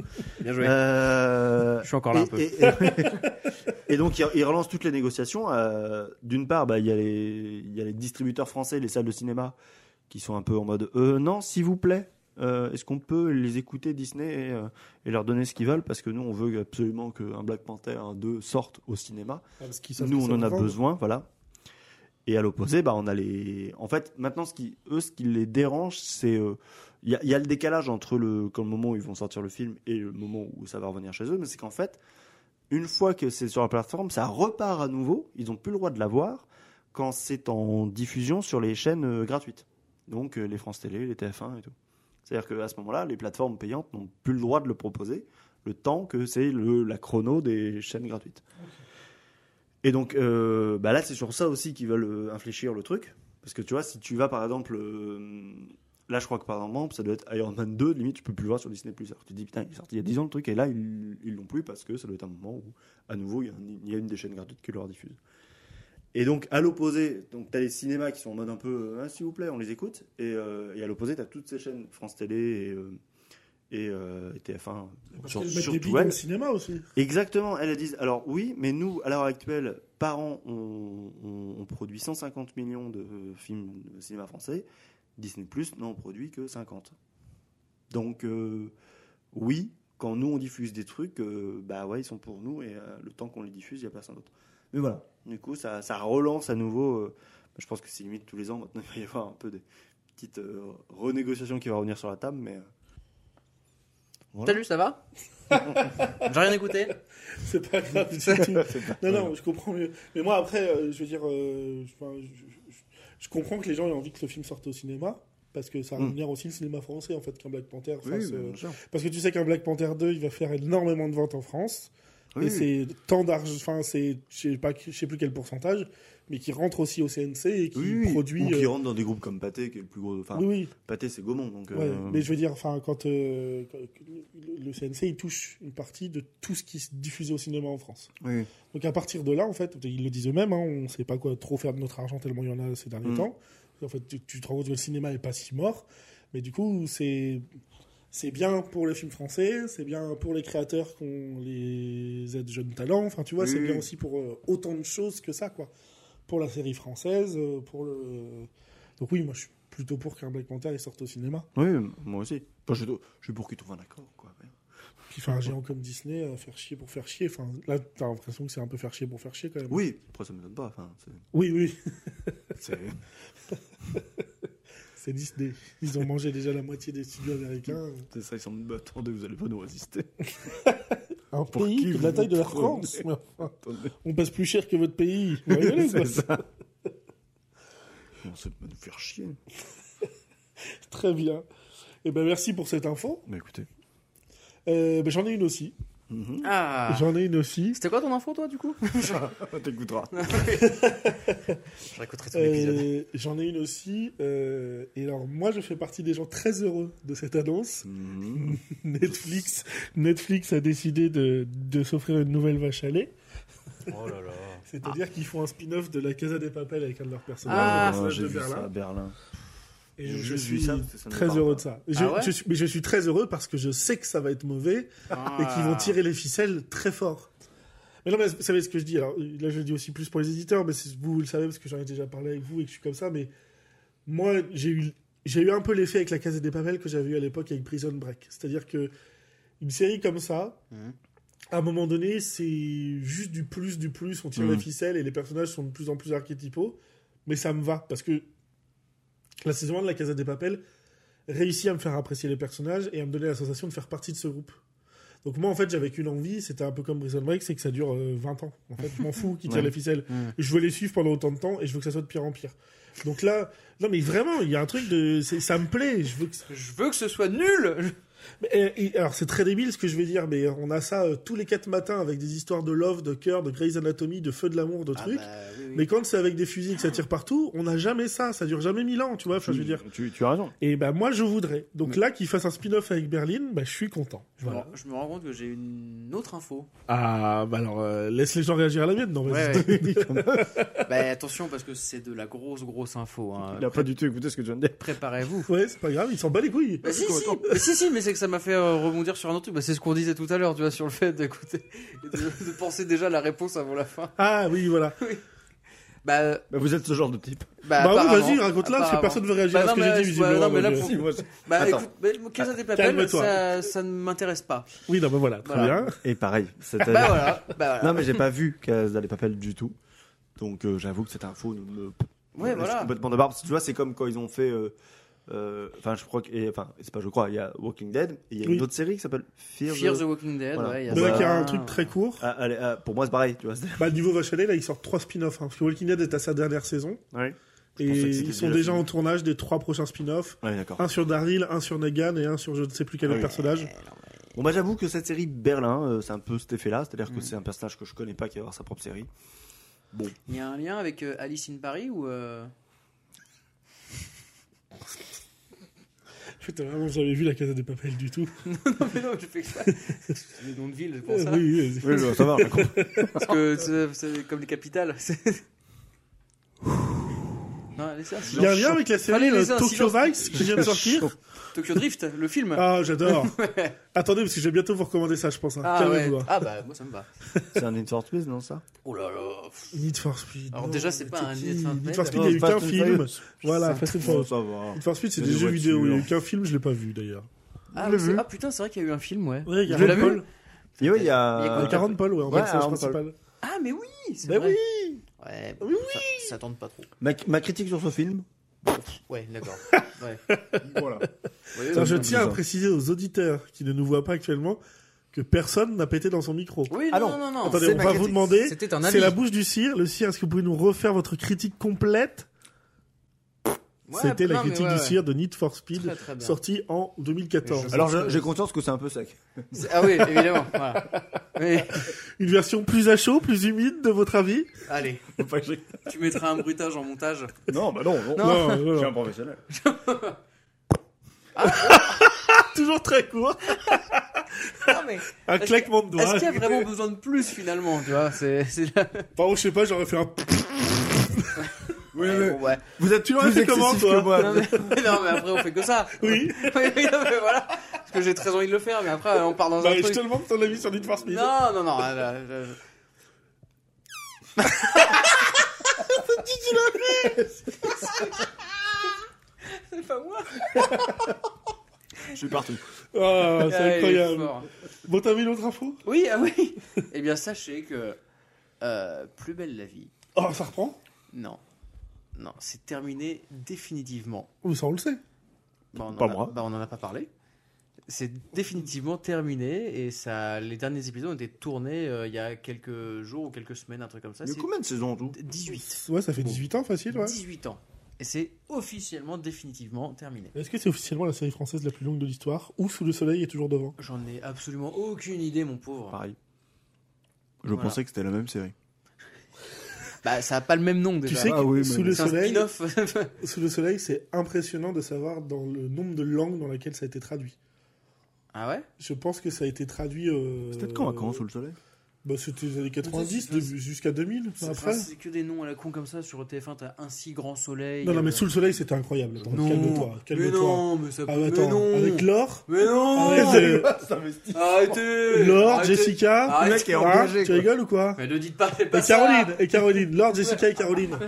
Speaker 1: Bien joué.
Speaker 3: Euh,
Speaker 1: je suis encore là un peu.
Speaker 3: et, et- et donc, il il relance toutes les négociations. euh, D'une part, bah, il y, a les- il y a les distributeurs français, les salles de cinéma, qui sont un peu en mode euh, non, s'il vous plaît, euh, est-ce qu'on peut les écouter Disney et, euh, et leur donner ce qu'ils veulent Parce que nous, on veut absolument qu'un Black Panther 2 sorte au cinéma.
Speaker 2: Ah, Parce qu'ils savent
Speaker 3: Nous,
Speaker 2: que
Speaker 3: on
Speaker 2: ça
Speaker 3: en
Speaker 2: va
Speaker 3: a
Speaker 2: vendre.
Speaker 3: besoin, voilà. Et à l'opposé, bah, on a les. En fait, maintenant, ce qui, eux, ce qui les dérange, c'est. euh, Il y, a- il y a le décalage entre le, quand le moment où ils vont sortir le film et le moment où ça va revenir chez eux, mais c'est qu'en fait, une fois que c'est sur la plateforme, ça repart à nouveau. Ils n'ont plus le droit de l'avoir quand c'est en diffusion sur les chaînes euh, gratuites. Donc, euh, les France Télé, les TF1 et tout. C'est-à-dire qu'à ce moment-là, les plateformes payantes n'ont plus le droit de le proposer le temps que c'est le- la chrono des chaînes gratuites. Et donc, euh, bah là, c'est sur ça aussi qu'ils veulent euh, infléchir le truc. Parce que tu vois, si tu vas par exemple. euh, là, je crois que par exemple, ça doit être Iron Man 2, limite, tu peux plus le voir sur Disney. Alors que tu te dis, putain, il est sorti il y a 10 ans le truc, et là, ils ils l'ont plus parce que ça doit être un moment où, à nouveau, il y a, un- il y a une des chaînes gratuites qui leur diffuse. Et donc, à l'opposé, tu as les cinémas qui sont en mode un peu, euh, Ah, s'il vous plaît, on les écoute. Et, euh, et à l'opposé, tu as toutes ces chaînes, France Télé et, euh, et, euh, et TF1,
Speaker 2: Parce
Speaker 3: sur-
Speaker 2: qu'ils mettent des
Speaker 3: surtout
Speaker 2: billes dans
Speaker 3: elles.
Speaker 2: le cinéma aussi. (laughs)
Speaker 3: Exactement, elles elles disent alors oui, mais nous, à l'heure actuelle, par an, on, on- on produit 150 millions de euh, films de cinéma français. Disney Plus n'en produit que 50. Donc, euh, oui, quand nous on diffuse des trucs, euh, bah ouais, ils sont pour nous et euh, le temps qu'on les diffuse, il n'y a personne d'autre. Mais voilà, du coup, ça, ça relance à nouveau. euh, je pense que c'est limite tous les ans maintenant, il va y avoir un peu des petites euh, renégociations qui vont revenir sur la table, mais. euh, voilà.
Speaker 1: Salut, ça va J'ai rien écouté.
Speaker 2: C'est pas
Speaker 3: (laughs)
Speaker 2: grave du tout.
Speaker 3: euh,
Speaker 2: (laughs) Non, non, je comprends mieux. Mais moi, après, euh, je veux dire, euh, je, enfin, je- je- je comprends que les gens aient envie que le film sorte au cinéma. Parce que ça
Speaker 3: Mm.
Speaker 2: rémunère aussi le cinéma français, en fait, qu'un Black Panther
Speaker 3: Oui,
Speaker 2: fasse,
Speaker 3: mais
Speaker 2: euh,
Speaker 3: bien sûr.
Speaker 2: Parce que tu sais qu'un Black Panther 2, il va faire énormément de ventes en France.
Speaker 3: Oui,
Speaker 2: et
Speaker 3: oui.
Speaker 2: c'est tant d'argent, enfin, c'est, je sais pas, je sais plus quel pourcentage, mais qui rentre aussi au CNC et qui
Speaker 3: Oui, oui.
Speaker 2: produit.
Speaker 3: ou qui
Speaker 2: euh,
Speaker 3: rentre dans des groupes comme Pathé qui est le plus gros enfin
Speaker 2: oui, oui.
Speaker 3: Pathé c'est Gaumont donc euh,
Speaker 2: Ouais, mais je veux dire, enfin, quand euh, quand- le le CNC, il touche une partie de tout ce qui se diffusait au cinéma en France.
Speaker 3: oui.
Speaker 2: Donc à partir de là, en fait, ils le disent eux-mêmes, hein, on ne sait pas quoi trop faire de notre argent tellement il y en a ces derniers
Speaker 3: Mm.
Speaker 2: temps. En fait, tu, tu te rends compte que le cinéma est pas si mort, mais du coup, c'est c'est bien pour les films français, c'est bien pour les créateurs qu'on les aide jeunes talents. Enfin, tu vois,
Speaker 3: Oui,
Speaker 2: c'est
Speaker 3: oui.
Speaker 2: bien aussi pour euh, autant de choses que ça, quoi. Pour la série française, euh, pour le. Donc oui, moi, je suis plutôt pour qu'un Black Panther il sorte au cinéma.
Speaker 3: Oui, moi aussi Enfin, je, je suis pour qu'ils trouvent un accord quoi mais-
Speaker 2: Puis enfin, un géant comme Disney, euh, faire chier pour faire chier. Enfin, là, t'as l'impression que c'est un peu faire chier pour faire chier quand même.
Speaker 3: oui après ça me donne pas enfin c'est-
Speaker 2: oui, oui.
Speaker 3: c'est- (laughs)
Speaker 2: C'est Disney. Ils ont mangé déjà la moitié des studios américains.
Speaker 3: c'est ça ils sont bah, attendez vous allez pas nous résister (laughs)
Speaker 2: Un
Speaker 3: Pour
Speaker 2: pays
Speaker 3: qui
Speaker 2: de la
Speaker 3: vous
Speaker 2: taille de la
Speaker 3: prenez
Speaker 2: France. Mais enfin,
Speaker 3: Attendez.
Speaker 2: on passe plus cher que votre (laughs) pays. Vous rigolez,
Speaker 3: (laughs) c'est
Speaker 2: quoi.
Speaker 3: ça on sait pas nous faire chier
Speaker 2: Très bien. Eh ben, merci pour cette info.
Speaker 3: mais Bah, écoutez
Speaker 2: Euh, ben, J'en ai une aussi.
Speaker 3: (laughs) Mhm.
Speaker 1: Ah
Speaker 2: J'en ai une aussi.
Speaker 1: C'était quoi ton info, toi, du (laughs) coup
Speaker 3: t'écouteras
Speaker 1: Je réécouterai tout l'épisode.
Speaker 2: Euh, J'en ai une aussi. euh, et alors, moi, je fais partie des gens très heureux de cette
Speaker 3: (laughs)
Speaker 2: annonce.
Speaker 3: Mhm.
Speaker 2: Netflix, Netflix a décidé de, de s'offrir une nouvelle vache à lait.
Speaker 1: Oh là là.
Speaker 2: (laughs) C'est-à-dire qu'ils font un spin-off de la Casa des Papels avec un de leurs personnages.
Speaker 1: Ah,
Speaker 2: le
Speaker 3: Ouais,
Speaker 2: personnage
Speaker 3: j'ai
Speaker 2: de
Speaker 3: vu ça
Speaker 2: Berlin.
Speaker 3: à Berlin
Speaker 2: Et
Speaker 3: J'ai
Speaker 2: je,
Speaker 3: juste vu
Speaker 2: suis
Speaker 3: ça, parce que ça me
Speaker 2: très
Speaker 3: parle
Speaker 2: heureux
Speaker 3: pas. Ah
Speaker 2: de ça. Je,
Speaker 1: ouais
Speaker 2: je suis, mais je suis très heureux parce que je sais que ça va être mauvais et qu'ils
Speaker 1: Ah.
Speaker 2: vont tirer les ficelles très fort. Mais non, mais vous savez ce que je dis. Alors là, je le dis aussi plus pour les éditeurs, mais c'est- vous le savez parce que j'en ai déjà parlé avec vous et que je suis comme ça. Mais moi, j'ai eu, j'ai eu un peu l'effet avec la Casa des Papels que j'avais eu à l'époque avec Prison Break. C'est-à-dire que une série comme ça,
Speaker 1: Mhm.
Speaker 2: à un moment donné, c'est juste du plus, du plus, on tire
Speaker 3: Mm.
Speaker 2: la ficelle et les personnages sont de plus en plus archétypaux. Mais ça me va parce que la saison 1 de la Casa des Papel réussit à me faire apprécier les personnages et à me donner la sensation de faire partie de ce groupe. Donc moi, en fait, j'avais qu'une envie, c'était un peu comme Prison Break, c'est que ça dure euh, 20 ans. En fait, je m'en
Speaker 3: (laughs)
Speaker 2: fous qui tire
Speaker 3: Ouais.
Speaker 2: la ficelle. Je veux les suivre pendant autant de temps et je veux que ça soit de pire en pire. Donc là, non mais vraiment, il y a un truc de, c'est- ça me plaît. Je veux que
Speaker 1: Ah. Je veux que ce soit nul
Speaker 2: mais, euh, et- alors c'est très débile ce que je vais dire, mais on a ça euh, tous les quatre matins avec des histoires de love, de cœur, de Grey's Anatomy, de feu de l'amour,
Speaker 1: Ah bah,
Speaker 3: Ah
Speaker 2: de trucs.
Speaker 3: bah
Speaker 2: Mais quand c'est avec des fusils et que ça tire partout, on n'a jamais ça. Ça dure jamais mille ans, tu vois. Enfin, je
Speaker 3: Mm.
Speaker 2: veux dire.
Speaker 3: Tu, tu as raison.
Speaker 2: Et ben moi je voudrais. Donc
Speaker 1: Mais-
Speaker 2: là qu'ils fassent un spin-off avec Berlin, bah je suis content.
Speaker 1: Je, me, rends- je me rends compte que j'ai une autre info.
Speaker 2: Ah bah alors euh, laisse les gens réagir à la mienne, non mais
Speaker 1: Ouais,
Speaker 2: (laughs)
Speaker 1: bah, attention, parce que c'est de la grosse, grosse info. hein.
Speaker 3: Il n'a pas du tout écouté ce que tu viens de dire.
Speaker 1: Préparez-vous.
Speaker 2: ouais c'est pas grave, ils s'en bat les couilles.
Speaker 1: Bah, si, si. Mais si, si, mais c'est que ça m'a fait euh, rebondir sur un autre truc. Bah, c'est ce qu'on disait tout à l'heure, tu vois, sur le fait d'écouter, et de, (laughs) de penser déjà à la réponse avant la fin.
Speaker 2: Ah oui voilà.
Speaker 1: Bah, euh,
Speaker 3: Bah, vous êtes ce genre de type.
Speaker 1: bah,
Speaker 2: Bah, oui
Speaker 1: apparemment,
Speaker 2: vas-y raconte-la parce que
Speaker 1: apparemment.
Speaker 2: personne veut réagir
Speaker 1: Bah,
Speaker 2: à ce
Speaker 1: non,
Speaker 2: que
Speaker 1: mais
Speaker 2: j'ai
Speaker 1: là,
Speaker 2: dit
Speaker 1: je-
Speaker 2: visiblement.
Speaker 1: non, mais là,
Speaker 2: donc, euh,
Speaker 1: pour-
Speaker 3: moi,
Speaker 1: Bah,
Speaker 3: Attends.
Speaker 1: écoute, mais, moi, Casa de Papel,
Speaker 2: Calme-toi.
Speaker 1: ça, ça ne m'intéresse pas.
Speaker 2: Oui non bah voilà très
Speaker 1: Voilà.
Speaker 2: bien.
Speaker 3: Et (laughs) pareil. c'est
Speaker 1: Bah, voilà. Bah, voilà.
Speaker 3: Non, mais j'ai pas vu Casa des Papel du tout. Donc euh, j'avoue que cette info nous- me
Speaker 1: Ouais,
Speaker 3: me laisse
Speaker 1: voilà.
Speaker 3: complètement de barbe. Tu vois, c'est comme quand ils ont fait. euh, euh, Enfin, je crois que. et, Enfin, c'est pas je crois, il y a Walking Dead. et Il y a
Speaker 2: Oui.
Speaker 3: une autre série qui s'appelle Fear,
Speaker 1: Fear
Speaker 3: the-
Speaker 1: the Walking Dead,
Speaker 3: euh, Voilà.
Speaker 1: ouais, il y a
Speaker 2: Donc là
Speaker 1: ça.
Speaker 2: il y a un truc très court.
Speaker 3: Ah, allez, ah, pour moi, c'est pareil. Tu vois, c'est-
Speaker 2: Bah, niveau Vachalet, là, il sort trois spin-offs. Hein, parce que Walking Dead est à sa dernière saison.
Speaker 3: Ouais. Je
Speaker 2: Et
Speaker 3: pensais que c'était
Speaker 2: ils sont
Speaker 3: déjà
Speaker 2: déjà
Speaker 3: fini.
Speaker 2: en tournage des trois prochains spin-offs.
Speaker 3: Ouais, d'accord.
Speaker 2: Un sur Daryl, un sur Negan et un sur je ne sais plus quel
Speaker 3: Ah
Speaker 2: autre
Speaker 3: oui.
Speaker 2: personnage.
Speaker 3: Bon bah j'avoue que cette série Berlin, euh, c'est un peu cet effet-là, c'est-à-dire
Speaker 1: Mm.
Speaker 3: que c'est un personnage que je connais pas qui va avoir sa propre série.
Speaker 1: Il y a un lien avec euh, Alice in Paris ou. euh, (laughs)
Speaker 2: Putain, vraiment, j'avais vu la Casa des Papel du tout.
Speaker 1: Non, mais non, je fais que ça. C'est le nom de ville, je pense.
Speaker 2: Euh, oui, oui, oui.
Speaker 3: Oui, ça (laughs) va,
Speaker 1: Parce que c'est- c'est comme les capitales. (laughs) c'est- Non, allez, ça,
Speaker 2: Il y a un
Speaker 1: silence.
Speaker 2: lien avec la série
Speaker 1: Allez,
Speaker 2: euh,
Speaker 1: laissez un
Speaker 2: Tokyo
Speaker 1: silence.
Speaker 2: Vice qui vient de sortir.
Speaker 1: Tokyo Drift, le film.
Speaker 2: Ah, j'adore. Attendez, parce que je vais bientôt vous recommander ça, je pense. Hein.
Speaker 1: Ah, ouais.
Speaker 2: Calmez-vous. hein.
Speaker 1: ah bah, moi ça me va.
Speaker 3: C'est un Need for Speed, non ça
Speaker 1: Oh là là. pff.
Speaker 2: hein. Need for Speed.
Speaker 1: Alors
Speaker 2: non,
Speaker 1: déjà, c'est pas
Speaker 2: mais
Speaker 1: un
Speaker 2: qui-
Speaker 1: Need for Speed.
Speaker 2: Need for Speed,
Speaker 1: Non,
Speaker 2: il y a eu
Speaker 3: Fast
Speaker 2: qu'un
Speaker 3: and
Speaker 2: film.
Speaker 3: Furious.
Speaker 2: Voilà, Fast and
Speaker 3: Bon,
Speaker 2: Furious.
Speaker 3: ça va.
Speaker 2: Need for Speed, c'est
Speaker 3: C'est
Speaker 2: des
Speaker 3: des
Speaker 2: jeux
Speaker 3: voitures.
Speaker 2: vidéo. Il y a eu qu'un film, je l'ai pas vu d'ailleurs.
Speaker 1: Ah,
Speaker 3: Je
Speaker 1: oui,
Speaker 3: l'ai
Speaker 1: c'est-
Speaker 3: vu.
Speaker 1: ah, putain, c'est vrai qu'il y a eu un film, ouais.
Speaker 2: Ouais, il y a
Speaker 1: Je l'ai
Speaker 2: Aaron Paul.
Speaker 1: vu.
Speaker 3: Et ouais, il y
Speaker 1: Il y a
Speaker 3: a...
Speaker 1: quoi,
Speaker 2: Avec Aaron Paul, ouais, en
Speaker 3: Ouais,
Speaker 2: fait, c'est le
Speaker 3: Aaron Paul.
Speaker 2: principal.
Speaker 1: Ah, mais oui c'est
Speaker 2: Bah
Speaker 1: vrai.
Speaker 2: oui
Speaker 1: Ouais,
Speaker 2: Oui.
Speaker 1: Ça, ça tente pas trop.
Speaker 3: ma, ma critique sur ce film
Speaker 1: Ouais, d'accord. Ouais.
Speaker 3: Voilà.
Speaker 1: Ouais,
Speaker 2: Alors,
Speaker 1: ouais,
Speaker 2: je
Speaker 1: ouais.
Speaker 2: tiens à préciser aux auditeurs qui ne nous voient pas actuellement que personne n'a pété dans son micro.
Speaker 1: Oui,
Speaker 3: Ah
Speaker 1: non,
Speaker 3: non.
Speaker 1: non, non.
Speaker 2: Attendez,
Speaker 3: c'est
Speaker 2: on
Speaker 3: ma
Speaker 2: va vous
Speaker 3: critique.
Speaker 2: demander.
Speaker 1: C'était un
Speaker 2: C'est
Speaker 1: avis.
Speaker 2: la bouche du cire. Le cire, est-ce que vous pouvez nous refaire votre critique complète
Speaker 1: Ouais,
Speaker 2: C'était la
Speaker 1: non, mais
Speaker 2: critique
Speaker 1: ouais,
Speaker 2: du
Speaker 1: ouais.
Speaker 2: cire de Need for Speed,
Speaker 1: Très, très bien.
Speaker 2: sortie en 2014.
Speaker 1: Mais je-
Speaker 3: Alors je- j'ai conscience que c'est un peu sec.
Speaker 1: C'est- Ah oui, évidemment. voilà. Mais-
Speaker 2: Une version plus à chaud, plus humide, de votre avis
Speaker 1: Allez,
Speaker 3: Faut pas que j'ai-
Speaker 1: tu mettras un bruitage en montage.
Speaker 3: non, bah non, non.
Speaker 2: Non, non,
Speaker 3: Je suis
Speaker 2: non.
Speaker 3: un professionnel.
Speaker 2: (laughs) toujours très court.
Speaker 1: Non, mais
Speaker 2: Un
Speaker 1: Est-ce
Speaker 2: claquement de
Speaker 1: est-ce
Speaker 2: doigts.
Speaker 1: qu'il y a vraiment besoin de plus finalement Tu vois, c'est. c'est la-
Speaker 2: Par contre, je sais pas, j'aurais fait un.
Speaker 3: Oui,
Speaker 1: Ouais, bon, ouais.
Speaker 3: Vous êtes
Speaker 2: Tu l'aurais fait comment,
Speaker 3: excessif
Speaker 2: toi
Speaker 3: que moi.
Speaker 1: Non, mais... (laughs) non, mais après, on fait que ça. (laughs)
Speaker 2: Oui.
Speaker 1: Oui, oui, non, mais voilà. Parce que j'ai très envie de le faire, mais après, on part dans
Speaker 2: Bah,
Speaker 1: un
Speaker 2: je
Speaker 1: truc.
Speaker 2: te demande ton avis sur Need for Speed. Ah,
Speaker 1: Non, non, non. là, là, là, là. C'est pas moi.
Speaker 3: Je suis partout.
Speaker 2: Ah, c'est
Speaker 1: Ah, il est
Speaker 2: incroyable.
Speaker 1: fort.
Speaker 2: Bon, t'as vu l'autre info
Speaker 1: Oui, ah oui. eh bien, sachez que euh, plus belle la vie.
Speaker 2: Oh, ça reprend
Speaker 1: Non, non, c'est terminé définitivement.
Speaker 2: Oh, Ça, on le sait.
Speaker 1: Bah, on en
Speaker 3: Pas
Speaker 1: a-
Speaker 3: moi.
Speaker 1: bah, on en a pas parlé. C'est définitivement terminé et ça, les derniers épisodes ont été tournés euh, il y a quelques jours ou quelques semaines, un truc comme ça.
Speaker 3: Mais
Speaker 1: C'est
Speaker 3: combien de saisons en tout
Speaker 1: 18.
Speaker 2: Ouais, ça fait 18 ans facile, ouais.
Speaker 1: 18 ans. Et c'est officiellement, définitivement terminé.
Speaker 2: Est-ce que c'est officiellement la série française la plus longue de l'histoire ou Sous le soleil est toujours devant
Speaker 1: J'en ai absolument aucune idée, mon pauvre.
Speaker 3: Pareil. Je
Speaker 1: Voilà.
Speaker 3: pensais que c'était la même série.
Speaker 1: Bah, ça a pas le même nom
Speaker 2: Tu
Speaker 1: déjà.
Speaker 2: sais que
Speaker 3: Ah oui, mais-
Speaker 2: Sous le
Speaker 1: c'est un
Speaker 2: soleil,
Speaker 1: spin-off. (laughs)
Speaker 2: Sous le soleil, c'est impressionnant de savoir dans le nombre de langues dans lesquelles ça a été traduit.
Speaker 1: ah ouais
Speaker 2: Je pense que ça a été traduit. Euh...
Speaker 3: C'était de quand à quand sous le soleil
Speaker 2: bah, C'était les années 90
Speaker 1: Ça, c'est-
Speaker 2: début- jusqu'à 2000.
Speaker 1: C'est-
Speaker 2: Après.
Speaker 1: C'est que des noms à la con comme ça sur TF1, t'as ainsi grand soleil.
Speaker 2: Non, non, mais
Speaker 1: euh,
Speaker 2: Sous le soleil, c'était incroyable. Attends,
Speaker 1: non,
Speaker 2: Calme-toi.
Speaker 1: mais
Speaker 2: Calme-toi.
Speaker 1: non, mais ça
Speaker 2: Ah,
Speaker 1: peut- mais
Speaker 2: attends,
Speaker 1: non.
Speaker 2: avec l'or,
Speaker 1: Mais non
Speaker 2: avec euh,
Speaker 1: Arrêtez
Speaker 2: l'or,
Speaker 1: Arrêtez
Speaker 2: Jessica,
Speaker 1: Arrêtez.
Speaker 3: Le mec est
Speaker 2: hein,
Speaker 3: engagé,
Speaker 2: tu
Speaker 3: quoi.
Speaker 2: rigoles ou quoi
Speaker 1: Mais ne dites pas, fais pas
Speaker 2: Et
Speaker 1: ça.
Speaker 2: Caroline, et Caroline, Lord Jessica et Caroline.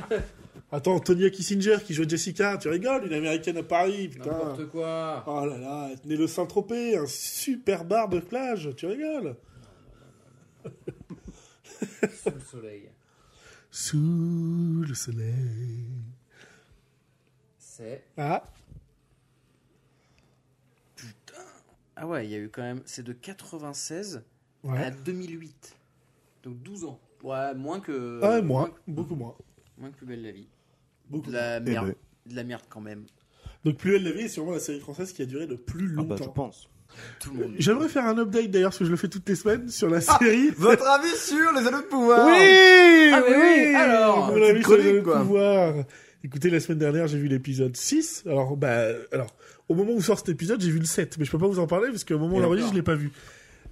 Speaker 2: Attends, Tonya Kissinger qui joue Jessica, tu rigoles, une américaine à Paris, putain.
Speaker 1: N'importe quoi
Speaker 2: Oh là là, tenez le Saint-Tropez, un super bar de plage, tu rigoles.
Speaker 1: Sous le soleil.
Speaker 2: Sous le soleil.
Speaker 1: C'est.
Speaker 2: Ah,
Speaker 1: Ah ouais, il y a eu quand même. C'est de 96 à
Speaker 2: ouais.
Speaker 1: 2008. Donc 12 ans. Ouais, moins que.
Speaker 2: Ah, et moi,
Speaker 1: moins que-
Speaker 2: beaucoup moins.
Speaker 1: Moins que plus belle la vie.
Speaker 2: Beaucoup.
Speaker 1: De la
Speaker 3: Eh
Speaker 1: merde.
Speaker 3: ben.
Speaker 1: De la merde quand même.
Speaker 2: Donc Plus belle la vie est sûrement la série française qui a duré le plus
Speaker 3: Ah bah, je
Speaker 2: longtemps.
Speaker 3: pense.
Speaker 1: Tout le monde.
Speaker 2: J'aimerais faire un update d'ailleurs, parce que je le fais toutes les semaines, sur
Speaker 3: Ah,
Speaker 2: la
Speaker 3: (laughs)
Speaker 2: série.
Speaker 3: Votre avis sur les anneaux de pouvoir
Speaker 2: Oui,
Speaker 1: Ah, mais oui, alors.
Speaker 2: Mon ami,
Speaker 3: Petite
Speaker 2: c'est
Speaker 3: chronique,
Speaker 2: le
Speaker 3: quoi.
Speaker 2: pouvoir. Écoutez, la semaine dernière, j'ai vu l'épisode 6. Alors, bah, alors, au moment où sort cet épisode, j'ai vu le 7. Mais je peux pas vous en parler parce qu'au moment où
Speaker 1: Et
Speaker 2: l'enregistre,
Speaker 1: encore.
Speaker 2: je l'ai pas vu.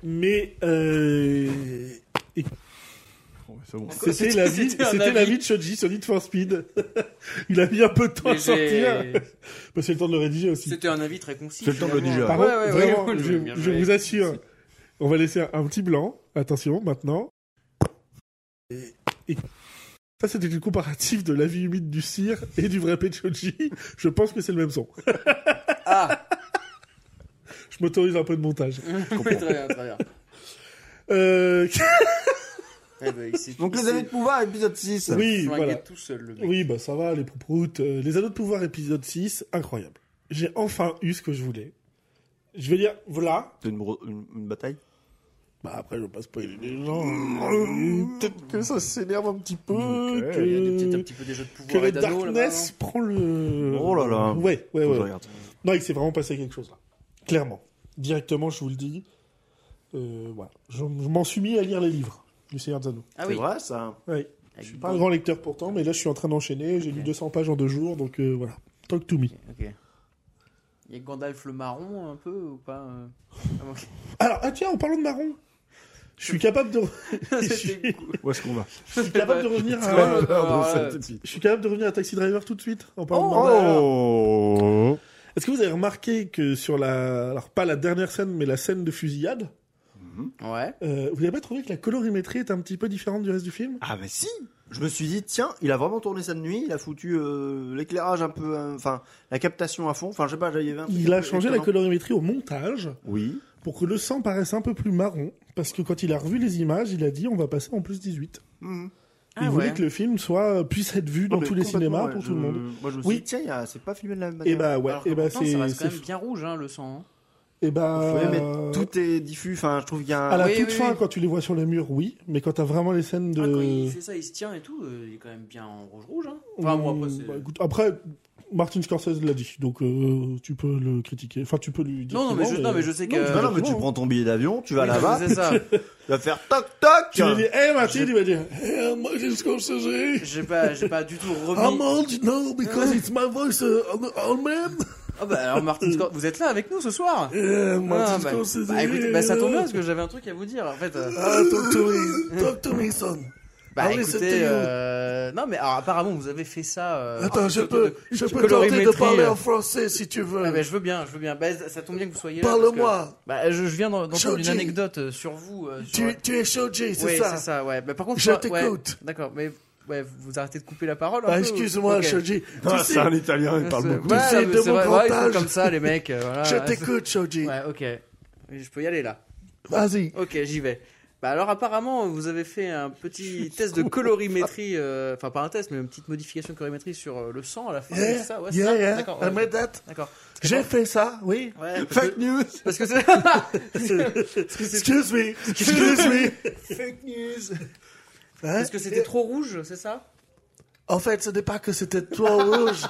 Speaker 2: Mais, euh, et-
Speaker 3: Oh,
Speaker 2: c'était
Speaker 1: (laughs)
Speaker 2: la vie,
Speaker 1: C'était un
Speaker 2: c'était la
Speaker 1: avis.
Speaker 2: vie de Shoji sur Need for Speed. (laughs) Il a mis un peu de temps
Speaker 1: Mais
Speaker 2: à sortir.
Speaker 1: j'ai-
Speaker 2: Parce que c'est le temps de le rédiger aussi.
Speaker 1: C'était un avis très concis.
Speaker 3: C'est le temps de le
Speaker 1: finalement.
Speaker 3: digérer.
Speaker 2: Par
Speaker 1: Ouais,
Speaker 2: contre,
Speaker 1: ouais, ouais,
Speaker 2: vraiment,
Speaker 1: ouais,
Speaker 2: je,
Speaker 1: bien
Speaker 2: je
Speaker 1: joué.
Speaker 2: vous assure, on va laisser un petit blanc. Attention, maintenant. Et- et- Ça, c'était le comparatif de la vie humide du cire et du vrai Pechoji. Je pense que c'est le même son.
Speaker 1: Ah,
Speaker 2: (laughs) Je m'autorise un peu de montage.
Speaker 1: oui, très bien, très bien.
Speaker 2: Euh,
Speaker 1: Eh ben, il s'est-
Speaker 3: Donc
Speaker 1: il
Speaker 3: les
Speaker 1: s'est
Speaker 3: anneaux de pouvoir, épisode 6.
Speaker 2: oui,
Speaker 1: flingué
Speaker 2: voilà.
Speaker 1: tout seul, le mec.
Speaker 2: Oui, bah ça va, les proprouttes. Euh, les anneaux de pouvoir, épisode 6, incroyable. J'ai enfin eu ce que je voulais. Je vais dire, voilà.
Speaker 3: C'est une, bro- une- une bataille
Speaker 2: Bah après, je vais pas spoiler les gens. Peut-être que ça s'énerve un petit peu.
Speaker 3: Ok.
Speaker 2: que-
Speaker 1: Il y a des- peut-être un petit peu des jeux de
Speaker 2: que
Speaker 1: pouvoir
Speaker 2: le
Speaker 1: et d'anneaux là-bas.
Speaker 2: Darkness prend le.
Speaker 3: Oh là là.
Speaker 2: Ouais, ouais,
Speaker 3: Faut que
Speaker 2: Eh ouais.
Speaker 3: je regarde.
Speaker 2: Non, il s'est vraiment passé quelque chose là. Clairement. Directement, je vous le dis. Euh, voilà. Je, je m'en suis mis à lire les livres du Seigneur des Anneaux.
Speaker 1: Ah
Speaker 3: C'est
Speaker 1: oui.
Speaker 3: vrai ça
Speaker 2: Ouais.
Speaker 1: Avec
Speaker 2: Je suis
Speaker 1: une
Speaker 2: pas un grand lecteur pourtant, mais là, je suis en train d'enchaîner. J'ai lu
Speaker 1: Ok.
Speaker 2: 200 pages en deux jours, donc euh, voilà. Talk to me.
Speaker 1: Ok. Il y a Gandalf le marron un peu ou pas
Speaker 2: (laughs)
Speaker 1: euh (laughs) Ah, ok.
Speaker 2: Alors, ah tiens, en parlant de marron, je suis capable
Speaker 1: (laughs)
Speaker 2: de, je suis
Speaker 1: C'était cool. Oh
Speaker 3: Où est-ce qu'on va
Speaker 2: je suis
Speaker 1: (laughs)
Speaker 2: capable de revenir
Speaker 1: Ouais,
Speaker 2: à.
Speaker 1: ouais. euh,
Speaker 3: Pardon, cette
Speaker 2: Je suis capable de revenir à Taxi Driver tout de suite en parlant de marron.
Speaker 1: Oh,
Speaker 3: Oh
Speaker 2: Est-ce que vous avez remarqué que sur la. Alors, pas la dernière scène, mais la scène de fusillade,
Speaker 1: Ouais.
Speaker 2: Euh, vous n'avez pas trouvé que la colorimétrie est un petit peu différente du reste du film
Speaker 3: Ah mais si Je me suis dit, tiens, il a vraiment tourné ça de nuit, il a foutu euh, l'éclairage un peu, euh, enfin, la captation à fond, enfin, je sais pas, il y avait un truc
Speaker 2: Il
Speaker 3: un
Speaker 2: a
Speaker 3: peu
Speaker 2: changé la
Speaker 3: étonnant.
Speaker 2: colorimétrie au montage
Speaker 3: Oui.
Speaker 2: pour que le sang paraisse un peu plus marron, parce que quand il a revu les images, il a dit on va passer en plus 18.
Speaker 3: Mhm.
Speaker 2: Il
Speaker 1: Ah
Speaker 2: voulait
Speaker 1: ouais. Ah,
Speaker 2: que le film soit euh, puisse être vu dans
Speaker 3: Non, mais
Speaker 2: tous les
Speaker 3: complètement,
Speaker 2: cinémas
Speaker 3: ouais,
Speaker 2: pour
Speaker 3: je-
Speaker 2: tout le monde.
Speaker 3: Moi je me suis
Speaker 2: Oui.
Speaker 3: dit, tiens, il y a- c'est pas filmé de la même
Speaker 2: Et
Speaker 3: manière.
Speaker 2: bah ouais,
Speaker 1: Alors que
Speaker 2: et bah
Speaker 1: pourtant, ça
Speaker 2: c'est
Speaker 1: reste quand
Speaker 2: c'est
Speaker 1: même bien rouge hein, le sang.
Speaker 2: et bah
Speaker 3: Ouais, mais
Speaker 2: euh,
Speaker 3: tout est diffus, enfin, je trouve qu'il y a un...
Speaker 2: à la
Speaker 1: Oui,
Speaker 2: toute
Speaker 1: oui,
Speaker 2: fin
Speaker 1: oui.
Speaker 2: quand tu les vois sur les murs, oui, mais quand t'as vraiment les scènes de
Speaker 1: Ah, quand il fait ça, il se tient et tout, euh, il est quand même bien en rouge rouge. Hein. Enfin bon après c'est.
Speaker 2: Bah, écoute, après, Martin Scorsese l'a dit, donc euh, tu peux le critiquer. Enfin, tu peux lui dire.
Speaker 1: non non mais,
Speaker 2: comment,
Speaker 1: je, non mais je sais que.
Speaker 2: Non,
Speaker 3: Non, non, mais tu
Speaker 2: Exactement.
Speaker 3: prends ton billet d'avion, tu vas
Speaker 1: Oui, (laughs)
Speaker 3: là-bas,
Speaker 1: C'est ça.
Speaker 3: tu vas faire toc toc
Speaker 2: Tu lui dis, hé Martin, il va dire, hé Martin Scorsese Ah,
Speaker 1: J'ai pas j'ai pas du tout remis.
Speaker 2: I'm old now because it's my voice uh, on the old man.
Speaker 1: Ah bah alors Martin Scor- vous êtes là avec nous ce soir.
Speaker 2: Yeah,
Speaker 1: Ah,
Speaker 2: Eh, Martin
Speaker 1: bah,
Speaker 2: Scorsese.
Speaker 1: bah, écoutez, bah, ça tombe bien parce que j'avais un truc à vous dire en fait. euh,
Speaker 2: Ah, talk to me, talk to me, son.
Speaker 1: Bah
Speaker 2: Ah oui,
Speaker 1: écoutez,
Speaker 2: c'était où
Speaker 1: euh, non mais alors, apparemment vous avez fait ça. euh,
Speaker 2: Attends, je
Speaker 1: de-
Speaker 2: peux,
Speaker 1: de-
Speaker 2: je peux tenter
Speaker 1: colorimétrie,
Speaker 2: de parler
Speaker 1: euh.
Speaker 2: en français si tu veux.
Speaker 1: Ah, bah, je veux bien, je veux bien. Bah, ça tombe bien que vous soyez là. parce que-
Speaker 2: Parle-moi.
Speaker 1: Bah, je, je viens d'en- d'entendre une
Speaker 2: Shoji.
Speaker 1: anecdote euh, sur vous. euh, sur-
Speaker 2: Tu, tu es Shoji, c'est
Speaker 1: ouais,
Speaker 2: ça.
Speaker 1: c'est ça, ouais. Bah, par contre,
Speaker 2: Je
Speaker 1: ouais,
Speaker 2: t'écoute.
Speaker 1: ouais, D'accord, mais ouais, vous arrêtez de couper la parole. un
Speaker 2: Ah,
Speaker 1: peu,
Speaker 2: excuse-moi,
Speaker 1: ok.
Speaker 2: Shoji.
Speaker 3: Ah,
Speaker 2: tu sais,
Speaker 3: c'est un italien, il
Speaker 1: Ouais,
Speaker 3: parle
Speaker 1: c'est-
Speaker 3: beaucoup.
Speaker 1: ouais,
Speaker 2: Tu sais,
Speaker 1: mais
Speaker 2: de
Speaker 1: c'est
Speaker 2: mon
Speaker 1: vrai,
Speaker 2: grand
Speaker 1: ouais, ils sont
Speaker 2: âge.
Speaker 1: comme ça, les mecs. euh, voilà,
Speaker 2: je
Speaker 1: ouais,
Speaker 2: t'écoute,
Speaker 1: c'est-
Speaker 2: Shoji.
Speaker 1: Ouais, ok. Je peux y aller là.
Speaker 2: Vas-y.
Speaker 1: Ok, j'y vais. Bah alors apparemment, vous avez fait un petit test de colorimétrie, euh, enfin pas un test, mais une petite modification de colorimétrie sur euh, le sang à la fin.
Speaker 2: Yeah,
Speaker 1: c'est ça, ouais, c'est
Speaker 2: yeah,
Speaker 1: ça
Speaker 2: yeah.
Speaker 1: D'accord.
Speaker 2: I
Speaker 1: ouais,
Speaker 2: made that.
Speaker 1: D'accord. Parce que-
Speaker 2: J'ai fait ça, oui.
Speaker 1: Ouais, parce que-
Speaker 3: Fake news
Speaker 1: parce
Speaker 2: (laughs)
Speaker 1: que c'est. parce que c'est-
Speaker 2: Excuse me, excuse
Speaker 1: (laughs)
Speaker 2: me.
Speaker 3: Fake news
Speaker 2: Hein
Speaker 1: parce que c'était trop rouge, c'est ça
Speaker 2: En fait, ce n'est pas que c'était trop
Speaker 1: (laughs)
Speaker 2: rouge.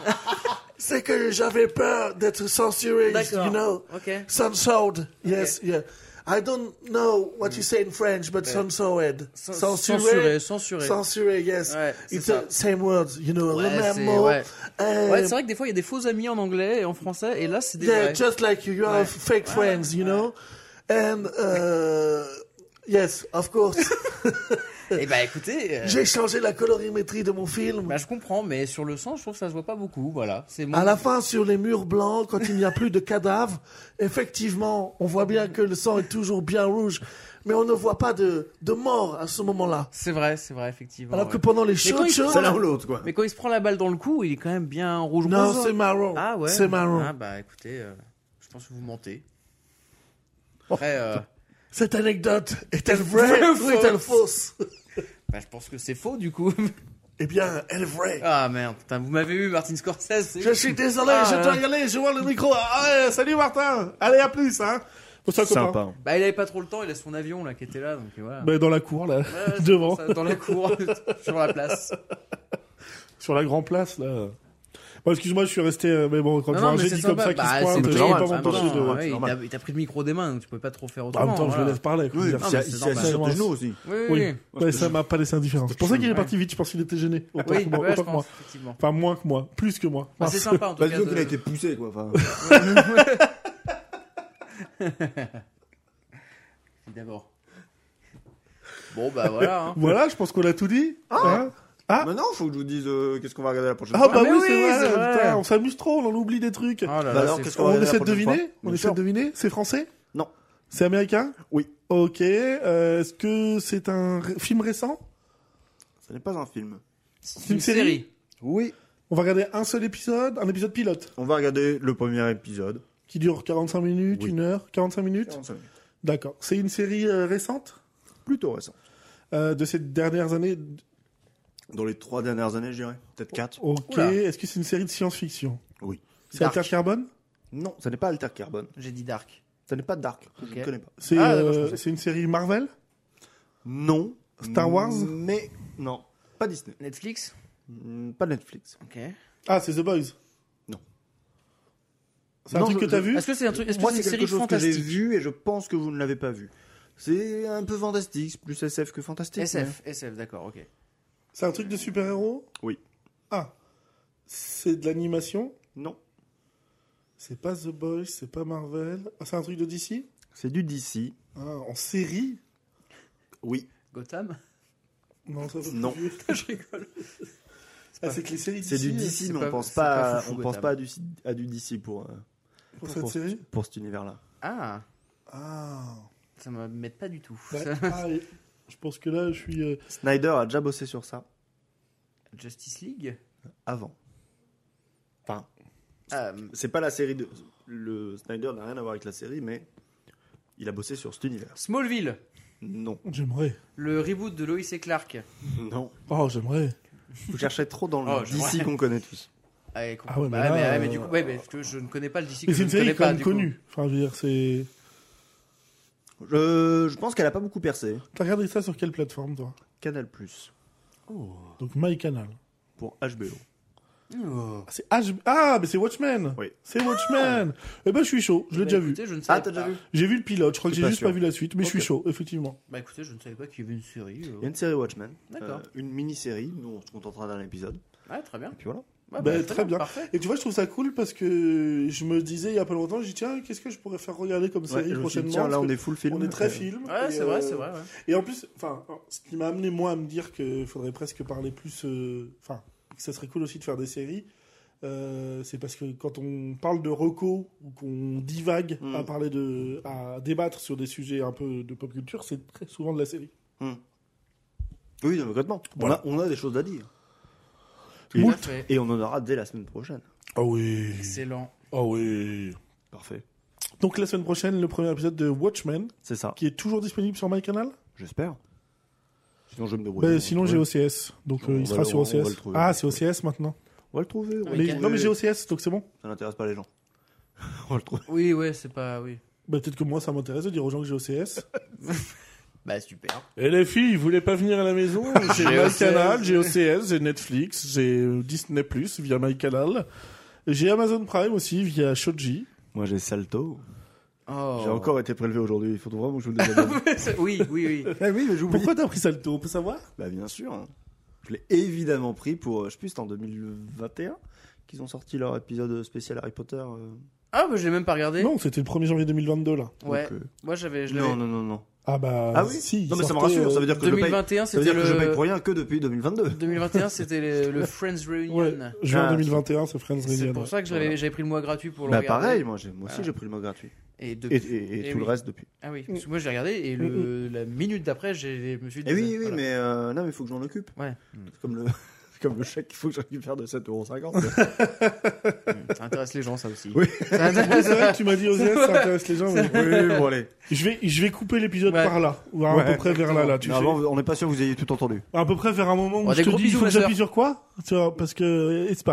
Speaker 2: C'est que j'avais peur d'être censuré,
Speaker 1: D'accord.
Speaker 2: you know.
Speaker 1: Ok.
Speaker 2: Censored. Yes, yeah. I don't know what you say in French, but censored.
Speaker 1: Censuré, censuré.
Speaker 2: Censuré, yes.
Speaker 1: Ouais, c'est
Speaker 2: It's
Speaker 1: ça.
Speaker 2: the same words, you know,
Speaker 1: Ouais,
Speaker 2: the
Speaker 1: c'est-
Speaker 2: même mot.
Speaker 1: ouais.
Speaker 2: Euh,
Speaker 1: Ouais, c'est vrai que des fois il y a des faux amis en anglais et en français, et là c'est des
Speaker 2: yeah,
Speaker 1: vrais.
Speaker 2: just like you, you
Speaker 1: Ouais.
Speaker 2: have fake friends, you know. And, uh, yes, of
Speaker 1: (laughs)
Speaker 2: course.
Speaker 1: Et bah écoutez, euh,
Speaker 2: J'ai changé la colorimétrie de mon film.
Speaker 1: bah, je comprends, mais sur le sang, je trouve que ça se voit pas beaucoup. Voilà, c'est mon-
Speaker 2: À la fin, sur les murs blancs, quand il n'y a plus de cadavres, effectivement, on voit bien que le sang est toujours bien rouge, mais on ne voit pas de, de mort à ce moment-là.
Speaker 1: C'est vrai, c'est vrai, effectivement.
Speaker 2: Alors que
Speaker 1: ouais.
Speaker 2: pendant les
Speaker 1: quand
Speaker 2: show
Speaker 1: il-
Speaker 2: shows,
Speaker 3: C'est l'un ou l'autre, quoi.
Speaker 1: Mais quand il se prend la balle dans le cou, il est quand même bien rouge
Speaker 2: non,
Speaker 1: rouge.
Speaker 2: c'est marrant.
Speaker 1: Ah ouais.
Speaker 2: C'est marrant. Oh.
Speaker 1: Ah bah écoutez, euh, je pense que vous mentez. Après, euh,
Speaker 2: Cette anecdote est-elle vraie
Speaker 1: Vraie ou
Speaker 2: ou est-elle fausse
Speaker 1: Bah, je pense que c'est faux du coup. (laughs)
Speaker 2: Eh bien, elle est vraie.
Speaker 1: ah merde, putain, vous m'avez eu, Martin Scorsese. c'est-
Speaker 2: Je suis désolé,
Speaker 1: Ah,
Speaker 2: je dois
Speaker 1: hein.
Speaker 2: y aller, je vois le micro. Ah, ouais, salut Martin, allez à plus, hein. Bon, ça, copain.
Speaker 3: Sympa.
Speaker 1: Bah, il avait pas trop le temps, il a son avion là qui était là, donc voilà.
Speaker 2: Bah, dans la cour, là,
Speaker 1: Ouais, c'est
Speaker 2: devant,
Speaker 1: pour ça, dans la cour, (laughs) sur la place.
Speaker 2: sur la grand place, là. Bon, excuse-moi, je suis resté, euh, mais bon, quand tu
Speaker 1: Non, non,
Speaker 2: vois un
Speaker 1: mais
Speaker 2: génie
Speaker 1: c'est
Speaker 2: comme ça
Speaker 1: sympa.
Speaker 2: qui
Speaker 1: Bah,
Speaker 2: se
Speaker 1: c'est
Speaker 2: pointe, je
Speaker 1: le
Speaker 2: peux
Speaker 1: genre,
Speaker 2: pas
Speaker 1: c'est
Speaker 2: m'empêcher
Speaker 1: normal.
Speaker 2: de. ouais,
Speaker 1: Ouais,
Speaker 2: c'est
Speaker 1: il
Speaker 2: normal.
Speaker 1: t'a- il t'a pris le micro des mains, donc tu peux pas trop faire
Speaker 2: En
Speaker 1: autrement.
Speaker 2: même temps, je le
Speaker 1: voilà.
Speaker 2: laisse parler. quoi.
Speaker 3: Oui,
Speaker 2: Il a-
Speaker 1: mais
Speaker 3: si-
Speaker 1: c'est
Speaker 3: si-
Speaker 1: normal.
Speaker 3: si- sur tes genoux aussi.
Speaker 1: Oui,
Speaker 2: Oui,
Speaker 1: oui.
Speaker 2: Ouais, ça m'a pas laissé indifférent. C'est pour ça qu'il est
Speaker 1: Ouais.
Speaker 2: parti vite, je pense qu'il était gêné. Autant,
Speaker 1: Oui,
Speaker 2: que, moi,
Speaker 1: ouais, je
Speaker 2: autant que moi.
Speaker 1: pense, effectivement.
Speaker 2: Enfin, moins que moi, plus que moi.
Speaker 1: Bah, c'est sympa en tout
Speaker 3: Bah,
Speaker 1: cas.
Speaker 3: disons qu'il
Speaker 1: de-
Speaker 3: a été poussé, quoi. Enfin,
Speaker 1: D'abord. Bon, bah voilà. Hein.
Speaker 2: Voilà, je pense qu'on a tout dit.
Speaker 3: Ah.
Speaker 2: Hein Ah.
Speaker 3: Maintenant, faut que je vous dise euh, qu'est-ce qu'on va regarder la prochaine
Speaker 2: Ah
Speaker 3: fois.
Speaker 2: bah
Speaker 1: mais
Speaker 2: oui,
Speaker 1: oui,
Speaker 2: c'est vrai,
Speaker 1: c'est vrai.
Speaker 2: putain, on s'amuse trop, on en oublie des trucs.
Speaker 1: Oh là
Speaker 3: Bah
Speaker 1: là,
Speaker 3: alors,
Speaker 1: c'est
Speaker 3: qu'est-ce
Speaker 1: fou.
Speaker 3: qu'on va
Speaker 2: on
Speaker 3: regarder la
Speaker 2: essaie de
Speaker 3: prochaine
Speaker 2: deviner
Speaker 3: fois
Speaker 2: On
Speaker 3: Bien
Speaker 2: essaie de
Speaker 3: sûr.
Speaker 2: deviner C'est français
Speaker 3: Non.
Speaker 2: C'est américain
Speaker 3: Oui.
Speaker 2: Ok, euh, est-ce que c'est un ré- film récent
Speaker 3: Ce n'est pas un film.
Speaker 1: C'est une série.
Speaker 3: Oui.
Speaker 2: On va regarder un seul épisode, un épisode pilote,
Speaker 3: On va regarder le premier épisode.
Speaker 2: qui dure 45 minutes,
Speaker 3: Oui.
Speaker 2: 1 heure, 45 minutes
Speaker 3: 45 minutes.
Speaker 2: D'accord. C'est une série euh, récente
Speaker 3: Plutôt récent.
Speaker 2: euh, de ces dernières années
Speaker 3: Dans les trois dernières années, je dirais. Peut-être quatre.
Speaker 2: Ok,
Speaker 1: Oula.
Speaker 2: est-ce que c'est une série de science-fiction
Speaker 3: Oui.
Speaker 2: C'est Alter Carbone
Speaker 3: Non, ce n'est pas Alter Carbone.
Speaker 1: J'ai dit Dark.
Speaker 3: Ce n'est pas Dark.
Speaker 1: Ok.
Speaker 3: Je ne connais pas.
Speaker 2: C'est
Speaker 3: Ah,
Speaker 2: euh,
Speaker 3: d'accord, je pensais.
Speaker 2: c'est une série Marvel
Speaker 3: Non.
Speaker 2: Star Wars
Speaker 3: Mais non. Pas Disney.
Speaker 1: Netflix
Speaker 3: Mm, Pas Netflix.
Speaker 1: Ok.
Speaker 2: Ah, c'est The Boys
Speaker 3: Non.
Speaker 2: C'est un
Speaker 3: Non,
Speaker 2: truc
Speaker 3: je-
Speaker 2: que t'as
Speaker 3: je-
Speaker 2: vu
Speaker 1: Est-ce que c'est un truc Est-ce que
Speaker 3: Moi,
Speaker 1: c'est une
Speaker 3: c'est
Speaker 1: série
Speaker 3: quelque chose que j'ai
Speaker 1: fantastique
Speaker 3: vu et je pense que vous ne l'avez pas vu. C'est un peu fantastique, c'est plus SF que fantastique. mais-
Speaker 1: SF, SF, d'accord, ok.
Speaker 2: C'est un truc de super-héros
Speaker 3: Oui.
Speaker 2: Ah. C'est de l'animation
Speaker 3: Non.
Speaker 2: C'est pas The Boys, c'est pas Marvel. Ah, c'est un truc de DC
Speaker 3: C'est du DC.
Speaker 2: ah, En série
Speaker 3: Oui.
Speaker 1: Gotham (laughs)
Speaker 2: Non, ça c'est
Speaker 3: Non.
Speaker 2: plus.
Speaker 1: Je rigole.
Speaker 2: Ah, c'est que les séries
Speaker 3: C'est du
Speaker 2: DC,
Speaker 3: DC,
Speaker 1: c'est
Speaker 3: mais
Speaker 1: pas-
Speaker 3: on pense
Speaker 1: c'est
Speaker 3: pas,
Speaker 1: pas
Speaker 3: à-
Speaker 1: foufou,
Speaker 3: on pense
Speaker 1: Gotham.
Speaker 3: pas à du, à du DC pour, euh,
Speaker 2: pour cette série
Speaker 3: pour cet univers-là.
Speaker 1: Ah,
Speaker 2: Ah.
Speaker 1: ça me m'aide pas du tout.
Speaker 2: Ouais.
Speaker 1: Ça-
Speaker 2: Ah, et- je pense que là, je suis. euh,
Speaker 3: Snyder a déjà bossé sur ça
Speaker 1: Justice League
Speaker 3: avant. Enfin,
Speaker 1: Ah,
Speaker 3: c'est pas la série de. Le Snyder n'a rien à voir avec la série, mais il a bossé sur cet univers.
Speaker 1: Smallville,
Speaker 3: Non.
Speaker 2: J'aimerais.
Speaker 1: le reboot de Lois et Clark.
Speaker 3: Non.
Speaker 2: Oh, j'aimerais.
Speaker 3: Vous cherchez trop dans le
Speaker 1: Oh, je
Speaker 3: DC
Speaker 1: vois.
Speaker 3: qu'on connaît tous.
Speaker 1: Ah, et-
Speaker 2: Ah ouais, mais
Speaker 1: bah,
Speaker 2: là,
Speaker 1: mais,
Speaker 2: euh,
Speaker 1: mais du coup, ouais, mais parce que je ne connais pas le DC. que
Speaker 2: Mais
Speaker 1: je
Speaker 2: c'est une
Speaker 1: ne
Speaker 2: série
Speaker 1: connais
Speaker 2: quand
Speaker 1: pas,
Speaker 2: même
Speaker 1: du coup.
Speaker 2: connue. Enfin, je veux dire, c'est.
Speaker 3: Je, je pense qu'elle a pas beaucoup percé.
Speaker 2: T'as regardé ça sur quelle plateforme, toi
Speaker 3: Canal Plus
Speaker 2: Donc MyCanal.
Speaker 3: pour HBO.
Speaker 1: Oh.
Speaker 2: Ah, c'est H... ah, mais c'est Watchmen
Speaker 3: Oui.
Speaker 2: C'est Watchmen Eh ben, je suis chaud, je l'ai
Speaker 1: Bah,
Speaker 2: déjà vu.
Speaker 1: écoutez, Je ne savais
Speaker 3: Ah, t'as déjà
Speaker 1: pas.
Speaker 3: vu
Speaker 2: J'ai vu le pilote, je crois que
Speaker 3: Je
Speaker 2: j'ai
Speaker 3: suis pas
Speaker 2: juste
Speaker 3: sûr.
Speaker 2: pas vu la suite, mais je suis
Speaker 3: Ok.
Speaker 2: chaud, effectivement.
Speaker 1: Bah écoutez, je ne savais pas qu'il y avait une série. euh.
Speaker 3: Il y a une série Watchmen.
Speaker 1: D'accord.
Speaker 3: euh, une mini-série. Nous, on se contentera d'un épisode.
Speaker 1: Ah, très bien.
Speaker 3: Et puis voilà.
Speaker 1: Ouais,
Speaker 2: Bah, très bien.
Speaker 1: Parfait.
Speaker 2: Et tu vois, je trouve ça cool parce que je me disais il y a pas longtemps, je dis tiens, qu'est-ce que je pourrais faire regarder comme
Speaker 3: Ouais,
Speaker 2: série
Speaker 3: je me suis dit,
Speaker 2: prochainement
Speaker 3: tiens, là,
Speaker 2: parce
Speaker 3: on
Speaker 2: que
Speaker 3: est full film.
Speaker 2: on est très
Speaker 3: Euh,
Speaker 2: film.
Speaker 1: Ouais,
Speaker 2: et,
Speaker 1: c'est vrai,
Speaker 2: euh,
Speaker 1: c'est vrai. ouais.
Speaker 2: Et en plus, enfin, ce qui m'a amené moi à me dire qu'il faudrait presque parler plus, euh, enfin, que ça serait cool aussi de faire des séries, euh, c'est parce que quand on parle de reco ou qu'on divague
Speaker 3: Mm.
Speaker 1: Hmm.
Speaker 2: à parler de, à débattre sur des sujets un peu de pop culture, c'est très souvent de la série.
Speaker 3: Oui, non, mais complètement.
Speaker 2: Voilà.
Speaker 3: On, a, on a des choses à dire.
Speaker 1: Tout à
Speaker 2: Moult.
Speaker 1: fait.
Speaker 3: Et on en aura dès la semaine prochaine.
Speaker 2: Ah oui.
Speaker 1: Excellent.
Speaker 2: Ah oui.
Speaker 3: Parfait.
Speaker 2: Donc la semaine prochaine, le premier épisode de Watchmen,
Speaker 3: C'est ça.
Speaker 2: qui est toujours disponible sur MyCanal.
Speaker 3: J'espère. Bah, Sinon, je vais me débrouiller.
Speaker 2: Ben,
Speaker 3: On
Speaker 2: sinon
Speaker 3: va
Speaker 2: j'ai
Speaker 3: le trouver.
Speaker 2: OCS, donc
Speaker 3: On
Speaker 2: euh,
Speaker 3: va
Speaker 2: il sera
Speaker 3: le-
Speaker 2: sur
Speaker 3: on va le
Speaker 2: OCS.
Speaker 3: trouver.
Speaker 2: Ah, c'est OCS maintenant.
Speaker 3: On va le trouver. on va
Speaker 1: Mais-
Speaker 3: le
Speaker 2: Non mais j'ai
Speaker 3: trouver.
Speaker 2: OCS, donc c'est bon.
Speaker 3: Ça n'intéresse pas les gens. (laughs) on va le trouver.
Speaker 1: Oui, ouais, c'est pas. Oui.
Speaker 2: Bah, peut-être que moi ça m'intéresse de dire aux gens que j'ai (laughs) OCS.
Speaker 1: Bah super.
Speaker 2: Et Eh, les filles, vous voulez pas venir à la (laughs) maison J'ai
Speaker 1: J'ai
Speaker 2: MyCanal, j'ai OCS, j'ai Netflix, j'ai euh, Disney Plus via MyCanal. J'ai Amazon Prime aussi via Shoji.
Speaker 3: Moi, j'ai Salto.
Speaker 1: Oh. (laughs)
Speaker 3: J'ai encore été prélevé aujourd'hui. Il faut vraiment que je vous le (laughs) désabonne.
Speaker 1: oui, oui, oui.
Speaker 3: ah oui, mais j'oublie.
Speaker 2: Pourquoi t'as pris Salto On peut savoir
Speaker 3: Bah, bien sûr. hein. Je l'ai évidemment pris pour, euh, je sais plus, c'était en 2021 qu'ils ont sorti leur épisode spécial Harry Potter. euh,
Speaker 1: Ah, bah, je l'ai même pas regardé.
Speaker 2: Non, c'était le 1er janvier 2022 là.
Speaker 1: ouais.
Speaker 3: donc, euh,
Speaker 1: Moi, j'avais. je l'avais-
Speaker 3: Non, non, non, non.
Speaker 2: Ah bah
Speaker 3: Ah oui
Speaker 2: si.
Speaker 3: Non,
Speaker 2: il
Speaker 3: mais ça me
Speaker 2: sortait,
Speaker 3: rassure.
Speaker 2: euh,
Speaker 3: Ça veut dire que je paye.
Speaker 1: 2021,
Speaker 3: Ça veut dire
Speaker 1: c'était
Speaker 3: que je paye
Speaker 1: le.
Speaker 3: pour rien que depuis 2022.
Speaker 1: 2021, c'était le, le Friends
Speaker 2: Ouais,
Speaker 1: Reunion.
Speaker 2: juin
Speaker 3: Ah,
Speaker 2: 2021, c'est Friends
Speaker 1: C'est
Speaker 2: Reunion.
Speaker 1: pour ça que je
Speaker 3: Voilà.
Speaker 1: l'avais- j'avais pris le mois gratuit pour le
Speaker 3: Bah
Speaker 1: regarder.
Speaker 3: pareil, moi, j'ai- moi aussi
Speaker 1: Voilà.
Speaker 3: j'ai pris le mois gratuit.
Speaker 1: Et
Speaker 3: Et,
Speaker 1: depuis.
Speaker 3: et- et
Speaker 1: Eh
Speaker 3: tout le
Speaker 1: oui.
Speaker 3: reste depuis.
Speaker 1: Ah oui,
Speaker 3: Mm.
Speaker 1: parce que moi j'ai regardé et le, la minute d'après, j'ai- je me suis dit.
Speaker 3: Et Mm, Eh oui, oui,
Speaker 1: voilà.
Speaker 3: mais euh, non, mais il faut que j'en occupe.
Speaker 1: Ouais.
Speaker 3: C'est Comme le, (laughs) comme le chèque qu'il faut que je récupère de (laughs) 7,50€.
Speaker 1: Ça intéresse les gens, ça aussi.
Speaker 3: Oui.
Speaker 1: Ça
Speaker 2: (laughs) C'est
Speaker 1: intéresse-
Speaker 2: vrai que tu m'as dit aux yeux, ça intéresse les
Speaker 3: (laughs)
Speaker 2: gens. mais-
Speaker 3: oui, bon, allez.
Speaker 2: Je vais, je vais couper l'épisode
Speaker 1: Ouais.
Speaker 2: par là, ou à,
Speaker 3: Ouais,
Speaker 2: peu près vers là, là. Tu
Speaker 3: Non,
Speaker 2: sais.
Speaker 3: avant, on n'est pas sûr que vous ayez tout entendu.
Speaker 2: À peu près vers un moment où
Speaker 1: Bon,
Speaker 2: je
Speaker 1: des
Speaker 2: te
Speaker 1: gros
Speaker 2: dis, il
Speaker 1: bisous,
Speaker 2: faut
Speaker 1: ma
Speaker 2: que j'appuie sur quoi, tu vois, parce que espace.